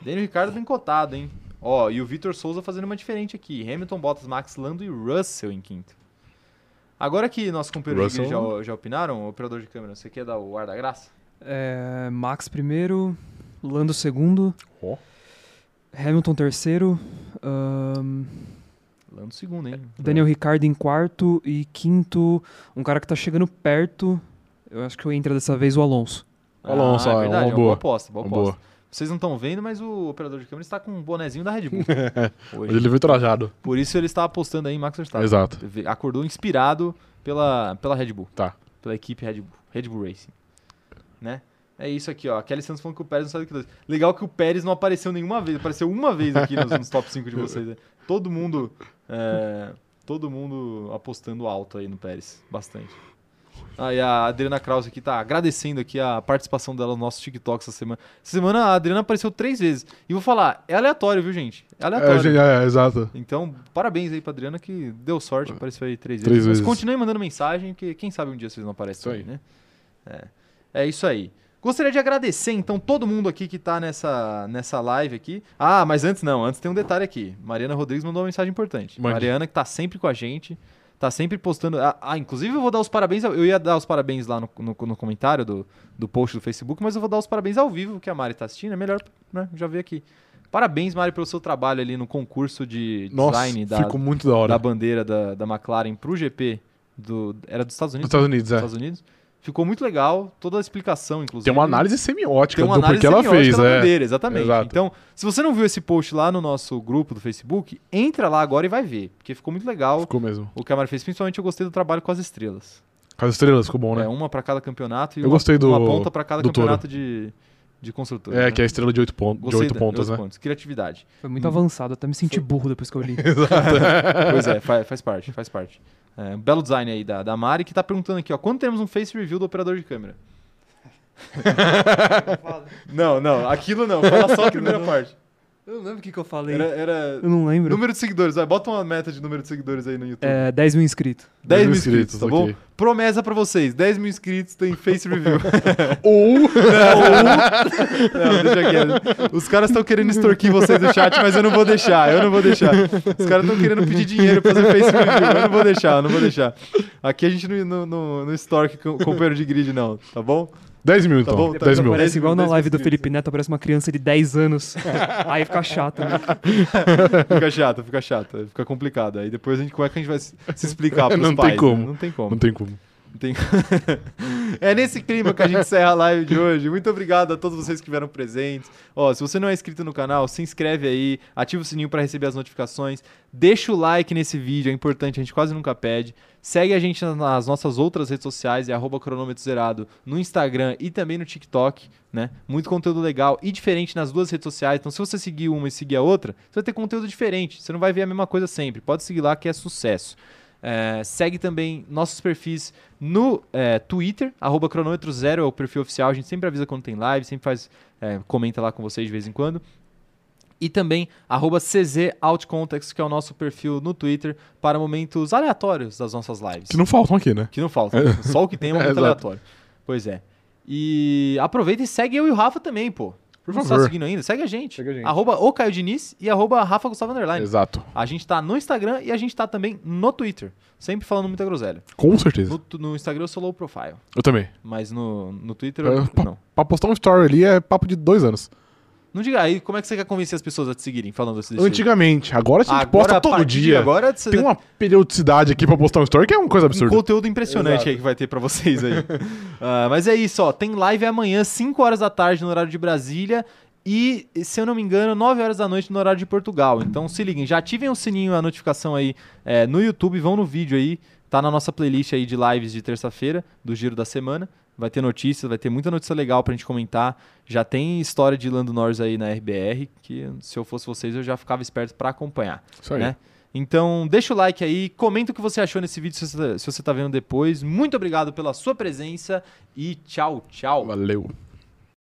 [SPEAKER 1] Daniel Ricardo bem cotado, hein? Ó, e o Vitor Souza fazendo uma diferente aqui. Hamilton, Bottas, Max, Lando e Russell em quinto. Agora que nossos companheiros de
[SPEAKER 2] Russell-
[SPEAKER 1] grid já, já opinaram, operador de câmera, você quer dar o ar da graça?
[SPEAKER 3] É, Max primeiro, Lando segundo,
[SPEAKER 2] Ó.
[SPEAKER 3] Hamilton terceiro, ahn,
[SPEAKER 1] Lando segundo, hein?
[SPEAKER 3] Daniel Ricciardo em quarto e quinto, um cara que tá chegando perto, eu acho que entra dessa vez o Alonso.
[SPEAKER 1] Ah,
[SPEAKER 2] Alonso,
[SPEAKER 1] é
[SPEAKER 2] ó,
[SPEAKER 1] verdade,
[SPEAKER 2] uma
[SPEAKER 1] é
[SPEAKER 2] boa.
[SPEAKER 1] aposta, boa
[SPEAKER 2] Uma
[SPEAKER 1] aposta.
[SPEAKER 2] boa.
[SPEAKER 1] Vocês não estão vendo, mas o operador de câmera está com um bonezinho da
[SPEAKER 2] (laughs)
[SPEAKER 1] Red Bull.
[SPEAKER 2] Mas
[SPEAKER 1] hoje.
[SPEAKER 2] ele veio trajado.
[SPEAKER 1] Por isso ele está apostando aí em Max Verstappen.
[SPEAKER 2] Exato.
[SPEAKER 1] Acordou inspirado pela, pela Red Bull.
[SPEAKER 2] Tá.
[SPEAKER 1] Pela equipe Red Bull, Red Bull Racing. Né? É isso aqui, ó. A Kelly Santos falando que o Pérez não sai do Q2. Legal que o Pérez não apareceu nenhuma vez. Apareceu uma vez aqui nos, nos top
[SPEAKER 2] (laughs)
[SPEAKER 1] 5 de vocês. né? Todo mundo... é, todo mundo apostando alto aí no Pérez. Bastante. Ah, e a Adriana Krause aqui tá agradecendo aqui a participação dela no nosso TikTok essa semana. Essa semana a Adriana apareceu três vezes. E vou falar, é aleatório, viu, gente? É
[SPEAKER 2] É,
[SPEAKER 1] aleatório.
[SPEAKER 2] gente, é, é, exato.
[SPEAKER 1] Então, parabéns aí pra Adriana que deu sorte, apareceu aí três,
[SPEAKER 2] Ah, Três
[SPEAKER 1] vezes. Mas
[SPEAKER 2] vezes.
[SPEAKER 1] continue mandando mensagem, que quem sabe um dia vocês não aparecem
[SPEAKER 2] Isso
[SPEAKER 1] aí,
[SPEAKER 2] aí.
[SPEAKER 1] né? É. É isso aí. Gostaria de agradecer, então, todo mundo aqui que tá nessa, nessa live aqui. Ah, mas antes não, antes tem um detalhe aqui. Mariana Rodrigues mandou uma mensagem importante.
[SPEAKER 2] Mande.
[SPEAKER 1] Mariana que tá sempre com a gente, tá sempre postando. Ah, ah, inclusive eu vou dar os parabéns, ao- eu ia dar os parabéns lá no, no, no comentário do, do post do Facebook, mas eu vou dar os parabéns ao vivo, que a Mari tá assistindo, é melhor, né? Já veio aqui. Parabéns, Mari, pelo seu trabalho ali no concurso de
[SPEAKER 2] Nossa,
[SPEAKER 1] design da,
[SPEAKER 2] ficou muito da hora.
[SPEAKER 1] da bandeira da, da McLaren pro GP do. Era dos Estados
[SPEAKER 2] Dos
[SPEAKER 1] Unidos?
[SPEAKER 2] Estados Unidos,
[SPEAKER 1] Dos
[SPEAKER 2] é.
[SPEAKER 1] Estados Unidos. Ficou muito legal, toda a explicação, inclusive.
[SPEAKER 2] Tem uma análise semiótica
[SPEAKER 1] Tem uma
[SPEAKER 2] do
[SPEAKER 1] análise
[SPEAKER 2] porquê ela
[SPEAKER 1] semiótica
[SPEAKER 2] fez,
[SPEAKER 1] da
[SPEAKER 2] é.
[SPEAKER 1] bandeira, exatamente.
[SPEAKER 2] Exato.
[SPEAKER 1] Então, se você não viu esse post lá no nosso grupo do Facebook, entra lá agora e vai ver, porque ficou muito legal
[SPEAKER 2] Ficou mesmo.
[SPEAKER 1] o que a Mari fez. Principalmente eu gostei do trabalho com as estrelas.
[SPEAKER 2] Com as estrelas, ficou bom,
[SPEAKER 1] É,
[SPEAKER 2] né?
[SPEAKER 1] uma pra cada campeonato e
[SPEAKER 2] Eu
[SPEAKER 1] uma,
[SPEAKER 2] gostei do-
[SPEAKER 1] uma ponta pra cada
[SPEAKER 2] do touro.
[SPEAKER 1] campeonato de, de construtor.
[SPEAKER 2] É, que é a estrela de oito pontos, de
[SPEAKER 1] né? Gostei
[SPEAKER 2] oito
[SPEAKER 1] da-
[SPEAKER 2] pontas,
[SPEAKER 1] oito
[SPEAKER 2] né?
[SPEAKER 1] pontos. Criatividade.
[SPEAKER 3] Foi muito avançado, até me senti burro depois que
[SPEAKER 1] (laughs)
[SPEAKER 3] eu li.
[SPEAKER 2] né? (laughs)
[SPEAKER 1] Pois é, fa- faz parte, faz parte. É, um belo design aí da, da Mari, que tá perguntando aqui, ó. Quando teremos um face review do operador de (laughs) câmera? não, não, aquilo não. Fala só a primeira parte.
[SPEAKER 3] Eu não lembro o que, que eu falei.
[SPEAKER 1] Era, era
[SPEAKER 3] Eu não lembro.
[SPEAKER 1] número um. de seguidores, vai, bota uma meta de número de seguidores aí no YouTube.
[SPEAKER 3] É, 10 mil inscritos.
[SPEAKER 1] 10 mil
[SPEAKER 2] Mil inscritos,
[SPEAKER 1] inscritos, tá bom?
[SPEAKER 2] ok.
[SPEAKER 1] Promessa pra vocês, 10 mil inscritos tem face review.
[SPEAKER 2] É.
[SPEAKER 1] (laughs) Uh!
[SPEAKER 2] Ou.
[SPEAKER 1] um. Não, deixa quieto. Os caras estão querendo extorquir vocês do chat, mas eu não vou deixar, eu não vou deixar. Os caras estão querendo pedir dinheiro pra fazer face review, eu não vou deixar, eu não vou deixar. Aqui a gente não, não, não, não extorque com- companheiro de grid não, tá bom?
[SPEAKER 2] 10 mil,
[SPEAKER 1] Tá bom,
[SPEAKER 2] então.
[SPEAKER 1] tá
[SPEAKER 2] 10
[SPEAKER 1] bom.
[SPEAKER 2] mil.
[SPEAKER 3] Parece igual na
[SPEAKER 1] 10 mil
[SPEAKER 3] live do
[SPEAKER 1] inscritos,
[SPEAKER 3] Felipe Neto, parece uma criança de 10
[SPEAKER 1] (laughs)
[SPEAKER 3] anos. Aí fica chato, né?
[SPEAKER 1] Fica chato, fica chato, fica complicado. Aí depois a gente, como é que a gente vai se se explicar pros
[SPEAKER 2] (laughs) Não tem
[SPEAKER 1] pais? né?
[SPEAKER 2] como.
[SPEAKER 1] Não tem como.
[SPEAKER 2] Não tem como.
[SPEAKER 1] Tem- (laughs) é nesse clima que a gente encerra a live de hoje. Muito obrigado a todos vocês que estiveram presentes. Ó, se você não é inscrito no canal, se inscreve aí, ativa o sininho para receber as notificações, deixa o like nesse vídeo, é importante, a gente quase nunca pede. Segue a gente nas nossas outras redes sociais, é arroba cronômetro zerado no Instagram e também no TikTok, né? Muito conteúdo legal e diferente nas duas redes sociais. Então, se você seguir uma e seguir a outra, você vai ter conteúdo diferente. Você não vai ver a mesma coisa sempre. Pode seguir lá que é sucesso. É, segue também nossos perfis no é, Twitter, arroba cronômetro zero é o perfil oficial. A gente sempre avisa quando tem live, sempre faz, é, comenta lá com vocês de vez em quando. E também arroba CZ Outcontext, que é o nosso perfil no Twitter, para momentos aleatórios das nossas lives.
[SPEAKER 2] Que não faltam aqui, né?
[SPEAKER 1] Que não
[SPEAKER 2] (laughs)
[SPEAKER 1] falta. Só o que tem é um
[SPEAKER 2] É,
[SPEAKER 1] momento
[SPEAKER 2] exato.
[SPEAKER 1] aleatório. Pois é. E aproveita e segue eu e o Rafa também, pô.
[SPEAKER 2] Por
[SPEAKER 1] Não
[SPEAKER 2] favor.
[SPEAKER 1] tá seguindo ainda? Segue a gente.
[SPEAKER 2] Segue a gente.
[SPEAKER 1] Arroba o Caio Diniz e arroba Rafa Gustavo Underline.
[SPEAKER 2] Exato.
[SPEAKER 1] A gente tá no Instagram e a gente tá também no Twitter. Sempre falando muita groselha.
[SPEAKER 2] Com certeza.
[SPEAKER 1] No, tu- no Instagram eu sou low profile,
[SPEAKER 2] Eu também.
[SPEAKER 1] mas no, no Twitter
[SPEAKER 2] É,
[SPEAKER 1] eu,
[SPEAKER 2] pá.
[SPEAKER 1] não.
[SPEAKER 2] Pra postar um story ali é papo de dois anos.
[SPEAKER 1] Não diga aí, como é que você quer convencer as pessoas a te seguirem falando assim?
[SPEAKER 2] Antigamente. Agora a gente
[SPEAKER 1] Agora,
[SPEAKER 2] posta
[SPEAKER 1] a
[SPEAKER 2] todo
[SPEAKER 1] partir de
[SPEAKER 2] dia.
[SPEAKER 1] Agora você tá
[SPEAKER 2] Tem um uma periodicidade aqui pra postar um story que é uma coisa
[SPEAKER 1] um
[SPEAKER 2] absurda.
[SPEAKER 1] conteúdo impressionante
[SPEAKER 2] Exato.
[SPEAKER 1] aí que vai ter pra vocês aí. Ah, mas é isso, ó. Tem live amanhã, 5 horas da tarde, no horário de Brasília. E, se eu não me engano, 9 horas da noite no horário de Portugal. Então se liguem, já ativem o sininho, a notificação aí é, no YouTube, vão no vídeo aí. Tá na nossa playlist aí de lives de terça-feira, do Giro da Semana. Vai ter notícias, vai ter muita notícia legal pra gente comentar. Já tem história de Lando Norris aí na RBR, que se eu fosse vocês eu já ficava esperto pra acompanhar.
[SPEAKER 2] Isso aí.
[SPEAKER 1] né? Então, deixa o like aí, comenta o que você achou nesse vídeo se tá você, se você tá vendo depois. Muito obrigado pela sua presença e tchau, tchau.
[SPEAKER 2] Valeu.